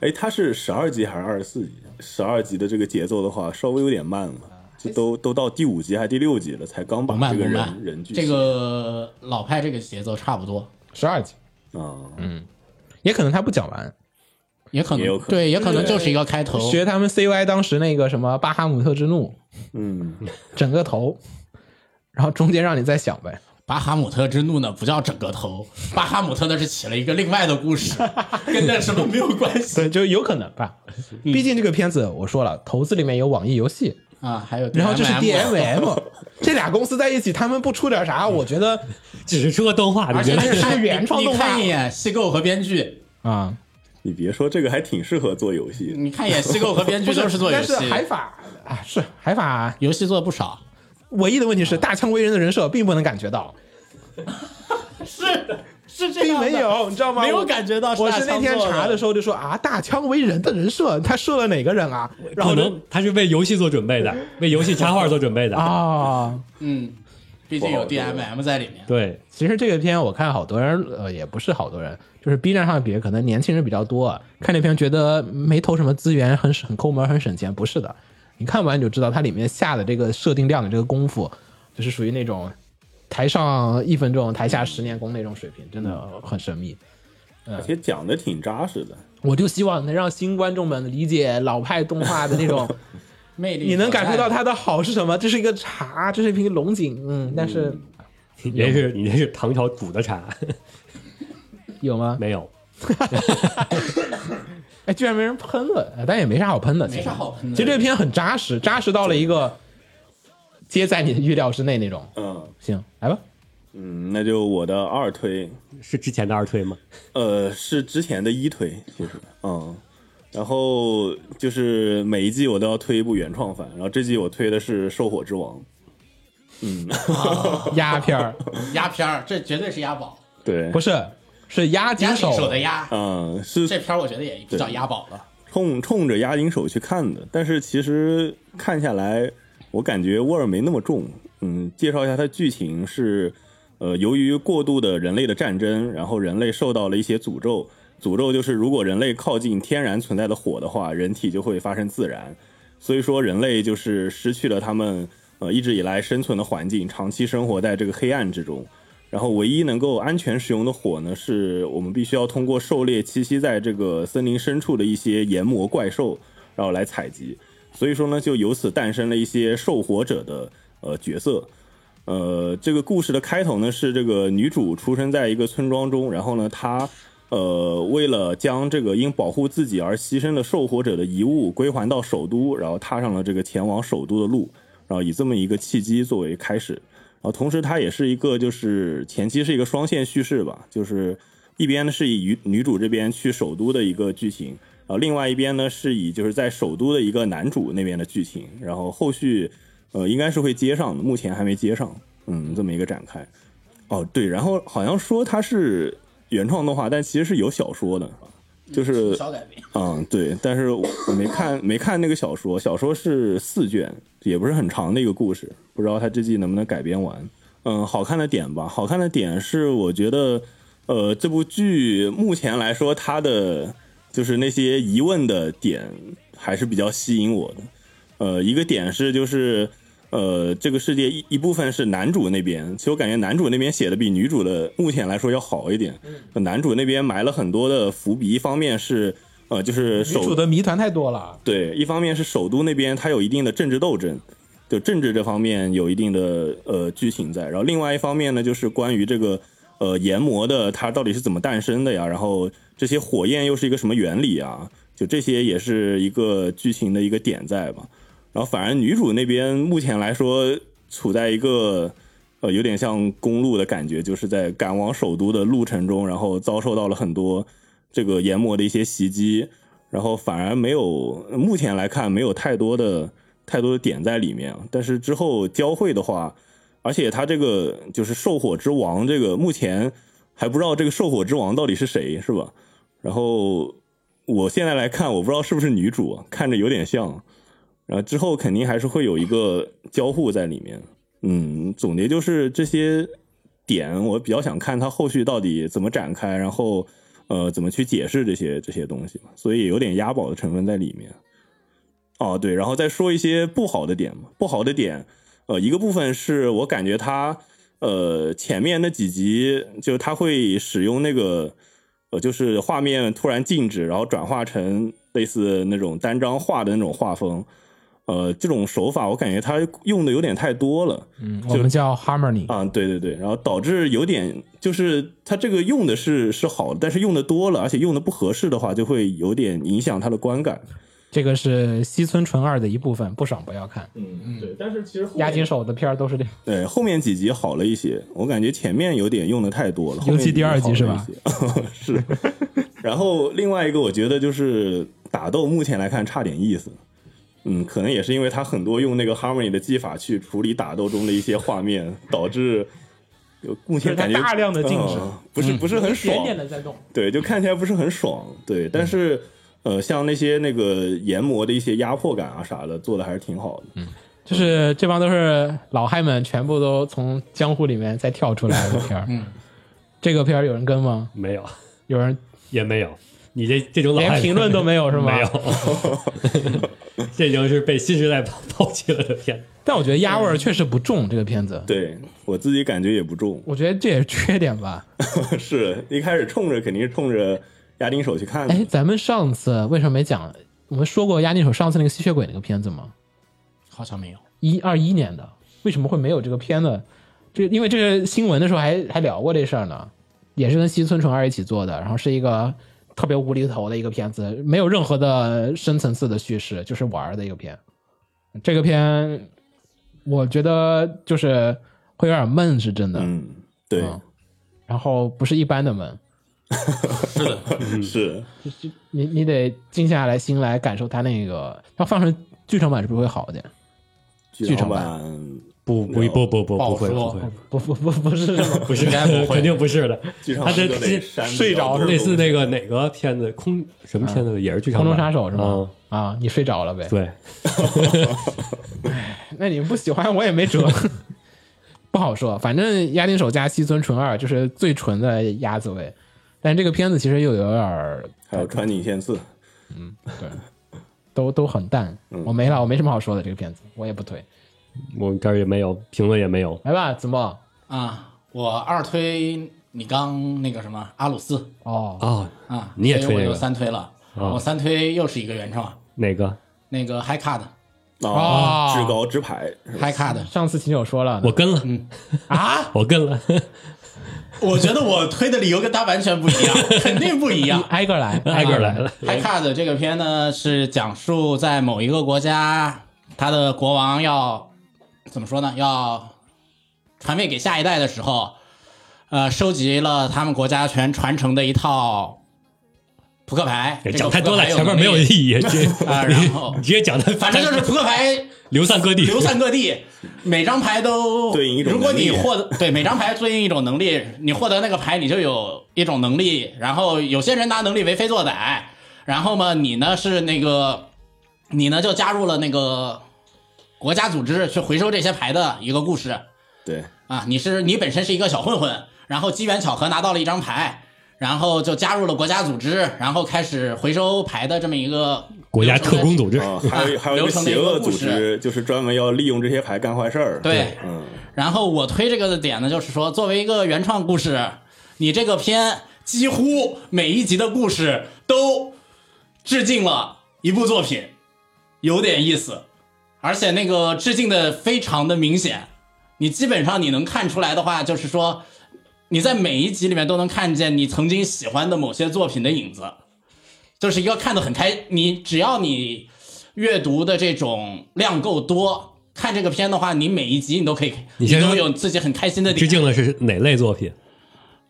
[SPEAKER 8] 哎，它是十二集还是二十四集？啊十二集的这个节奏的话，稍微有点慢
[SPEAKER 7] 啊
[SPEAKER 8] 了，这都都到第五集还是第六集了，才刚
[SPEAKER 1] 不
[SPEAKER 8] 把
[SPEAKER 1] 慢
[SPEAKER 8] 这
[SPEAKER 1] 不
[SPEAKER 8] 个
[SPEAKER 1] 慢
[SPEAKER 8] 人人，聚
[SPEAKER 1] 这个老派这个节奏差不多，
[SPEAKER 7] 十二集，
[SPEAKER 8] 啊，
[SPEAKER 7] 嗯也可能他不讲完，
[SPEAKER 1] 也可
[SPEAKER 8] 也有
[SPEAKER 1] 能
[SPEAKER 8] 可能
[SPEAKER 1] 对，也可能就是一个开头。
[SPEAKER 7] 学他们 CY 当时那个什么巴哈姆特之怒，
[SPEAKER 8] 嗯，
[SPEAKER 7] 整个头，然后中间让你再想呗。
[SPEAKER 1] 巴哈姆特之怒呢，不叫整个头，巴哈姆特那是起了一个另外的故事， 跟那什么没有关系
[SPEAKER 7] 对，就有可能吧。
[SPEAKER 1] 嗯
[SPEAKER 7] 毕竟这个片子我说了，投资里面有网易游戏，
[SPEAKER 1] 啊。还有 DMM，
[SPEAKER 7] 然后这是 DMM，这俩公司在一起，他们不出点
[SPEAKER 1] 嗯
[SPEAKER 7] 啥，我觉得
[SPEAKER 4] 只是出个动画，
[SPEAKER 1] 而且
[SPEAKER 4] 就觉
[SPEAKER 1] 那
[SPEAKER 4] 得
[SPEAKER 1] 是
[SPEAKER 7] 是原创动画
[SPEAKER 1] 哎你看一眼西购和编剧，
[SPEAKER 7] 啊，
[SPEAKER 8] 你别说，这个还挺适合做游戏的。
[SPEAKER 1] 你看一眼西购和编剧都是做游
[SPEAKER 7] 但
[SPEAKER 1] 戏
[SPEAKER 7] 是，海法啊，是海法，
[SPEAKER 1] 游戏做的不少。
[SPEAKER 7] 唯一的问题
[SPEAKER 1] 嗯
[SPEAKER 7] 是大枪威人的人设并不能感觉到，
[SPEAKER 1] 是这
[SPEAKER 7] 并
[SPEAKER 1] 样的
[SPEAKER 7] 没有，你知道吗？
[SPEAKER 1] 没有
[SPEAKER 7] 我
[SPEAKER 1] 感觉到是
[SPEAKER 7] 我
[SPEAKER 1] 大
[SPEAKER 7] 是那
[SPEAKER 1] 枪
[SPEAKER 7] 天
[SPEAKER 1] 做
[SPEAKER 7] 查的时候就说啊，大枪威人的人设，他射了哪个人啊？然后
[SPEAKER 4] 可
[SPEAKER 7] 就
[SPEAKER 4] 能他是为游戏做准备的， 为游戏插画做准备的。
[SPEAKER 7] 啊，
[SPEAKER 1] 嗯，毕竟有 DMM 在里面。
[SPEAKER 4] 对，
[SPEAKER 7] 其实这个片我看好多人，呃，也不是好多人，就是 B 站上比可能年轻人比较多啊，看这片觉得没投什么资源，很省很抠门，很省钱，不是的。你看完你就知道，它里面下的这个设定量的这个功夫，就是属于那种台上一分钟，台下十年功那种水平，真的很神秘。嗯
[SPEAKER 8] 而且讲的挺扎实的，
[SPEAKER 7] 我就希望能让新观众们理解老派动画的那 种，
[SPEAKER 1] 魅力，
[SPEAKER 7] 你能感受到它的好是什么？这是一个茶，这是一瓶龙井，嗯，但是
[SPEAKER 4] 你这是你这是唐朝煮的茶，
[SPEAKER 7] 有吗？
[SPEAKER 4] 没有。
[SPEAKER 7] 哎，居然没人喷了，哎但也没啥好喷的，
[SPEAKER 1] 没啥好喷的
[SPEAKER 7] 其实这篇很扎实，扎实到了一个皆在你的预料之内那种。
[SPEAKER 8] 嗯
[SPEAKER 7] 行，来吧，
[SPEAKER 8] 嗯，那就我的二推，
[SPEAKER 4] 是之前的二推吗？
[SPEAKER 8] 呃，是之前的一推，其实，嗯，然后就是每一季我都要推一部原创番，然后这季我推的是《兽火之王》，嗯
[SPEAKER 7] 鸦片儿
[SPEAKER 1] 压片儿，这绝对是压宝，
[SPEAKER 8] 对，
[SPEAKER 7] 不是，是压
[SPEAKER 1] 压
[SPEAKER 7] 金
[SPEAKER 1] 紧手
[SPEAKER 7] 手
[SPEAKER 1] 的压。
[SPEAKER 8] 嗯，是
[SPEAKER 1] 这片儿我觉得也比较压宝了。
[SPEAKER 8] 冲冲着押井手去看的，但是其实看下来，我感觉味儿没那么重。嗯，介绍一下它剧情是，呃，由于过度的人类的战争，然后人类受到了一些诅咒，诅咒就是如果人类靠近天然存在的火的话，人体就会发生自燃，所以说人类就是失去了他们呃一直以来生存的环境，长期生活在这个黑暗之中。然后唯一能够安全使用的火呢，是我们必须要通过狩猎栖息在这个森林深处的一些炎魔怪兽，然后来采集。所以说呢，就由此诞生了一些受火者的呃角色。呃，这个故事的开头呢，是这个女主出生在一个村庄中，然后呢，她呃为了将这个因保护自己而牺牲的受火者的遗物归还到首都，然后踏上了这个前往首都的路，然后以这么一个契机作为开始，啊，同时它也是一个就是前期是一个双线叙事吧，就是一边呢是以女女主这边去首都的一个剧情，啊，另外一边呢是以就是在首都的一个男主那边的剧情，然后后续呃应该是会接上的，目前还没接上，嗯，这么一个展开。哦，对，然后好像说它是原创动画，但其实是有小说的，就是
[SPEAKER 1] 小改编，
[SPEAKER 8] 嗯，对，但是我我没看没看那个小说，小说是四卷，也不是很长的一个故事，不知道它这季能不能改编完。嗯，好看的点吧，好看的点是我觉得，呃，这部剧目前来说，它的就是那些疑问的点还是比较吸引我的。呃，一个点是就是呃，这个世界一一部分是男主那边，其实我感觉男主那边写的比女主的目前来说要好一点。
[SPEAKER 7] 嗯
[SPEAKER 8] 男主那边埋了很多的伏笔，一方面是呃，就是
[SPEAKER 7] 女
[SPEAKER 8] 首
[SPEAKER 7] 主的谜团太多了，
[SPEAKER 8] 对，一方面是首都那边它有一定的政治斗争，就政治这方面有一定的呃剧情在。然后另外一方面呢，就是关于这个呃炎魔的它到底是怎么诞生的呀？然后这些火焰又是一个什么原理啊？就这些也是一个剧情的一个点在吧。然后反而女主那边目前来说处在一个呃有点像公路的感觉，就是在赶往首都的路程中，然后遭受到了很多这个研磨的一些袭击，然后反而没有，目前来看没有太多的太多的点在里面。啊但是之后交汇的话，而且他这个就是兽火之王，这个目前还不知道这个兽火之王到底是谁，是吧？然后我现在来看，我不知道是不是女主啊，看着有点像。然后之后肯定还是会有一个交互在里面。嗯，总结就是这些点，我比较想看它后续到底怎么展开，然后呃怎么去解释这些这些东西吧，所以也有点押宝的成分在里面。哦，对，然后再说一些不好的点嘛，不好的点，呃，一个部分是我感觉它呃前面那几集就它会使用那个呃就是画面突然静止，然后转化成类似那种单张画的那种画风。呃，这种手法我感觉它用的有点太多了，
[SPEAKER 7] 嗯我们叫 harmony，
[SPEAKER 8] 啊，对对对，然后导致有点就是它这个用的是是好的，但是用的多了，而且用的不合适的话，就会有点影响它的观感。
[SPEAKER 7] 这个是西村纯二的一部分，不爽不要看。
[SPEAKER 8] 嗯，对。但是其实
[SPEAKER 7] 押金手的片儿都是这样，
[SPEAKER 8] 对后面几集好了一些，我感觉前面有点用的太多了，
[SPEAKER 7] 尤其第二集
[SPEAKER 8] 后面
[SPEAKER 7] 是
[SPEAKER 8] 几
[SPEAKER 7] 吧
[SPEAKER 8] 好了一些？ 是。然后另外一个我觉得就是打斗，目前来看差点意思。嗯，可能也是因为它很多用那个 Harmony 的技法去处理打斗中的一些画面，导致有目前感觉
[SPEAKER 7] 就是它大量地静止
[SPEAKER 8] 嗯不是不是很爽，
[SPEAKER 7] 的在动。
[SPEAKER 8] 对，就看起来不是很爽，对，但是。呃，像那些那个研磨的一些压迫感啊啥的，做的还是挺好的。
[SPEAKER 7] 嗯就是这帮都是老汉们，全部都从江湖里面再跳出来的片儿。这个片儿有人跟吗？
[SPEAKER 4] 没有，
[SPEAKER 7] 有人
[SPEAKER 4] 也没有。你这这种老
[SPEAKER 7] 连
[SPEAKER 4] 汉
[SPEAKER 7] 评论都没有是 吗？
[SPEAKER 4] 没。有， 这就是被新时代抛抛弃了的片。
[SPEAKER 7] 但我觉得压味儿确实不重，这个片子，
[SPEAKER 8] 对我自己感觉也不重，
[SPEAKER 7] 我觉得这也是缺点吧。
[SPEAKER 8] 是一开始冲着肯定是冲着压丁手去看的。
[SPEAKER 7] 哎，咱们上次为什么没讲？我们说过押金手上次那个吸血鬼那个片子吗？
[SPEAKER 1] 好像没有。
[SPEAKER 7] 一二一年的，为什么会没有这个片呢？这个因为这个新闻的时候还还聊过这事儿呢，也是跟西村纯二一起做的，然后是一个特别无厘头的一个片子，没有任何的深层次的叙事，就是玩儿的一个片。这个片我觉得就是会有点闷，是真的。
[SPEAKER 8] 嗯，对，
[SPEAKER 7] 嗯然后不是一般的闷，嗯
[SPEAKER 8] 是
[SPEAKER 7] 你你得静下来心来感受它那个，要放成剧场版是不是会好一点？
[SPEAKER 8] 剧
[SPEAKER 7] 场
[SPEAKER 8] 场版
[SPEAKER 4] 不不不不不
[SPEAKER 7] 不
[SPEAKER 4] 不
[SPEAKER 7] 好
[SPEAKER 4] 会不会
[SPEAKER 7] 说，不不不不是这么，
[SPEAKER 4] 不是
[SPEAKER 1] 应该不会
[SPEAKER 4] 肯定不是的
[SPEAKER 8] 剧，场
[SPEAKER 4] 他这
[SPEAKER 8] 版就得删
[SPEAKER 4] 睡
[SPEAKER 8] 掉
[SPEAKER 4] 着
[SPEAKER 8] 多少
[SPEAKER 4] 类似
[SPEAKER 8] 东西
[SPEAKER 4] 那个哪个片子空什么片子也是剧场
[SPEAKER 7] 空
[SPEAKER 4] 版
[SPEAKER 7] 中杀手是吗
[SPEAKER 4] 嗯？
[SPEAKER 7] 啊，你睡着了呗？
[SPEAKER 4] 对，
[SPEAKER 7] 那你们不喜欢我也 没辙，不好说。反正押井守加西村纯二就是最纯的鸭子味，但这个片子其实又有点儿
[SPEAKER 8] 还有川井宪次，
[SPEAKER 7] 都都很淡。
[SPEAKER 4] 嗯
[SPEAKER 7] 我没了，我没什么好说的。这个片子我也不推，
[SPEAKER 4] 我们这儿也没有评论也没有，
[SPEAKER 7] 来吧，子墨。
[SPEAKER 1] 啊，我二推你刚那个什么阿鲁斯
[SPEAKER 7] 哦，
[SPEAKER 4] 哦，
[SPEAKER 1] 啊，
[SPEAKER 4] 你也
[SPEAKER 1] 所
[SPEAKER 4] 推
[SPEAKER 1] 以我
[SPEAKER 4] 这
[SPEAKER 1] 就
[SPEAKER 4] 个
[SPEAKER 1] 三推了，
[SPEAKER 4] 啊
[SPEAKER 1] 我三推又是一个原创，
[SPEAKER 4] 哪个？
[SPEAKER 1] 那个 High Card，High
[SPEAKER 8] 啊，
[SPEAKER 7] 哦
[SPEAKER 8] 至高之牌，
[SPEAKER 1] Card，
[SPEAKER 7] 上次秦九说了，
[SPEAKER 4] 我跟了
[SPEAKER 1] 啊，
[SPEAKER 4] 我跟了，
[SPEAKER 1] 我觉得我推的理由跟他完全不一 样，肯定不一样。
[SPEAKER 7] 挨个
[SPEAKER 1] 啊
[SPEAKER 7] 来，
[SPEAKER 4] 挨个儿来了。
[SPEAKER 1] 《High Card》这个片呢，是讲述在某一个国家，他的国王要怎么说呢？要传位给下一代的时候，呃，收集了他们国家全传承的一套扑克牌。这个
[SPEAKER 4] 讲太多了，
[SPEAKER 1] 扑克牌
[SPEAKER 4] 前面
[SPEAKER 1] 能力
[SPEAKER 4] 没有意义。这
[SPEAKER 1] 啊然后
[SPEAKER 4] 你直接讲的，
[SPEAKER 1] 反正就是扑克牌
[SPEAKER 4] 流散各地，
[SPEAKER 1] 流散各地，每张牌都
[SPEAKER 8] 对应一种
[SPEAKER 1] 如果你
[SPEAKER 8] 能力
[SPEAKER 1] 获得对每张牌对应一种能力，你获得那个牌你就有一种能力。然后有些人拿能力为非作歹，然后嘛你呢是那个你呢就加入了那个国家组织去回收这些牌的一个故事
[SPEAKER 8] 对，
[SPEAKER 1] 啊。你是你本身是一个小混混，然后机缘巧合拿到了一张牌。然后就加入了国家组织，然后开始回收牌的这么一个
[SPEAKER 4] 国家特工组织，
[SPEAKER 8] 啊，还有一
[SPEAKER 1] 啊
[SPEAKER 8] 还有一个
[SPEAKER 1] 流程的一
[SPEAKER 8] 邪
[SPEAKER 1] 个
[SPEAKER 8] 恶
[SPEAKER 1] 故
[SPEAKER 8] 组
[SPEAKER 1] 事
[SPEAKER 8] 织，就是专门要利用这些牌干坏事儿。
[SPEAKER 1] 对
[SPEAKER 8] 嗯，
[SPEAKER 1] 然后我推这个的点呢，就是说，作为一个原创故事，你这个片几乎每一集的故事都致敬了一部作品，有点意思，而且那个致敬的非常的明显。你基本上你能看出来的话，就是说你在每一集里面都能看见你曾经喜欢的某些作品的影子，就是一个看得很开。你只要你阅读的这种量够多，看这个片的话，你每一集你都可以，
[SPEAKER 4] 你
[SPEAKER 1] 你
[SPEAKER 4] 先说
[SPEAKER 1] 都有自己很开心的
[SPEAKER 4] 致
[SPEAKER 1] 点。
[SPEAKER 4] 敬的是哪类作品？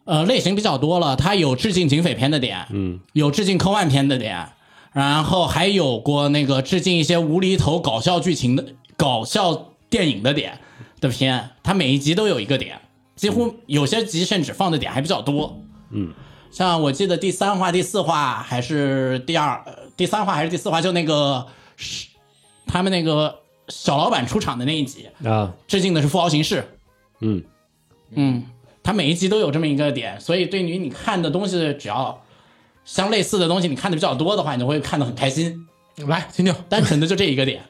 [SPEAKER 1] 呃，类型比较多了，它有致敬警匪片的点，嗯，有致敬科幻片的点，然后还有过那个致敬一些无厘头搞笑剧情的搞笑电影的点的片，它每一集都有一个点，几乎有些集甚至放的点还比较多，嗯，像我记得第三话、第四话还是第二、呃第三话还是第四话，就那个是他们那个小老板出场的那一集，
[SPEAKER 4] 啊，
[SPEAKER 1] 致敬的是富豪形式，
[SPEAKER 4] 嗯
[SPEAKER 1] 嗯，它每一集都有这么一个点，所以对于你看的东西，只要相类似的东西，你看的比较多的话，你就会看得很开心。
[SPEAKER 7] 啊来，秦九，
[SPEAKER 1] 单纯的就这一个点，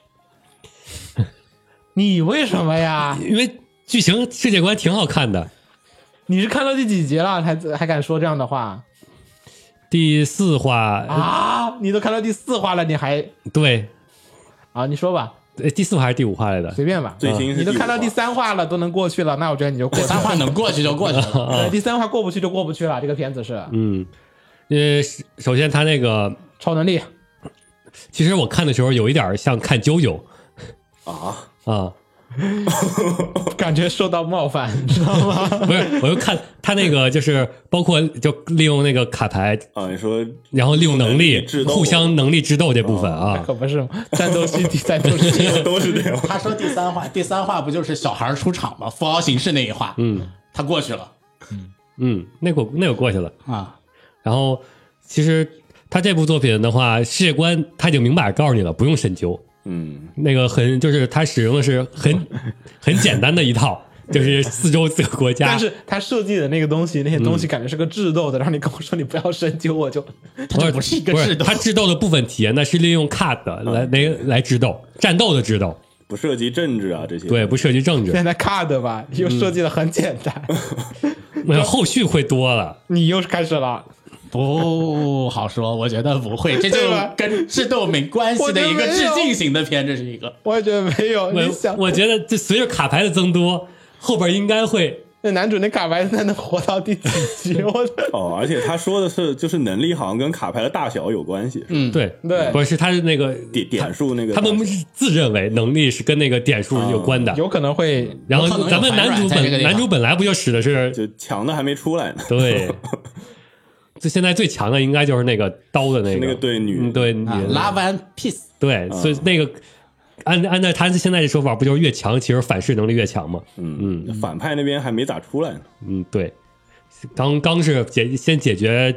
[SPEAKER 7] 你为什么呀？
[SPEAKER 4] 因为剧情世界观挺好看的。
[SPEAKER 7] 你是看到第几集了，还还敢说这样的话
[SPEAKER 4] 第四话，
[SPEAKER 7] 啊？你都看到第四话了，你还
[SPEAKER 4] 对，
[SPEAKER 7] 啊？你说吧，
[SPEAKER 4] 呃第四话还是第五话来的？
[SPEAKER 7] 随便吧。啊
[SPEAKER 8] 最新是
[SPEAKER 7] 你都
[SPEAKER 8] 五
[SPEAKER 7] 看到
[SPEAKER 8] 话
[SPEAKER 7] 第三话了，都能过去了，那我觉得你就过
[SPEAKER 1] 这
[SPEAKER 7] 去
[SPEAKER 1] 三
[SPEAKER 7] 了。
[SPEAKER 1] 话能过去就过去 了。
[SPEAKER 7] 对 第三话过不去就过不去了，这个片子是
[SPEAKER 4] 嗯，呃，首首先他那个，
[SPEAKER 7] 超能力，
[SPEAKER 4] 其实我看的时候有一点像看啾啾
[SPEAKER 8] 啊，
[SPEAKER 4] 啊，
[SPEAKER 7] 感觉受到冒犯，你知道吗？
[SPEAKER 4] 不是，我就看他那个就是包括就利用那个卡牌，
[SPEAKER 8] 啊，你说
[SPEAKER 4] 然后利用能
[SPEAKER 8] 能
[SPEAKER 4] 力
[SPEAKER 8] 力智斗
[SPEAKER 4] 互相能力智斗这部分
[SPEAKER 7] 那
[SPEAKER 4] 啊，
[SPEAKER 7] 可不是嘛，战斗系第三就是
[SPEAKER 8] 都是这样。
[SPEAKER 1] 他说第三话，第三话不就是小孩出场吗？富豪形式那一话，
[SPEAKER 4] 嗯
[SPEAKER 1] 他过去了
[SPEAKER 4] 嗯，那会那会过去了。
[SPEAKER 1] 啊。
[SPEAKER 4] 然后其实他这部作品的话，世界观他已经明摆着告诉你了，不用深究。
[SPEAKER 8] 嗯，
[SPEAKER 4] 那个很就是他使用的是很 很简单的一套，就是四周四个国家，
[SPEAKER 7] 但是他设计的那个东西，那些东西感觉是个智斗的，然后你跟我说你不要深究，我就
[SPEAKER 4] 不是
[SPEAKER 1] 不是一个智斗
[SPEAKER 4] 他智斗的部分体验呢是利用 cut 来来来智斗，战斗的智斗，
[SPEAKER 8] 不涉及政治啊这些。
[SPEAKER 4] 对，，不涉及政治。
[SPEAKER 7] 现在 card 吧，你又设计的很简单，
[SPEAKER 4] 那后续会多了，
[SPEAKER 7] 你又开始了，
[SPEAKER 1] 不好说，我觉得不会，这就
[SPEAKER 7] 对吧
[SPEAKER 1] 跟智斗没关系的一
[SPEAKER 7] 我觉
[SPEAKER 1] 个
[SPEAKER 7] 得没
[SPEAKER 1] 致
[SPEAKER 7] 有
[SPEAKER 1] 敬型的片，这是一个。
[SPEAKER 7] 我也觉得没有。
[SPEAKER 4] 我
[SPEAKER 7] 你想，
[SPEAKER 4] 我觉得这随着卡牌的增多，后边应该会
[SPEAKER 7] 那男主那卡牌他能活到第几 集？我的
[SPEAKER 8] 哦，而且他说的是，就是能力好像跟卡牌的大小有关系，嗯，
[SPEAKER 4] 对
[SPEAKER 7] 对
[SPEAKER 4] 不是他是那个
[SPEAKER 8] 点点数那个
[SPEAKER 4] 他
[SPEAKER 8] 大小，
[SPEAKER 4] 们自认为能力是跟那个点数有关的。
[SPEAKER 7] 有可能会
[SPEAKER 4] 然
[SPEAKER 1] 有可
[SPEAKER 4] 后
[SPEAKER 1] 能
[SPEAKER 4] 咱们
[SPEAKER 1] 有反
[SPEAKER 4] 男主
[SPEAKER 1] 转在这个
[SPEAKER 4] 本
[SPEAKER 1] 地方
[SPEAKER 4] 男主本来不就使的是
[SPEAKER 8] 就强的还没出来呢。
[SPEAKER 4] 对，这现在最强的应该就是那个刀的那
[SPEAKER 8] 是
[SPEAKER 4] 个
[SPEAKER 8] 那个对女
[SPEAKER 4] 嗯对女
[SPEAKER 1] 啊
[SPEAKER 4] 的
[SPEAKER 1] ，Love and Peace，
[SPEAKER 4] 对，所以那个按按照他现在的说法，不就是越强，其实反噬能力越强吗？
[SPEAKER 8] 嗯，反派那边还没咋出来呢。
[SPEAKER 4] 嗯，对，刚刚是解先解决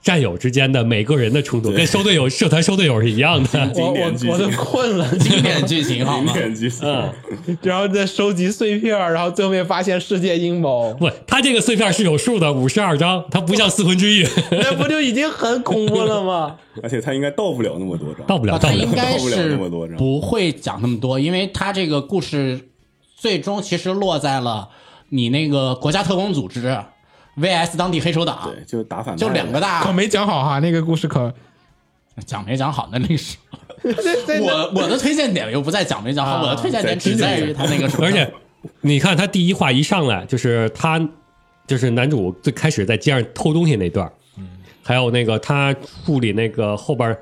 [SPEAKER 4] 战友之间的每个人的冲突，
[SPEAKER 8] 对
[SPEAKER 4] 跟收队友社团收队友是一样的。
[SPEAKER 7] 我
[SPEAKER 8] 经
[SPEAKER 7] 我
[SPEAKER 8] 典剧情
[SPEAKER 7] 我都困 了，
[SPEAKER 1] 经典剧情好
[SPEAKER 8] 经
[SPEAKER 1] 吗？
[SPEAKER 8] 典剧情，
[SPEAKER 4] 嗯，
[SPEAKER 7] 然后再收集碎片儿，然后最后面发现世界阴 谋，
[SPEAKER 4] 不，他这个碎片是有数的，五十二张，它不像四魂之玉，
[SPEAKER 7] 那不就已经很恐怖了吗？
[SPEAKER 8] 而且他应该到不了那么多章，
[SPEAKER 4] 到不了，
[SPEAKER 1] 啊
[SPEAKER 4] 到
[SPEAKER 1] 他
[SPEAKER 4] 不
[SPEAKER 1] 应
[SPEAKER 4] 了。
[SPEAKER 1] 该
[SPEAKER 8] 到不了
[SPEAKER 1] 是
[SPEAKER 8] 那么多章
[SPEAKER 1] 不会讲那么多，因为他这个故事最终其实落在了你那个国家特工组织 VS 当地黑手党，
[SPEAKER 8] 对，就打反派，
[SPEAKER 1] 就两 个
[SPEAKER 7] 可
[SPEAKER 1] 大
[SPEAKER 7] 没讲好哈，那个故事 可
[SPEAKER 1] 讲没讲好的那是。
[SPEAKER 7] 这这
[SPEAKER 1] 我我的推荐点又不在讲没讲好，我的推荐点只在于他那个什么，
[SPEAKER 4] 而且你看他第一话一上来就是他，就是男主最开始在街上偷东西那段儿，还有那个他处理那个后边儿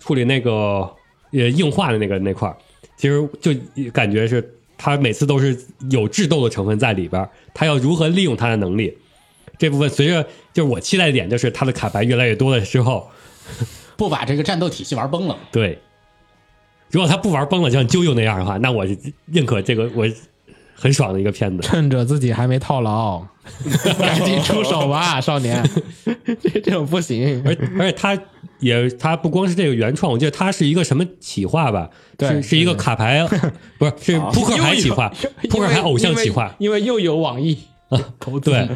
[SPEAKER 4] 处理那个呃硬化的那个那块儿，其实就感觉是他每次都是有智斗的成分在里边儿，他要如何利用他的能力。这部分随着就是我期待的点，就是他的卡牌越来越多了之后，
[SPEAKER 1] 不把这个战斗体系玩崩了。
[SPEAKER 4] 对，如果他不玩崩了，就像啾啾那样的话，那我是认可这个我很爽的一个片子。
[SPEAKER 7] 趁着自己还没套 牢，赶紧出手吧，少年， 这这种不行。
[SPEAKER 4] 而而且他也他不光是这个原创，我记得他是一个什么企划吧？
[SPEAKER 7] 对
[SPEAKER 4] 是是一个卡牌，不是是扑克牌企划，扑克牌偶像企划，
[SPEAKER 7] 因为，因为又有网易，
[SPEAKER 4] 对，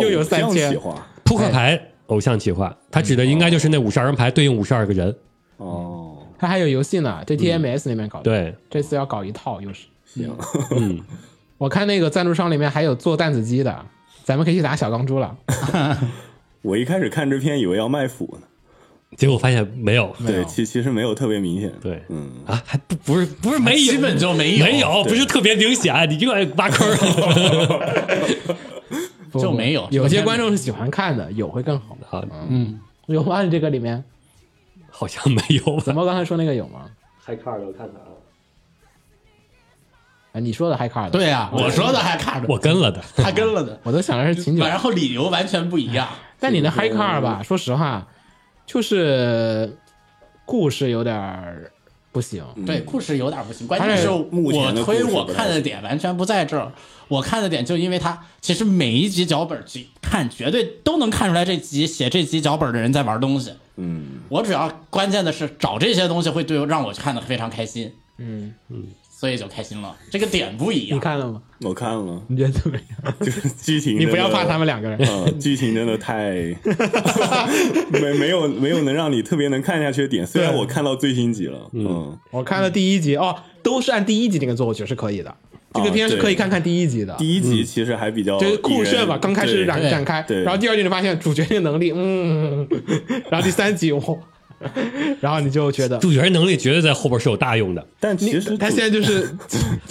[SPEAKER 7] 又有三
[SPEAKER 8] 偶像
[SPEAKER 7] 千
[SPEAKER 8] 哦企，划
[SPEAKER 4] 扑克牌偶像企划，它指的应该就是那五十二张牌对应五十二个人，
[SPEAKER 8] 哦，
[SPEAKER 7] 他还有游戏呢，这 TMS 那边搞的。，
[SPEAKER 4] 对，
[SPEAKER 7] 这次要搞一套，又是。
[SPEAKER 8] 行，
[SPEAKER 4] 嗯，
[SPEAKER 7] 我看那个赞助商里面还有做弹子机的，咱们可以去打小钢珠了。
[SPEAKER 8] 我一开始看这片以为要卖腐呢，
[SPEAKER 4] 结果发现没有，
[SPEAKER 8] 对，其其实没有特别明显，
[SPEAKER 4] 对
[SPEAKER 8] 嗯，
[SPEAKER 4] 啊，还不不是不是没有，
[SPEAKER 1] 基本就没有
[SPEAKER 4] 没有，
[SPEAKER 8] 对
[SPEAKER 4] 不是特别明显，你又爱挖坑儿，
[SPEAKER 7] 不
[SPEAKER 1] 就没有
[SPEAKER 7] 有些观众是喜欢看的，有会更好。
[SPEAKER 4] 啊，
[SPEAKER 7] 有吗？你这个里面
[SPEAKER 4] 好像没有吧
[SPEAKER 7] 怎？么刚才说那个有吗？
[SPEAKER 4] 开卡的，我看看啊，
[SPEAKER 7] 啊，你说的还卡的，
[SPEAKER 1] 对啊，我说的还卡着，
[SPEAKER 4] 我跟了的，
[SPEAKER 1] 他跟了的，
[SPEAKER 7] 我都想的是秦九。
[SPEAKER 1] 然后理由完全不一样。
[SPEAKER 7] 但你的 high car 吧，说实话，就是故事有点儿不行。
[SPEAKER 1] 对，故事有点不行，关键是
[SPEAKER 8] 嗯目前
[SPEAKER 1] 我
[SPEAKER 8] 的
[SPEAKER 1] 推
[SPEAKER 8] 故事
[SPEAKER 1] 我
[SPEAKER 8] 不太
[SPEAKER 1] 看的点完全不在这儿，我看的点就因为他其实每一集脚本去看，绝对都能看出来这集写这集脚本的人在玩东西。
[SPEAKER 8] 嗯，
[SPEAKER 1] 我主要关键的是找这些东西会对让我看的非常开心，
[SPEAKER 7] 嗯，
[SPEAKER 1] 所以就开心了。这个点不一
[SPEAKER 7] 你
[SPEAKER 1] 样，
[SPEAKER 7] 看了吗？
[SPEAKER 8] 我看了，
[SPEAKER 7] 你觉得怎么样？
[SPEAKER 8] 就是剧情，
[SPEAKER 7] 你不要怕他们。两个人。
[SPEAKER 8] 呃，剧情真 的太没没有没有能让你特别能看下去的点。虽然我看到最新集了，嗯，
[SPEAKER 7] 我看了第一集哦，都是按第一集那个做，我觉得是可以的。这个片是可以看看第一集的，
[SPEAKER 8] 第一集其实还比较
[SPEAKER 7] 嗯就是酷炫吧，
[SPEAKER 8] 引人
[SPEAKER 7] 刚开始
[SPEAKER 8] 哦对
[SPEAKER 7] 展
[SPEAKER 1] 对
[SPEAKER 7] 展开，
[SPEAKER 8] 对
[SPEAKER 7] 然后第二集你发现主角这个能力，嗯，然后第三集我， 然后你就觉 得
[SPEAKER 4] 主角能力绝对在后边是有大用的。
[SPEAKER 8] 但
[SPEAKER 7] 你
[SPEAKER 8] 其实
[SPEAKER 7] 他
[SPEAKER 8] 主
[SPEAKER 7] 现在就是，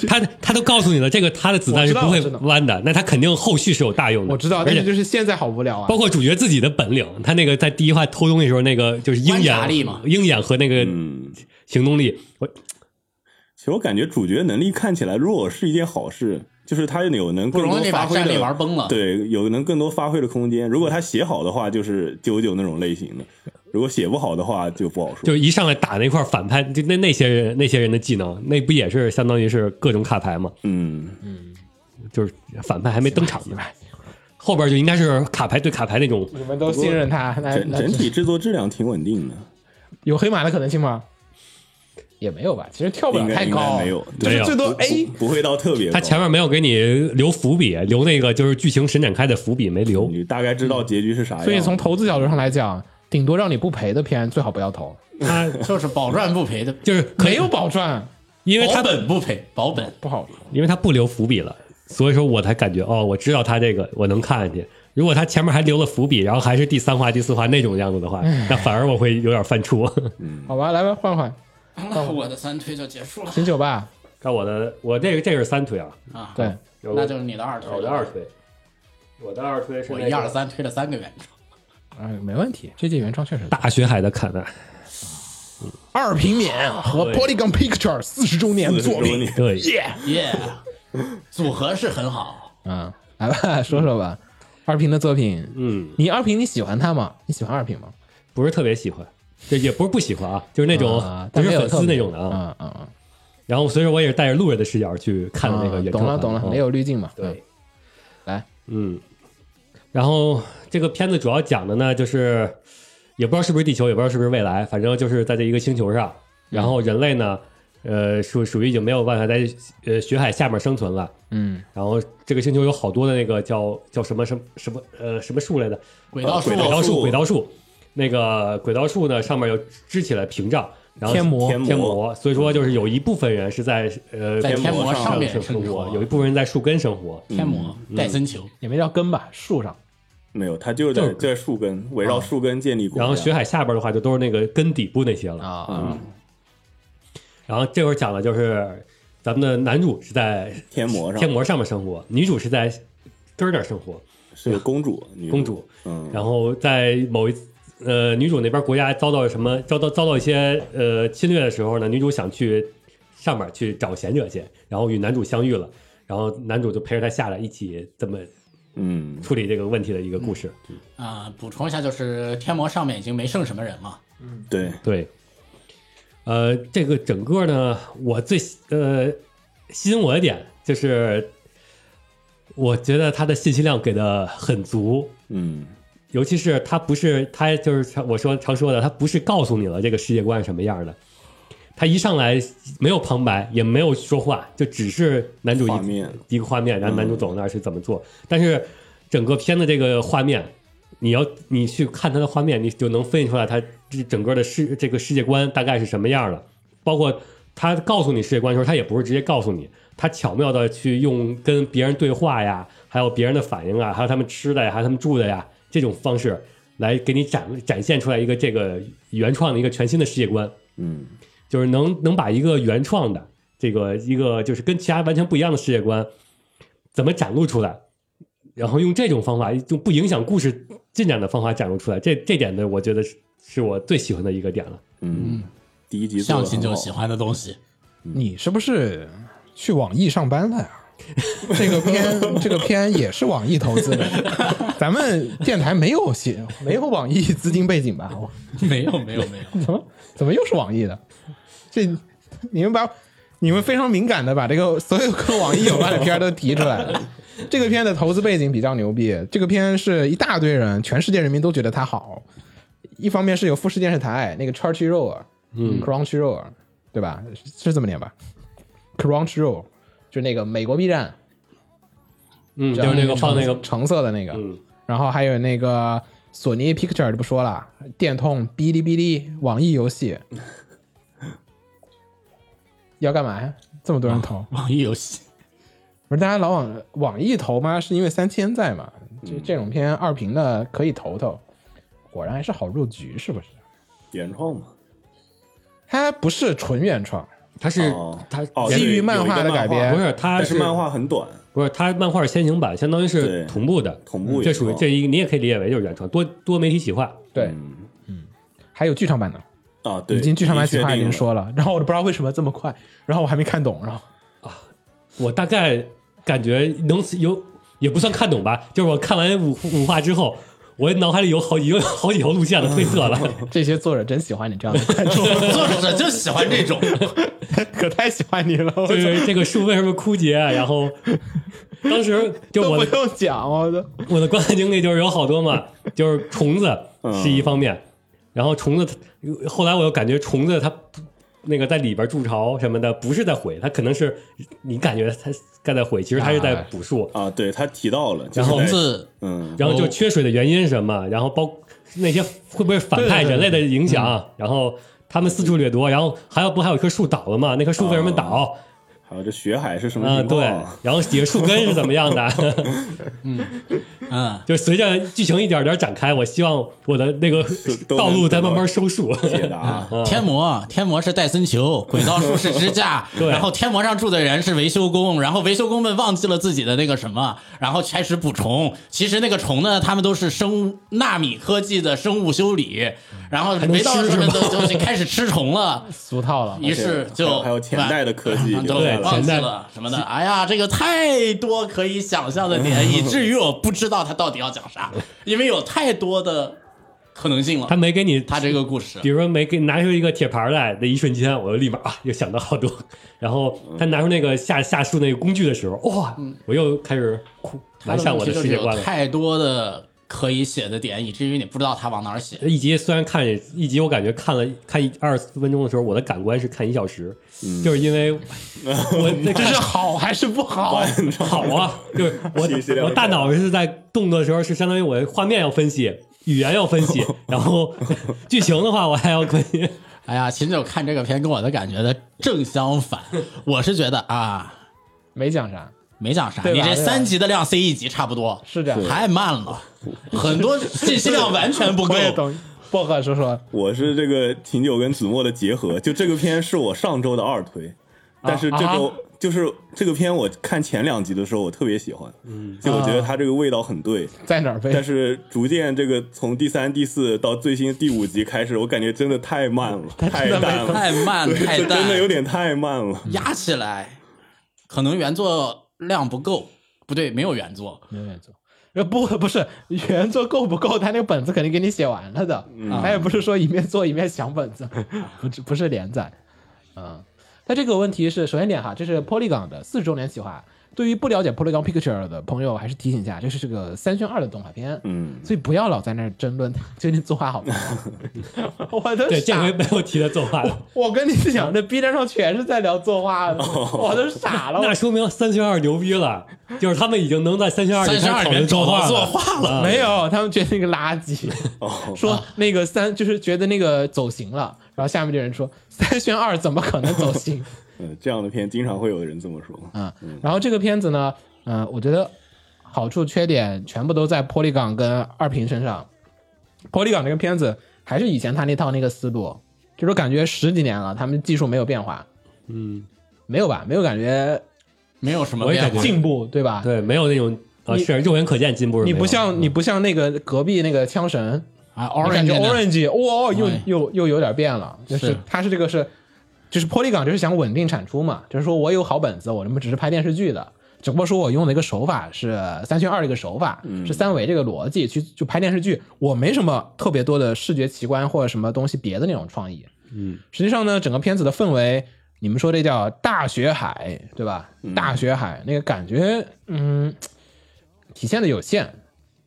[SPEAKER 4] 他他都告诉你了，这个他的子弹是不会
[SPEAKER 7] 我知道我知道
[SPEAKER 4] 弯的，那他肯定后续是有大用的。
[SPEAKER 7] 我知道，
[SPEAKER 4] 而
[SPEAKER 7] 但是
[SPEAKER 4] 且
[SPEAKER 7] 就是现在好无聊啊
[SPEAKER 4] 包。括主角自己的本领，他那个在第一话偷东西的时候，那个就是鹰
[SPEAKER 1] 观察力
[SPEAKER 4] 眼
[SPEAKER 1] 嘛
[SPEAKER 4] 鹰眼和那个
[SPEAKER 8] 嗯，
[SPEAKER 4] 行动力，我
[SPEAKER 8] 其实我感觉主角能力看起来弱是一件好事，就是他有能
[SPEAKER 1] 不
[SPEAKER 8] 更
[SPEAKER 1] 容
[SPEAKER 8] 多
[SPEAKER 1] 易
[SPEAKER 8] 发
[SPEAKER 1] 把
[SPEAKER 8] 挥的
[SPEAKER 1] 战力玩崩了。
[SPEAKER 8] 对，有能更多发挥的空间。如果他写好的话，就是九九那种类型的；如果写不好的话，就不好说。
[SPEAKER 4] 就一上来打那块反派，就那那些人那些人的技能，那不也是相当于是各种卡牌嘛？
[SPEAKER 8] 嗯，
[SPEAKER 4] 就是反派还没登场
[SPEAKER 7] 哦
[SPEAKER 4] 呢，后边就应该是卡牌对卡牌那种。
[SPEAKER 7] 你们都信任他，那
[SPEAKER 8] 整
[SPEAKER 7] 那
[SPEAKER 8] 整体制作质量挺稳定的，
[SPEAKER 7] 有黑马的可能性吗？也没有吧，其实跳不
[SPEAKER 8] 应
[SPEAKER 7] 了
[SPEAKER 8] 该
[SPEAKER 7] 太
[SPEAKER 8] 应
[SPEAKER 7] 高，
[SPEAKER 8] 该没有，
[SPEAKER 7] 就
[SPEAKER 8] 对啊
[SPEAKER 7] 是最多哎 A
[SPEAKER 8] 不不会到特别高。
[SPEAKER 4] 他前面没有给你留伏笔，留那个就是剧情神展开的伏笔没留。
[SPEAKER 8] 你大概知道结局是啥样。
[SPEAKER 7] 所以从投资角度上来讲，顶多让你不赔的片最好不要投，
[SPEAKER 4] 他
[SPEAKER 1] 就是保赚不赔的，
[SPEAKER 4] 就是
[SPEAKER 7] 没有保赚，
[SPEAKER 4] 因为
[SPEAKER 1] 保
[SPEAKER 4] 他
[SPEAKER 1] 本不赔，保本。
[SPEAKER 7] 不好说。
[SPEAKER 4] 因为他不留伏笔了，所以说我才感觉哦，我知道他这个我能看下去。如果他前面还留了伏笔，然后还是第三话、第四话那种样子的话，那反而我会有点犯怵。
[SPEAKER 8] 嗯
[SPEAKER 7] 好吧，来吧，换换
[SPEAKER 1] 那我的三推就结束了
[SPEAKER 7] 秦九吧，
[SPEAKER 4] 看我的，我这个这是三推啊，
[SPEAKER 1] 啊，
[SPEAKER 7] 对，
[SPEAKER 4] 有
[SPEAKER 1] 那就是你的二推，
[SPEAKER 4] 我的二，推，嗯我的二推是
[SPEAKER 1] 我
[SPEAKER 4] 那个
[SPEAKER 1] 一二三推了三个原创。
[SPEAKER 7] 哎，没问题，这届原创确实
[SPEAKER 4] 大学海的砍啊，
[SPEAKER 7] 二平免啊和
[SPEAKER 4] 对
[SPEAKER 7] Polygon Picture 四十周年
[SPEAKER 8] 40
[SPEAKER 7] 作
[SPEAKER 8] 周
[SPEAKER 7] 品，
[SPEAKER 8] 年
[SPEAKER 4] 对，
[SPEAKER 1] 耶、组合是很好，
[SPEAKER 7] 嗯，来吧，说说吧，二平的作品，
[SPEAKER 4] 嗯，
[SPEAKER 7] 你二平你喜欢他吗？你喜欢二平吗？
[SPEAKER 4] 不是特别喜欢，这也不是不喜欢啊，就是那种
[SPEAKER 7] 啊
[SPEAKER 4] 不
[SPEAKER 7] 但
[SPEAKER 4] 是
[SPEAKER 7] 没有
[SPEAKER 4] 粉
[SPEAKER 7] 特
[SPEAKER 4] 丝
[SPEAKER 7] 别
[SPEAKER 4] 那种的啊。
[SPEAKER 7] 嗯嗯嗯，
[SPEAKER 4] 然后所以说我也是带着路人的视角去看的那个
[SPEAKER 7] 啊
[SPEAKER 4] 原创
[SPEAKER 7] 懂
[SPEAKER 4] 版、
[SPEAKER 7] 了懂了，
[SPEAKER 4] 嗯
[SPEAKER 7] 没有滤镜嘛？嗯
[SPEAKER 4] 对，
[SPEAKER 7] 来，
[SPEAKER 4] 嗯，然后这个片子主要讲的呢，就是也不知道是不是地球，也不知道是不是未来，反正就是在这一个星球上，然后人类呢，呃，属属于已经没有办法在呃血海下面生存了。
[SPEAKER 7] 嗯，
[SPEAKER 4] 然后这个星球有好多的那个叫叫什么什么什么呃什么树来的，
[SPEAKER 1] 轨道
[SPEAKER 8] 轨道
[SPEAKER 4] 呃轨道
[SPEAKER 8] 树
[SPEAKER 4] 树，轨道树，那个轨道树呢上面有支起来屏障，然后
[SPEAKER 7] 天魔
[SPEAKER 8] 天魔
[SPEAKER 4] 天魔，所以说就是有一部分人是在呃
[SPEAKER 1] 在
[SPEAKER 8] 天魔
[SPEAKER 1] 上面
[SPEAKER 4] 生
[SPEAKER 1] 生活
[SPEAKER 4] 有一部分人在树根生活，
[SPEAKER 1] 天魔
[SPEAKER 4] 嗯
[SPEAKER 1] 戴森球，
[SPEAKER 7] 也没叫根吧，树上
[SPEAKER 8] 没有，它就是在
[SPEAKER 4] 就是
[SPEAKER 8] 就在树根围绕树根建立国家。
[SPEAKER 4] 然后血海下边的话就都是那个根底部那些了。
[SPEAKER 7] 啊，
[SPEAKER 4] 然后这会儿讲的就是咱们的男主是在
[SPEAKER 8] 天魔上
[SPEAKER 4] 天魔上面生活，女主是在根儿那儿生活，
[SPEAKER 8] 是个公主，啊女
[SPEAKER 4] 公主。
[SPEAKER 8] 嗯，
[SPEAKER 4] 然后在某一呃女主那边国家遭到什么遭到遭到一些呃侵略的时候呢，女主想去上面去找贤者去，然后与男主相遇了，然后男主就陪着她下来一起这么
[SPEAKER 8] 嗯，
[SPEAKER 4] 处理这个问题的一个故事。
[SPEAKER 1] 啊、补充一下，就是天魔上面已经没剩什么人了。
[SPEAKER 8] 对，
[SPEAKER 4] 对，呃，这个整个呢，我最呃吸引我的点就是，我觉得他的信息量给的很足，
[SPEAKER 8] 嗯
[SPEAKER 4] 尤其是他不是他就是常我说常说的，他不是告诉你了这个世界观是什么样的，他一上来没有旁白，也没有说话，就只是男主一
[SPEAKER 8] 画面
[SPEAKER 4] 一个画面，然后男主走到那儿去怎么做，但是整个片的这个画面。你要你去看他的画面，你就能分析出来他这整个的世这个世界观大概是什么样的。包括他告诉你世界观的时候，他也不是直接告诉你，他巧妙的去用跟别人对话呀，还有别人的反应啊，还有他们吃的呀，还有他们住的呀这种方式，来给你展展现出来一个这个原创的一个全新的世界观，
[SPEAKER 8] 嗯
[SPEAKER 4] 就是能能把一个原创的这个一个就是跟其他完全不一样的世界观，怎么展露出来。然后用这种方法，用不影响故事进展的方法展露出来，这这点呢，我觉得是是我最喜欢的一个点了。
[SPEAKER 8] 嗯，第一集做
[SPEAKER 1] 向
[SPEAKER 8] 得
[SPEAKER 1] 琴就
[SPEAKER 8] 很好
[SPEAKER 1] 喜欢的东西，
[SPEAKER 5] 你
[SPEAKER 7] 是不是去网易上班了 呀？这个片，这个片也是网易投资 的，咱们电台没有写，没有网易资金背景吧？我
[SPEAKER 1] 没有没有没有，
[SPEAKER 7] 怎么怎么又是网易的？这你们把你们非常敏感的把这个所有跟网易有关的片儿都提出来了。这个片的投资背景比较牛逼，这个片是一大堆人，全世界人民都觉得它好。一方面是有富士电视台那个 Crunchyroll，嗯，Crunchyroll，对吧？是这么念吧？Crunchyroll 就那个美国 B 站，
[SPEAKER 4] 嗯，就是那个放那个
[SPEAKER 7] 橙橙色的那个，
[SPEAKER 4] 嗯
[SPEAKER 7] 然后还有那个索尼 Picture 就不说了，电通、哔哩哔哩、网易游戏，要干嘛呀？这么多人投，
[SPEAKER 4] 啊
[SPEAKER 1] 网易游戏
[SPEAKER 7] 不是大家老往网易投吗？是因为三千在嘛？这
[SPEAKER 4] 嗯
[SPEAKER 7] 这种片二屏的可以投投，果然还是好入局，是不是？
[SPEAKER 8] 原创嘛，
[SPEAKER 7] 它不是纯原创，
[SPEAKER 4] 它是
[SPEAKER 8] 哦
[SPEAKER 4] 它
[SPEAKER 8] 哦
[SPEAKER 4] 连
[SPEAKER 7] 嗯基
[SPEAKER 8] 对
[SPEAKER 7] 于
[SPEAKER 8] 有一
[SPEAKER 7] 漫
[SPEAKER 8] 个
[SPEAKER 7] 画的
[SPEAKER 8] 漫
[SPEAKER 7] 改
[SPEAKER 8] 画
[SPEAKER 7] 编，
[SPEAKER 4] 不是它
[SPEAKER 8] 但
[SPEAKER 4] 是
[SPEAKER 8] 是漫画很短，
[SPEAKER 4] 不是它漫画是先行版，相当于是
[SPEAKER 8] 对
[SPEAKER 4] 同步的，
[SPEAKER 8] 同步
[SPEAKER 4] 嗯这
[SPEAKER 8] 原
[SPEAKER 4] 属于
[SPEAKER 8] 创
[SPEAKER 4] 这一你也可以理解为就是原创，多多媒体企划。
[SPEAKER 7] 对，
[SPEAKER 8] 嗯
[SPEAKER 7] 还有剧场版呢。
[SPEAKER 8] 啊，对，
[SPEAKER 7] 已经剧场版企
[SPEAKER 8] 确
[SPEAKER 7] 划已
[SPEAKER 8] 定
[SPEAKER 7] 经
[SPEAKER 8] 了
[SPEAKER 7] 说了，然后我都不知道为什么这么快，然后我还没看懂，然后
[SPEAKER 4] 我大概感觉能有也不算看懂吧，就是我看完五五话之后，我脑海里有好几有好几条路线的褪色了。
[SPEAKER 7] 这些作者真喜欢你这样的观众，
[SPEAKER 1] 作者就喜欢这
[SPEAKER 4] 哦
[SPEAKER 1] 种，
[SPEAKER 7] 可太喜欢你了，我
[SPEAKER 4] 就
[SPEAKER 7] 操
[SPEAKER 4] 是这个树为什么枯竭啊？然后当时就
[SPEAKER 7] 都
[SPEAKER 4] 我
[SPEAKER 7] 不
[SPEAKER 4] 的
[SPEAKER 7] 用嗯讲，我的
[SPEAKER 4] 我的观看经历就是有好多嘛，就是虫子是一方面，然后虫子它后来我又感觉虫子它不那个在里边筑巢什么的，不是在毁，它可能是你感觉它它在毁，其实它是在补树。
[SPEAKER 8] 啊，对他提到了，就
[SPEAKER 4] 然
[SPEAKER 8] 是
[SPEAKER 4] 后
[SPEAKER 8] 在
[SPEAKER 1] 虫子
[SPEAKER 8] 嗯，
[SPEAKER 4] 然后就缺水的原因是什么，然后包那些会不会反派人类的影响，啊然后他们四处掠夺，然后还有不还有一棵树倒了嘛？那棵树为什么倒？
[SPEAKER 8] 还有这血海是什么
[SPEAKER 4] 嗯，
[SPEAKER 8] 情
[SPEAKER 4] 对
[SPEAKER 8] 况？，
[SPEAKER 7] 哦
[SPEAKER 4] 然后几个树根是怎么样的？
[SPEAKER 1] 嗯，
[SPEAKER 4] 就随着剧情一点点展开，我希望我的那个
[SPEAKER 8] 都
[SPEAKER 4] 道路
[SPEAKER 8] 能
[SPEAKER 4] 在慢慢
[SPEAKER 8] 得到
[SPEAKER 4] 收束。啊
[SPEAKER 8] 解答，
[SPEAKER 4] 嗯
[SPEAKER 1] 天魔，天魔是戴森球，轨道术是支架，
[SPEAKER 4] 对
[SPEAKER 1] 然后天魔上住的人是维修工，然后维修工们忘记了自己的那个什么，然后开始捕虫。其实那个虫呢，他们都是生物纳米科技的生物修理，然后
[SPEAKER 4] 能
[SPEAKER 1] 维道
[SPEAKER 4] 吃
[SPEAKER 1] 士
[SPEAKER 4] 是
[SPEAKER 1] 们
[SPEAKER 4] 吗
[SPEAKER 1] 都就就开始吃 虫了，
[SPEAKER 7] 俗套了。
[SPEAKER 1] 于是
[SPEAKER 8] 还
[SPEAKER 1] 就
[SPEAKER 8] 有还有前代的科技
[SPEAKER 1] 啊
[SPEAKER 8] 留
[SPEAKER 1] 都
[SPEAKER 8] 下来
[SPEAKER 1] 忘记
[SPEAKER 4] 前代
[SPEAKER 1] 了什么的。哎呀，这个太多可以想象的点，以至于我不知道他到底要讲啥，因为有太多的。可能性了。
[SPEAKER 4] 他没给你，
[SPEAKER 1] 他这个故事
[SPEAKER 4] 比，如说没给拿出一个铁盘来的一瞬间，我就立马啊又想到好多。 然后他拿出那个下下树那个工具的时候，哇，我又开始哭，
[SPEAKER 1] 嗯他
[SPEAKER 4] 完
[SPEAKER 1] 的
[SPEAKER 4] 善
[SPEAKER 1] 问
[SPEAKER 4] 我
[SPEAKER 1] 题就
[SPEAKER 4] 世
[SPEAKER 1] 是
[SPEAKER 4] 界
[SPEAKER 1] 有
[SPEAKER 4] 观了。
[SPEAKER 1] 太多的可以写的点，以至于你不知道他往哪儿写。
[SPEAKER 4] 一集虽然看一集，我感觉看了看一二十四分钟的时候，我的感官是看一小时，
[SPEAKER 8] 嗯
[SPEAKER 4] 就是因 为我 那
[SPEAKER 7] 这是好还是不好？
[SPEAKER 4] 好啊，就是
[SPEAKER 8] 信息
[SPEAKER 4] 我
[SPEAKER 8] 量
[SPEAKER 4] 我大
[SPEAKER 8] 太大
[SPEAKER 4] 脑是在动作的时候，是相当于我画面要分 析，语言要分析，然后 剧情的话我还要 分析。
[SPEAKER 1] 哎呀，秦九看这个片跟我的感觉的正相 反，我是觉得啊，
[SPEAKER 7] 没讲啥，
[SPEAKER 1] 没讲啥，
[SPEAKER 7] 对
[SPEAKER 1] 你
[SPEAKER 7] 吧
[SPEAKER 1] 这
[SPEAKER 7] 对吧
[SPEAKER 1] 三集的量 C 一集差不多，
[SPEAKER 7] 是这样
[SPEAKER 1] 太慢了，很多信息量完全不够
[SPEAKER 7] 我。也懂。薄荷说说，
[SPEAKER 8] 我是这个秦九跟子墨的结合，就这个片是我上周的二推，但是这
[SPEAKER 7] 啊
[SPEAKER 8] 周、就是这个片我看前两集的时候我特别喜欢，嗯，就我觉
[SPEAKER 4] 啊
[SPEAKER 8] 得它这个味道很对，
[SPEAKER 7] 在哪儿
[SPEAKER 8] 但
[SPEAKER 7] 呗？
[SPEAKER 8] 是逐渐这个从第三、第四到最新第五集开始，我感觉真的太慢了，太淡了，
[SPEAKER 1] 太慢
[SPEAKER 8] 对
[SPEAKER 1] 太
[SPEAKER 8] 这真的有
[SPEAKER 1] 淡，
[SPEAKER 8] 点太慢 了。
[SPEAKER 1] 压起来，可能原作量不够，不对，没有原作，
[SPEAKER 7] 没有原作，呃不不是原作够不够？他那个本子肯定给你写完了的，他也不是说一面做一面想本子，不是不是连载，嗯。那这个问题是，首先点哈，这是 Polygon 的四十周年企划。对于不了解 Polygon Picture 的朋友，还是提醒一下，这是个三选二的动画片，
[SPEAKER 8] 嗯
[SPEAKER 7] 所以不要老在那儿争论究竟作画好不好。我都
[SPEAKER 4] 对，
[SPEAKER 7] 傻
[SPEAKER 4] 这回没有提到作画 了，
[SPEAKER 7] 我跟你讲，这 B 站上全是在聊作画的，我都傻了。
[SPEAKER 4] 那说明三星二牛逼了，就是他们已经能在三星二
[SPEAKER 1] 三十二
[SPEAKER 4] 讨
[SPEAKER 1] 里面
[SPEAKER 4] 论
[SPEAKER 1] 找
[SPEAKER 4] 作
[SPEAKER 1] 到
[SPEAKER 4] 画
[SPEAKER 1] 作
[SPEAKER 4] 了。嗯
[SPEAKER 1] 画了，
[SPEAKER 7] 没有，他们觉得那个垃圾，
[SPEAKER 8] 哦
[SPEAKER 4] 啊
[SPEAKER 7] 说那个三就是觉得那个走形了，然后下面的人说三选二怎么可能 走形？
[SPEAKER 8] 嗯，这样的片经常会有人这么说。
[SPEAKER 4] 啊
[SPEAKER 7] 嗯，然后这个片子呢，嗯、我觉得好处缺点全部都在 Polygon 跟二平身上。Polygon 这个片子还是以前他那套那个思路，就是感觉十几年了，他们技术没有变化，
[SPEAKER 4] 嗯，
[SPEAKER 7] 没有吧？没有感觉
[SPEAKER 1] 没有什么
[SPEAKER 4] 我也
[SPEAKER 1] 变
[SPEAKER 4] 感
[SPEAKER 1] 化
[SPEAKER 4] 觉。
[SPEAKER 7] 进步，对吧？
[SPEAKER 4] 对，没有那种啊，
[SPEAKER 7] 你
[SPEAKER 4] 是肉眼可见进步是没
[SPEAKER 7] 你
[SPEAKER 4] 有啊的。
[SPEAKER 7] 不像你不像那个隔壁那个枪神，
[SPEAKER 1] 啊
[SPEAKER 7] 我感
[SPEAKER 1] ，Orange
[SPEAKER 7] 觉
[SPEAKER 1] 呢
[SPEAKER 7] Orange 哇、哦，又
[SPEAKER 1] 哎
[SPEAKER 7] 又又有点变了，就是
[SPEAKER 1] 是
[SPEAKER 7] 它是这个是，就是 Polygon 就是想稳定产出嘛，就是说我有好本子，我这不只是拍电视剧的，只不过说我用了一个手法是三选二这个手法，
[SPEAKER 1] 嗯
[SPEAKER 7] 是三维这个逻辑去就拍电视剧，我没什么特别多的视觉奇观或者什么东西别的那种创意，嗯，实际上呢，整个片子的氛围。你们说这叫大学海，对吧？大学海那个感觉，嗯，体现的有限，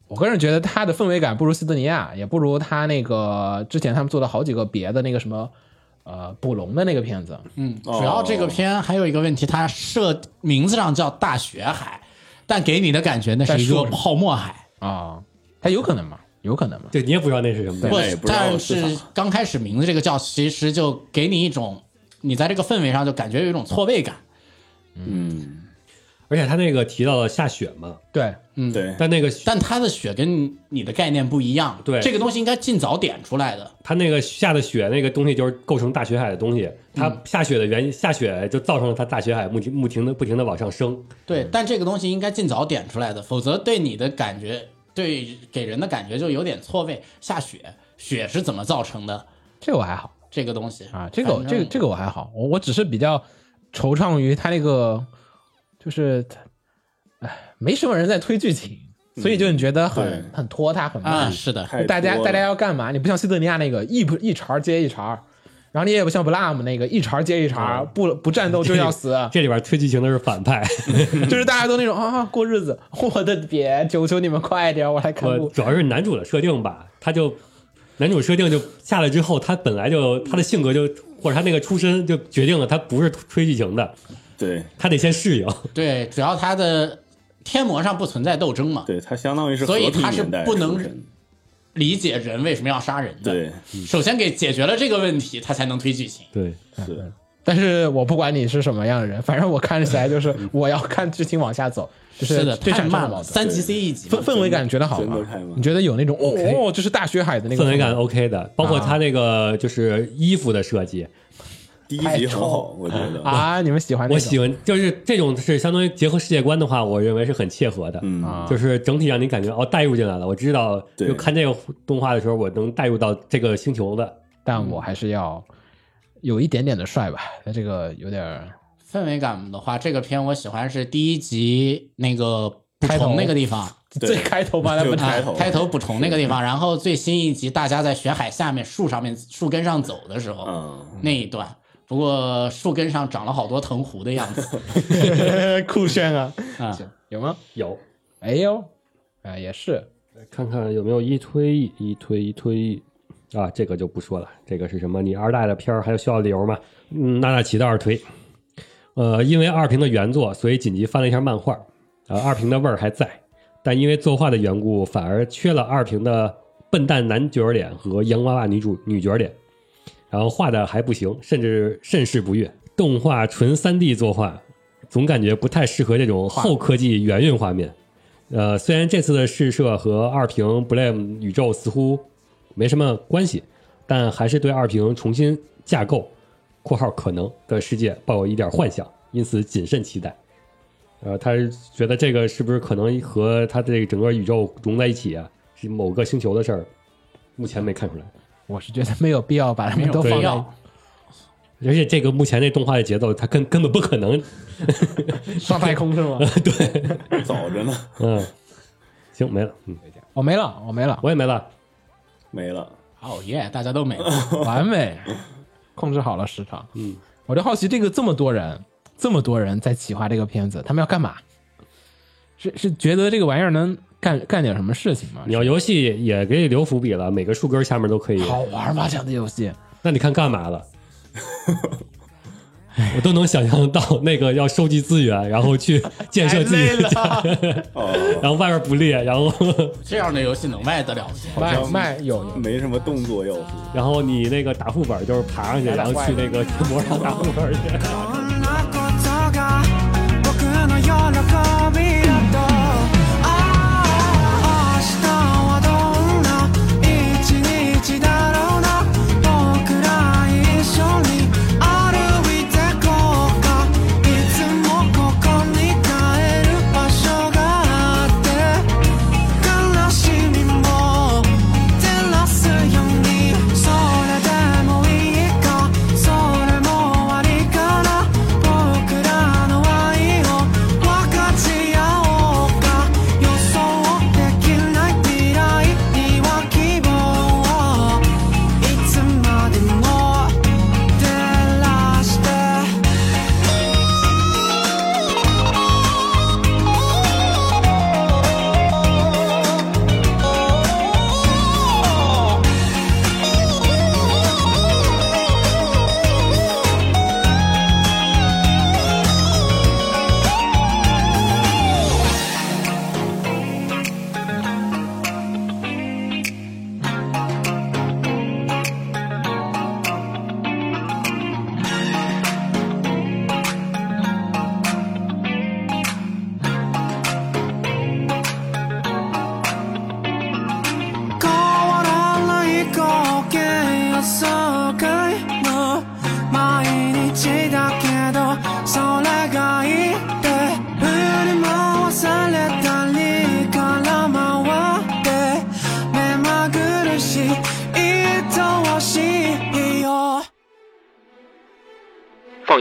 [SPEAKER 7] 我个人觉得它的氛围感不如西德尼亚，也不如他那个之前他们做的好几个别的那个什么，呃，捕龙的那个片子。
[SPEAKER 1] 嗯，
[SPEAKER 7] 哦
[SPEAKER 1] 主要这个片还有一个问题，它设名字上叫大雪海，但给你的感觉那是一
[SPEAKER 7] 在
[SPEAKER 1] 个
[SPEAKER 7] 树上
[SPEAKER 1] 泡沫海。
[SPEAKER 7] 啊，它有可能吗？有可能吗？
[SPEAKER 4] 对，你也不知道那是什么东西。
[SPEAKER 1] 不
[SPEAKER 7] 哎
[SPEAKER 8] 那也，不知道
[SPEAKER 1] 但
[SPEAKER 8] 是
[SPEAKER 1] 是刚开始名字这个叫，其实就给你一种你在这个氛围上就感觉有一种错位感。
[SPEAKER 8] 嗯，
[SPEAKER 4] 而且他那个提到了下雪嘛，
[SPEAKER 7] 对，
[SPEAKER 8] 对，
[SPEAKER 4] 但那个
[SPEAKER 1] 但它的雪跟你的概念不一样，
[SPEAKER 4] 对
[SPEAKER 1] 这个东西应该尽早点出来的。
[SPEAKER 4] 它那个下的雪那个东西就是构成大雪海的东西，它下雪的原因，下雪就造成了它大雪海不停不停的不停的往上升。
[SPEAKER 1] 对，但这个东西应该尽早点出来的，否则对你的感觉，对给人的感觉就有点错位。下雪，雪是怎么造成的？
[SPEAKER 7] 这个我还好
[SPEAKER 1] 这个东西
[SPEAKER 7] 啊，这个我
[SPEAKER 1] 反
[SPEAKER 7] 这
[SPEAKER 1] 正
[SPEAKER 7] 个这个我还好，我我只是比较惆怅于他那个，就是，哎，没什么人在推剧情，所以就你觉得很、
[SPEAKER 8] 嗯对
[SPEAKER 7] 很拖沓，很慢。
[SPEAKER 1] 啊，是的，
[SPEAKER 8] 太
[SPEAKER 7] 大家
[SPEAKER 8] 多
[SPEAKER 7] 大家
[SPEAKER 8] 了
[SPEAKER 7] 要干嘛？你不像西德尼亚那个一不一茬儿接一茬儿，然后你也不像 Blum 那个一茬儿接一茬
[SPEAKER 8] 嗯
[SPEAKER 7] 儿，不不战斗就要 死，
[SPEAKER 4] 这里边推剧情的是反派，
[SPEAKER 7] 就是大家都那种啊过日子。 我的别，求求你们快点儿，我来看
[SPEAKER 4] 我
[SPEAKER 7] 路。
[SPEAKER 4] 主要是男主的设定吧，他就男主设定就下来之后，他本来就他的性格就或者他那个出身就决定了他不是推剧情的，
[SPEAKER 8] 对
[SPEAKER 4] 他得先适应。
[SPEAKER 1] 对，主要它的天魔上不存在斗争嘛，
[SPEAKER 8] 对，它相当于是
[SPEAKER 1] 所以
[SPEAKER 8] 和平
[SPEAKER 1] 它是
[SPEAKER 8] 年代
[SPEAKER 1] 不能
[SPEAKER 8] 出身
[SPEAKER 1] 理解人为什么要杀人的。嗯
[SPEAKER 8] 对，
[SPEAKER 1] 首先给解决了这个问题，他才能推剧情。
[SPEAKER 4] 对，
[SPEAKER 8] 是的，
[SPEAKER 7] 但是我不管你是什么样的人，反正我看起来就是
[SPEAKER 8] 嗯
[SPEAKER 7] 我要看剧情往下走，就是
[SPEAKER 1] 的，
[SPEAKER 7] 这
[SPEAKER 1] 太
[SPEAKER 7] 场
[SPEAKER 1] 慢
[SPEAKER 7] 矛盾
[SPEAKER 1] 了，三级 C 一级嘛
[SPEAKER 7] 氛氛围感觉得好
[SPEAKER 8] 真
[SPEAKER 7] 吗
[SPEAKER 8] 的太慢？
[SPEAKER 7] 你觉得有那种哦，就是大学海的那个
[SPEAKER 4] 氛围感哦 OK 的，包括他那个就是衣服的设计，
[SPEAKER 8] 第一集很好，我觉得，
[SPEAKER 7] 啊？你们喜欢这种？
[SPEAKER 4] 我喜欢，就是这种是相当于结合世界观的话，我认为是很切合的。
[SPEAKER 8] 嗯
[SPEAKER 7] 啊
[SPEAKER 4] 就是整体让你感觉哦带入进来了。我知道，
[SPEAKER 8] 对
[SPEAKER 4] 就看这个动画的时候，我能带入到这个星球的。
[SPEAKER 7] 但我还是要有一点点的帅吧。那这个有点儿
[SPEAKER 1] 氛围感的话，这个片我喜欢是第一集那个补
[SPEAKER 7] 开头
[SPEAKER 1] 充那个地方，
[SPEAKER 8] 对
[SPEAKER 7] 最开头吧，那
[SPEAKER 8] 就
[SPEAKER 7] 不
[SPEAKER 8] 开头
[SPEAKER 1] 啊、开头补充那个地方，然后最新一集大家在雪海下面树上面树根上走的时候，
[SPEAKER 8] 嗯，
[SPEAKER 1] 那一段。不过树根上长了好多藤壶的样 子
[SPEAKER 7] 酷炫啊！
[SPEAKER 1] 啊！
[SPEAKER 7] 有吗？
[SPEAKER 4] 有，
[SPEAKER 7] 哎呦，啊，也是
[SPEAKER 4] 看看有没有一推一，一推一推一。啊，这个就不说了，这个是什么？你二代的片儿还有需要理由吗？嗯，娜娜奇的二推，呃，因为二平的原作，所以紧急翻了一下漫画，呃，二平的味儿还在，但因为作画的缘故，反而缺了二平的笨蛋男角儿脸和洋娃娃女主女角儿脸，然后画的还不行，甚至甚是不悦。动画纯三 D 作画，总感觉不太适合这种后科技圆润画面。呃，虽然这次的试射和二平 Blame 宇宙似乎没什么关系，但还是对二平重新架构（括号可能）的世界抱有一点幻想，因此谨慎期待。呃，他是觉得这个是不是可能和他这个整个宇宙融在一起啊？是某个星球的事儿，目前没看出来。
[SPEAKER 7] 我是觉得没有必要把他们
[SPEAKER 1] 没有
[SPEAKER 7] 都放
[SPEAKER 1] 必
[SPEAKER 7] 到
[SPEAKER 1] 要，
[SPEAKER 4] 而且这个目前这动画的节奏，它根根本不可能。
[SPEAKER 7] 上太空是吗？
[SPEAKER 8] 早着呢，
[SPEAKER 4] 嗯，行，没了，嗯，
[SPEAKER 7] 我哦没了，我没了，
[SPEAKER 4] 我也没了。
[SPEAKER 8] 没了。
[SPEAKER 1] 哦耶，大家都美 了。
[SPEAKER 7] 完美，控制好了时长。
[SPEAKER 4] 嗯，
[SPEAKER 7] 我就好奇这个这么多人，这么多人在企划这个片子，他们要干嘛？是是觉得这个玩意儿能干干点什么事情吗？
[SPEAKER 4] 你要游戏也给你留伏笔了，每个树根下面都可以。
[SPEAKER 7] 好玩吗？这样的游戏？
[SPEAKER 4] 那你看干嘛了？ 我都能想象到那个要收集资源，然后去建设自己的 家，
[SPEAKER 8] 哦，
[SPEAKER 4] 然后外边不列，然后
[SPEAKER 1] 这样的游戏能卖得了钱？
[SPEAKER 7] 卖
[SPEAKER 8] 像
[SPEAKER 7] 卖有有
[SPEAKER 8] 没什么动作要素。
[SPEAKER 4] 然后你那个打副本就是爬上去，然后去那个天幕上打副 本去。
[SPEAKER 6] どんなことが僕の喜びだとああ明日はどんな一日だろうな僕ら一緒に歩いてこうかいつもここに帰る場所があって悲しみも照らすようにそれでもいいかそれもありかな僕らの愛を分かち合おうか予想できない未来には希望をいつまでも照らして
[SPEAKER 8] uh,
[SPEAKER 1] 哦
[SPEAKER 6] 変わらない光景や世界も毎日だけどそれがいいって振り回されたりから回って目まぐるしい愛おしいよ
[SPEAKER 9] 放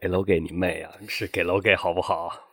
[SPEAKER 4] 给楼给你妹啊！是给楼给好不好？